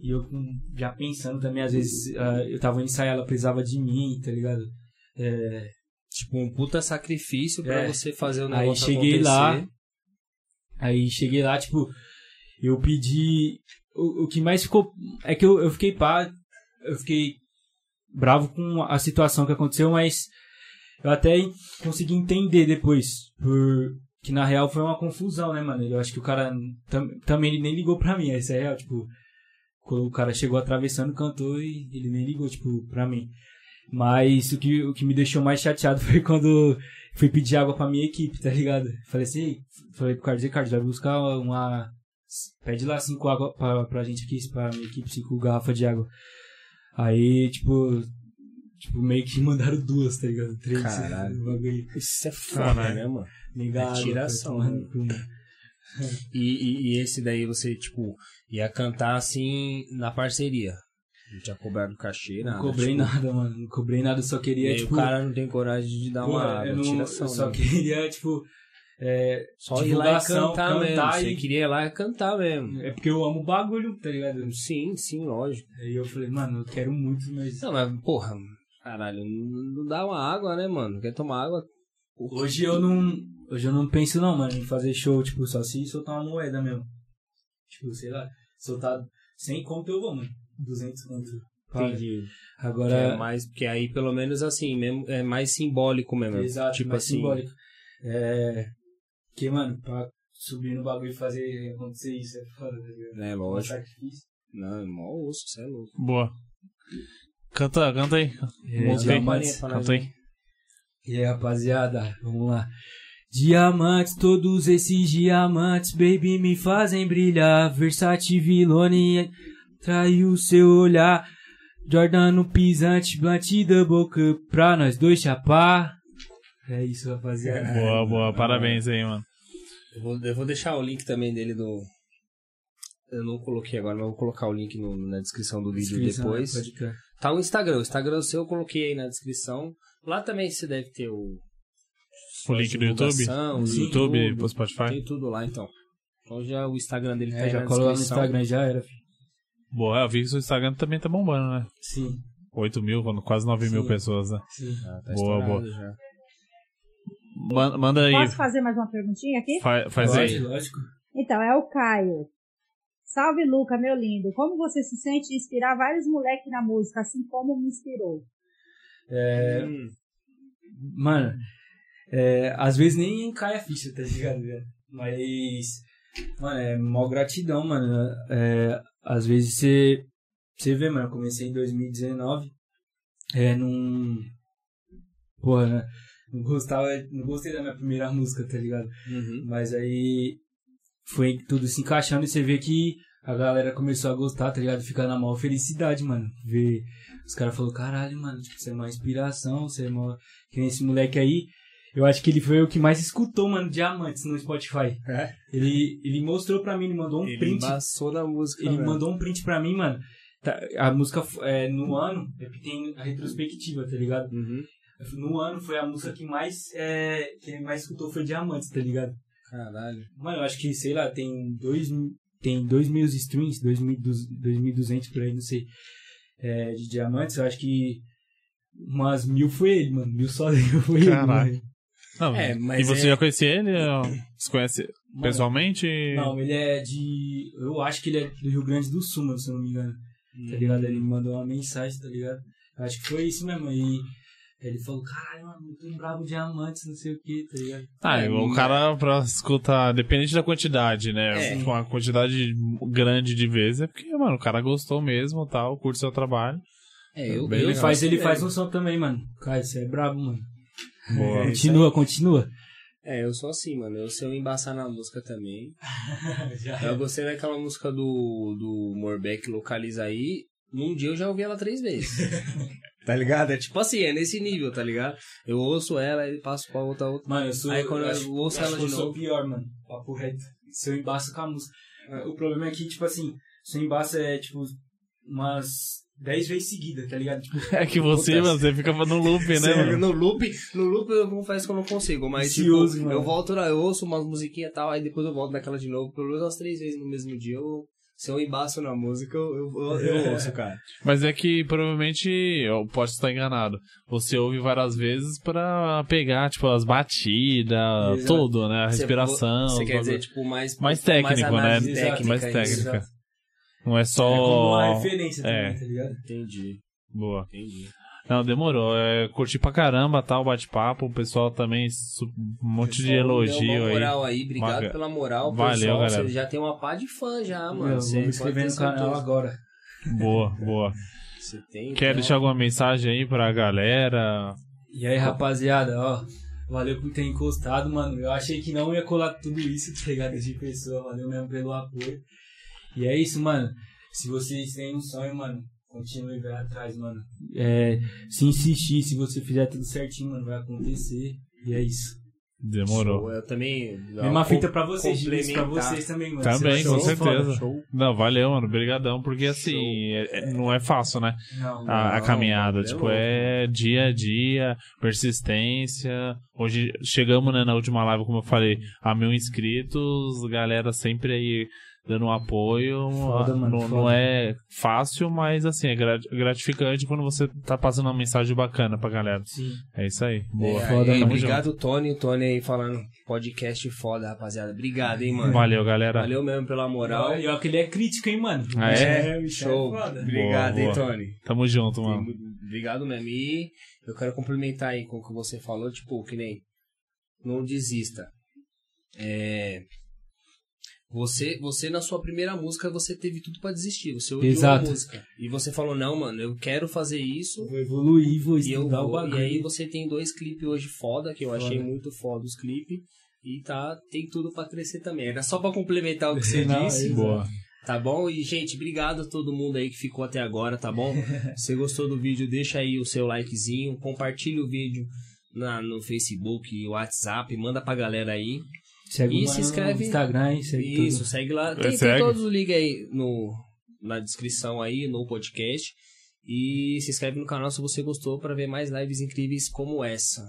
A: E eu com- já pensando também, às vezes, ah, eu tava ensaiando, ela precisava de mim, tá ligado? É,
B: Tipo, um puta sacrifício pra
A: É.
B: você fazer o
A: Aí
B: negócio
A: cheguei lá,
B: acontecer.
A: Aí cheguei lá, tipo, eu pedi. O, o que mais ficou. É que eu, eu fiquei pá. Eu fiquei bravo com a situação que aconteceu, mas eu até en- consegui entender depois. Por, que na real foi uma confusão, né, mano? Eu acho que o cara. tam- também ele nem ligou pra mim, essa é real. Tipo, quando o cara chegou atravessando, cantou e ele nem ligou, tipo, pra mim. Mas o que, o que me deixou mais chateado foi quando fui pedir água pra minha equipe, tá ligado? Falei assim, falei pro Carlos, "Ei, Carlos, vai buscar uma. Pede lá cinco água pra, pra gente aqui, pra minha equipe, cinco garrafas de água. Aí, tipo. Tipo, meio que mandaram duas, tá ligado? Três.
F: Caralho.
A: no bagulho.
B: Isso é foda, né, mano?
A: tá Ligado.
B: É tiração,
A: foi tomar no cu.
F: E, e- e esse daí você, tipo, ia cantar assim na parceria. Não tinha cobrado cachê, nada.
A: Não cobrei
F: tipo,
A: nada, mano. Não cobrei nada, só
F: E
A: queria,
F: aí
A: tipo.
F: o cara não tem coragem de dar
A: pô,
F: uma
A: eu
F: água,
A: não-
F: tiração.
A: eu só
F: né?
A: queria, tipo. É,
F: Só ir lá e
A: divulgação,
F: cantar, mesmo.
A: cantar
F: Você
A: e-
F: queria ir lá e cantar mesmo.
A: é porque eu amo o bagulho, tá ligado?
F: Sim, sim, lógico.
A: Aí eu falei, mano, eu quero muito, mas.
F: Não, mas, porra, caralho, não não dá uma água, né, mano? Quer tomar água?
A: Hoje eu não. Hoje eu não penso não, mano, em fazer show, tipo, só se soltar uma moeda mesmo. Tipo, sei lá, soltar 100 conto eu vou, mano. 200 conto. Paga.
F: Que
A: Agora.
F: É mais, porque aí pelo menos assim, mesmo, é mais simbólico mesmo.
A: Exato,
F: tipo
A: mais
F: assim,
A: simbólico. É. Que, mano, pra subir no bagulho e fazer acontecer isso é foda, tá ligado?
F: né,
A: É um
F: lógico.
A: sacrifício.
F: Não, é mó osso, cê é louco.
C: Boa. Canta, canta aí.
F: Mostra
C: Mostrei.
F: aí, pra nós
C: Canta aí.
A: E aí, rapaziada, vamos lá. Diamantes, todos esses diamantes, baby, me fazem brilhar. Versace Vilone, traiu seu olhar. Jordan no pisante, blunt e double cup, pra nós dois chapar. É isso, rapaziada.
C: Boa, boa. Parabéns aí, mano.
F: Eu vou, eu vou deixar o link também dele no. Eu não coloquei agora, mas eu vou colocar o link no- na descrição do vídeo
A: Inscrição,
F: depois.
A: né? pode crer.
F: Tá o Instagram. O Instagram seu eu coloquei aí na descrição. Lá também você deve ter o.
C: O link do YouTube.
F: divulgação, o
C: Do YouTube pro
F: Tem
C: Spotify.
F: tudo lá então. Então já o Instagram dele tá
A: É,
F: aí
A: já
F: na
A: colou no
F: descrição.
A: Instagram, já era. filho.
C: Boa, eu vi que o Instagram também tá bombando, né?
A: Sim,
C: 8 mil, quando- quase 9 mil pessoas, né?
A: sim.
F: Ah, tá
C: Boa,
F: estourado
C: boa.
F: já.
C: Man- Manda aí.
E: Posso fazer mais uma perguntinha aqui?
C: Fa- faz aí.
A: Lógico, Lógico.
E: Então, é o Caio. Salve, Luca, meu lindo. Como você se sente em inspirar vários moleques na música, assim como me inspirou?
A: é. Mano, é, às vezes nem cai a ficha, tá ligado? velho? Mas, mano, é mó gratidão, mano. É, às vezes você, você vê, mano, eu comecei em 2019, é, num... Porra, né? Não, gostava, não gostei da minha primeira música, tá ligado?
F: Uhum.
A: Mas aí foi tudo se encaixando e você vê que a galera começou a gostar, tá ligado? Ficar na maior felicidade, mano. Ver os caras falaram, caralho, mano, tipo, você é uma inspiração, você é uma. Que nem esse moleque aí. Eu acho que ele foi o que mais escutou, mano, Diamantes no Spotify.
F: É?
A: Ele, ele mostrou pra mim, ele mandou um
F: Ele
A: print.
F: embaçou na música.
B: né?
A: Ele
F: velho.
A: mandou um print pra mim, mano. Tá, a música é, no ano, é que tem a retrospectiva, tá ligado?
F: Uhum.
A: No ano foi a música que mais é, que ele mais escutou foi Diamantes, tá ligado?
F: Caralho.
A: Mano, eu acho que, sei lá, tem dois, tem dois mil streams, dois mil duz- 2.200 por aí, não sei, é, de diamantes. Eu acho que umas mil foi ele, mano. Mil só foi ele,
C: Caraca.
A: mano.
C: Não,
F: É, mas
C: e você
F: é-
C: já conhecia ele? ou Você conhece
A: Mano,
C: pessoalmente?
A: Não, ele é de... Eu acho que ele é do Rio Grande do Sul, mano, se eu não me engano. Tá ligado? Ele me mandou uma mensagem, tá ligado? Eu acho que foi isso mesmo. E ele falou, caralho, mano, muito bravo diamantes, não sei o que, tá ligado?
C: Ah,
F: É,
C: o
F: mas-
C: cara pra escutar, dependente da quantidade, né?
F: É.
C: Tipo, Uma quantidade grande de vezes é porque, mano, o cara gostou mesmo tal, curte seu trabalho.
F: É, eu,
C: Bem
F: eu
A: Ele faz, ele
F: é.
A: faz um som também, mano. Cara, você é brabo, mano.
C: Boa.
A: Continua, continua.
F: É, eu sou assim, mano. Eu se eu embaçar na música também.
A: É
F: Eu gostei daquela música do, do Morbeck Localiza aí. Num dia eu já ouvi ela três vezes. tá ligado? É tipo assim, é nesse nível, tá ligado? Eu ouço ela e passo pra outra outra.
A: Mano, eu sou.
F: Aí quando eu
A: acho-
F: ouço
A: acho
F: ela
A: que eu
F: de
A: sou
F: novo.
A: pior, mano. Papo reto. Se eu embaço com a música. O problema é que, tipo assim, se eu embaço é, tipo, umas 10 vezes seguida, tá ligado? Tipo,
C: É que você,
F: Acontece.
C: você fica no loop, né,
F: Sério,
C: mano?
F: no loop, no loop eu confesso que eu não consigo, mas
A: Ansioso,
F: tipo,
A: mano.
F: eu volto lá, eu ouço umas musiquinhas e tal, aí depois eu volto naquela de novo, pelo menos umas três vezes no mesmo dia. Eu, se eu embaço na música, eu, eu,
A: tipo-
F: eu ouço, cara.
C: Mas é que provavelmente, eu posso estar enganado, você ouve várias vezes pra pegar, tipo, as batidas,
A: Exato.
C: tudo, né? A respiração.
F: Você quer
C: os
F: dizer,
C: bagulho.
F: tipo, mais,
C: Mais técnico, né?
F: análise
A: Exato,
F: Técnica,
C: mais
F: isso.
C: técnico. técnica.
A: exato.
C: Não é
A: É como
C: só.
A: uma referência
C: É.
A: também, tá ligado?
F: Entendi,
C: Boa.
F: entendi.
C: Não, demorou. É, curti pra caramba, tá? O bate-papo, o pessoal também, su- um monte de
F: Pessoal, deu
C: elogio
F: uma
C: aí.
F: moral aí. Obrigado
C: Maga-
F: pela moral,
C: Valeu,
F: pessoal.
C: galera.
F: Você já tem uma pá de fã já, mano.
A: Eu
F: Você
A: vou me
F: pode
A: inscrever
F: ter
A: no canal
F: certeza.
A: agora.
C: Boa, boa.
F: Você tem.
C: Quer
F: então.
C: deixar alguma mensagem aí pra galera?
A: E aí, rapaziada, ó. Valeu por ter encostado, mano. Eu achei que não ia colar tudo isso, tá ligado? De pessoa. Valeu mesmo pelo apoio. E é isso, mano. Se vocês têm um sonho, mano, continue vai atrás, mano. É, se insistir, se você fizer tudo certinho, mano, vai acontecer. E é isso.
C: Demorou.
F: Show, Eu também.
A: Mesma fita pra vocês, digo isso pra
F: um complementar.
A: vocês também, mano.
C: Também,
A: Vocês
C: com
A: não são foda.
C: certeza.
F: Show.
C: Não, valeu, mano. Obrigadão, porque assim, é- é- não é fácil, né?
A: Não, não.
C: A, a
F: Não,
C: caminhada,
F: valeu.
C: tipo, é dia a dia, persistência. Hoje chegamos, né, na última live, como eu falei, a mil inscritos, galera sempre aí dando um apoio.
A: Foda, mano,
C: não, não
A: foda.
C: é fácil, mas assim, é gra- gratificante quando você tá passando uma mensagem bacana pra galera.
A: Sim.
C: É isso aí. Boa.
F: É,
C: Tamo
F: aí,
C: junto.
F: obrigado, Tony. O Tony aí falando podcast foda, rapaziada. Obrigado, hein, mano.
C: Valeu, galera.
F: Valeu mesmo pela moral.
A: Moral. E ó, que ele é crítico, hein, mano.
C: Ah, é?
A: o bicho
F: Show.
A: É foda.
C: Boa,
F: Obrigado, então. hein,
C: boa.
F: Tony.
C: Tamo junto,
F: Tem
C: mano.
F: muito- Obrigado mesmo. E eu quero complementar aí com o que você falou, tipo, que nem não desista. É, Você, você na sua primeira música, você teve tudo pra desistir. Você ouviu
A: Exato.
F: a música. E você falou, não, mano, eu quero fazer isso.
A: Vou evoluir, vou
F: E, eu
A: estudar o
F: vou. e
A: bagulho.
F: aí você tem dois clipes hoje foda, que eu
A: Foda.
F: achei muito foda os clipes. E tá, tem tudo pra crescer também. Era só pra complementar o que você
A: Não, é
F: disse.
C: Boa.
F: Tá bom? E, gente, obrigado a todo mundo aí que ficou até agora, tá bom? Se você gostou do vídeo, deixa aí o seu likezinho, compartilha o vídeo na, no Facebook, WhatsApp, manda pra galera aí.
A: Segue
F: e
A: o
F: se
A: mano
F: inscreve-
A: no Instagram, hein, segue
F: Isso,
A: tudo.
F: segue lá. Tem, tem
C: segue.
F: todos os links aí no, na descrição aí, no podcast. E se inscreve no canal se você gostou pra ver mais lives incríveis como essa.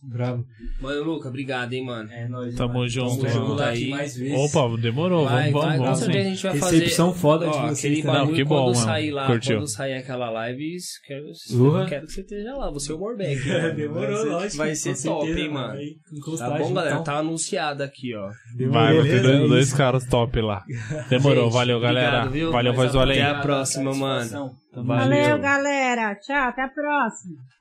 A: Bravo.
F: Mano, Luca, obrigado, hein, mano.
A: É nóis,
C: Tamo
A: mano.
C: junto,
A: Vamos
F: mano.
A: voltar
F: Aí.
A: aqui mais vezes.
C: Opa, demorou.
F: Vai,
C: vamos, vamos,
F: vai, com
C: vamos.
F: certeza a
C: Sim.
F: gente vai fazer.
A: Recepção né? foda de
F: Ó,
A: vocês.
F: aquele
A: também.
F: bagulho,
C: que bom,
F: quando
C: mano.
F: sair lá,
C: Curtiu.
F: quando sair aquela live, isso- quero,
A: Urra.
F: quero que você esteja lá, você é o Morbeck.
A: É,
F: mano.
A: Demorou,
F: vai ser,
A: lógico.
F: Vai ser
A: com
F: top,
A: certeza,
F: hein, mano.
A: Aí,
F: Tá
A: encostar
F: bom,
A: junto,
F: galera?
A: então.
F: Tá anunciado aqui, ó.
A: Demorou.
C: Vai, vai ter
A: Beleza,
C: dois,
A: é
C: dois
A: isso.
C: caras top lá. Demorou,
F: Gente,
C: valeu, galera.
F: obrigado, viu?
C: Valeu, voz do além.
F: Até a próxima, mano.
A: Satisfação. Tamo
F: Valeu.
E: Valeu, galera. Tchau, até a próxima.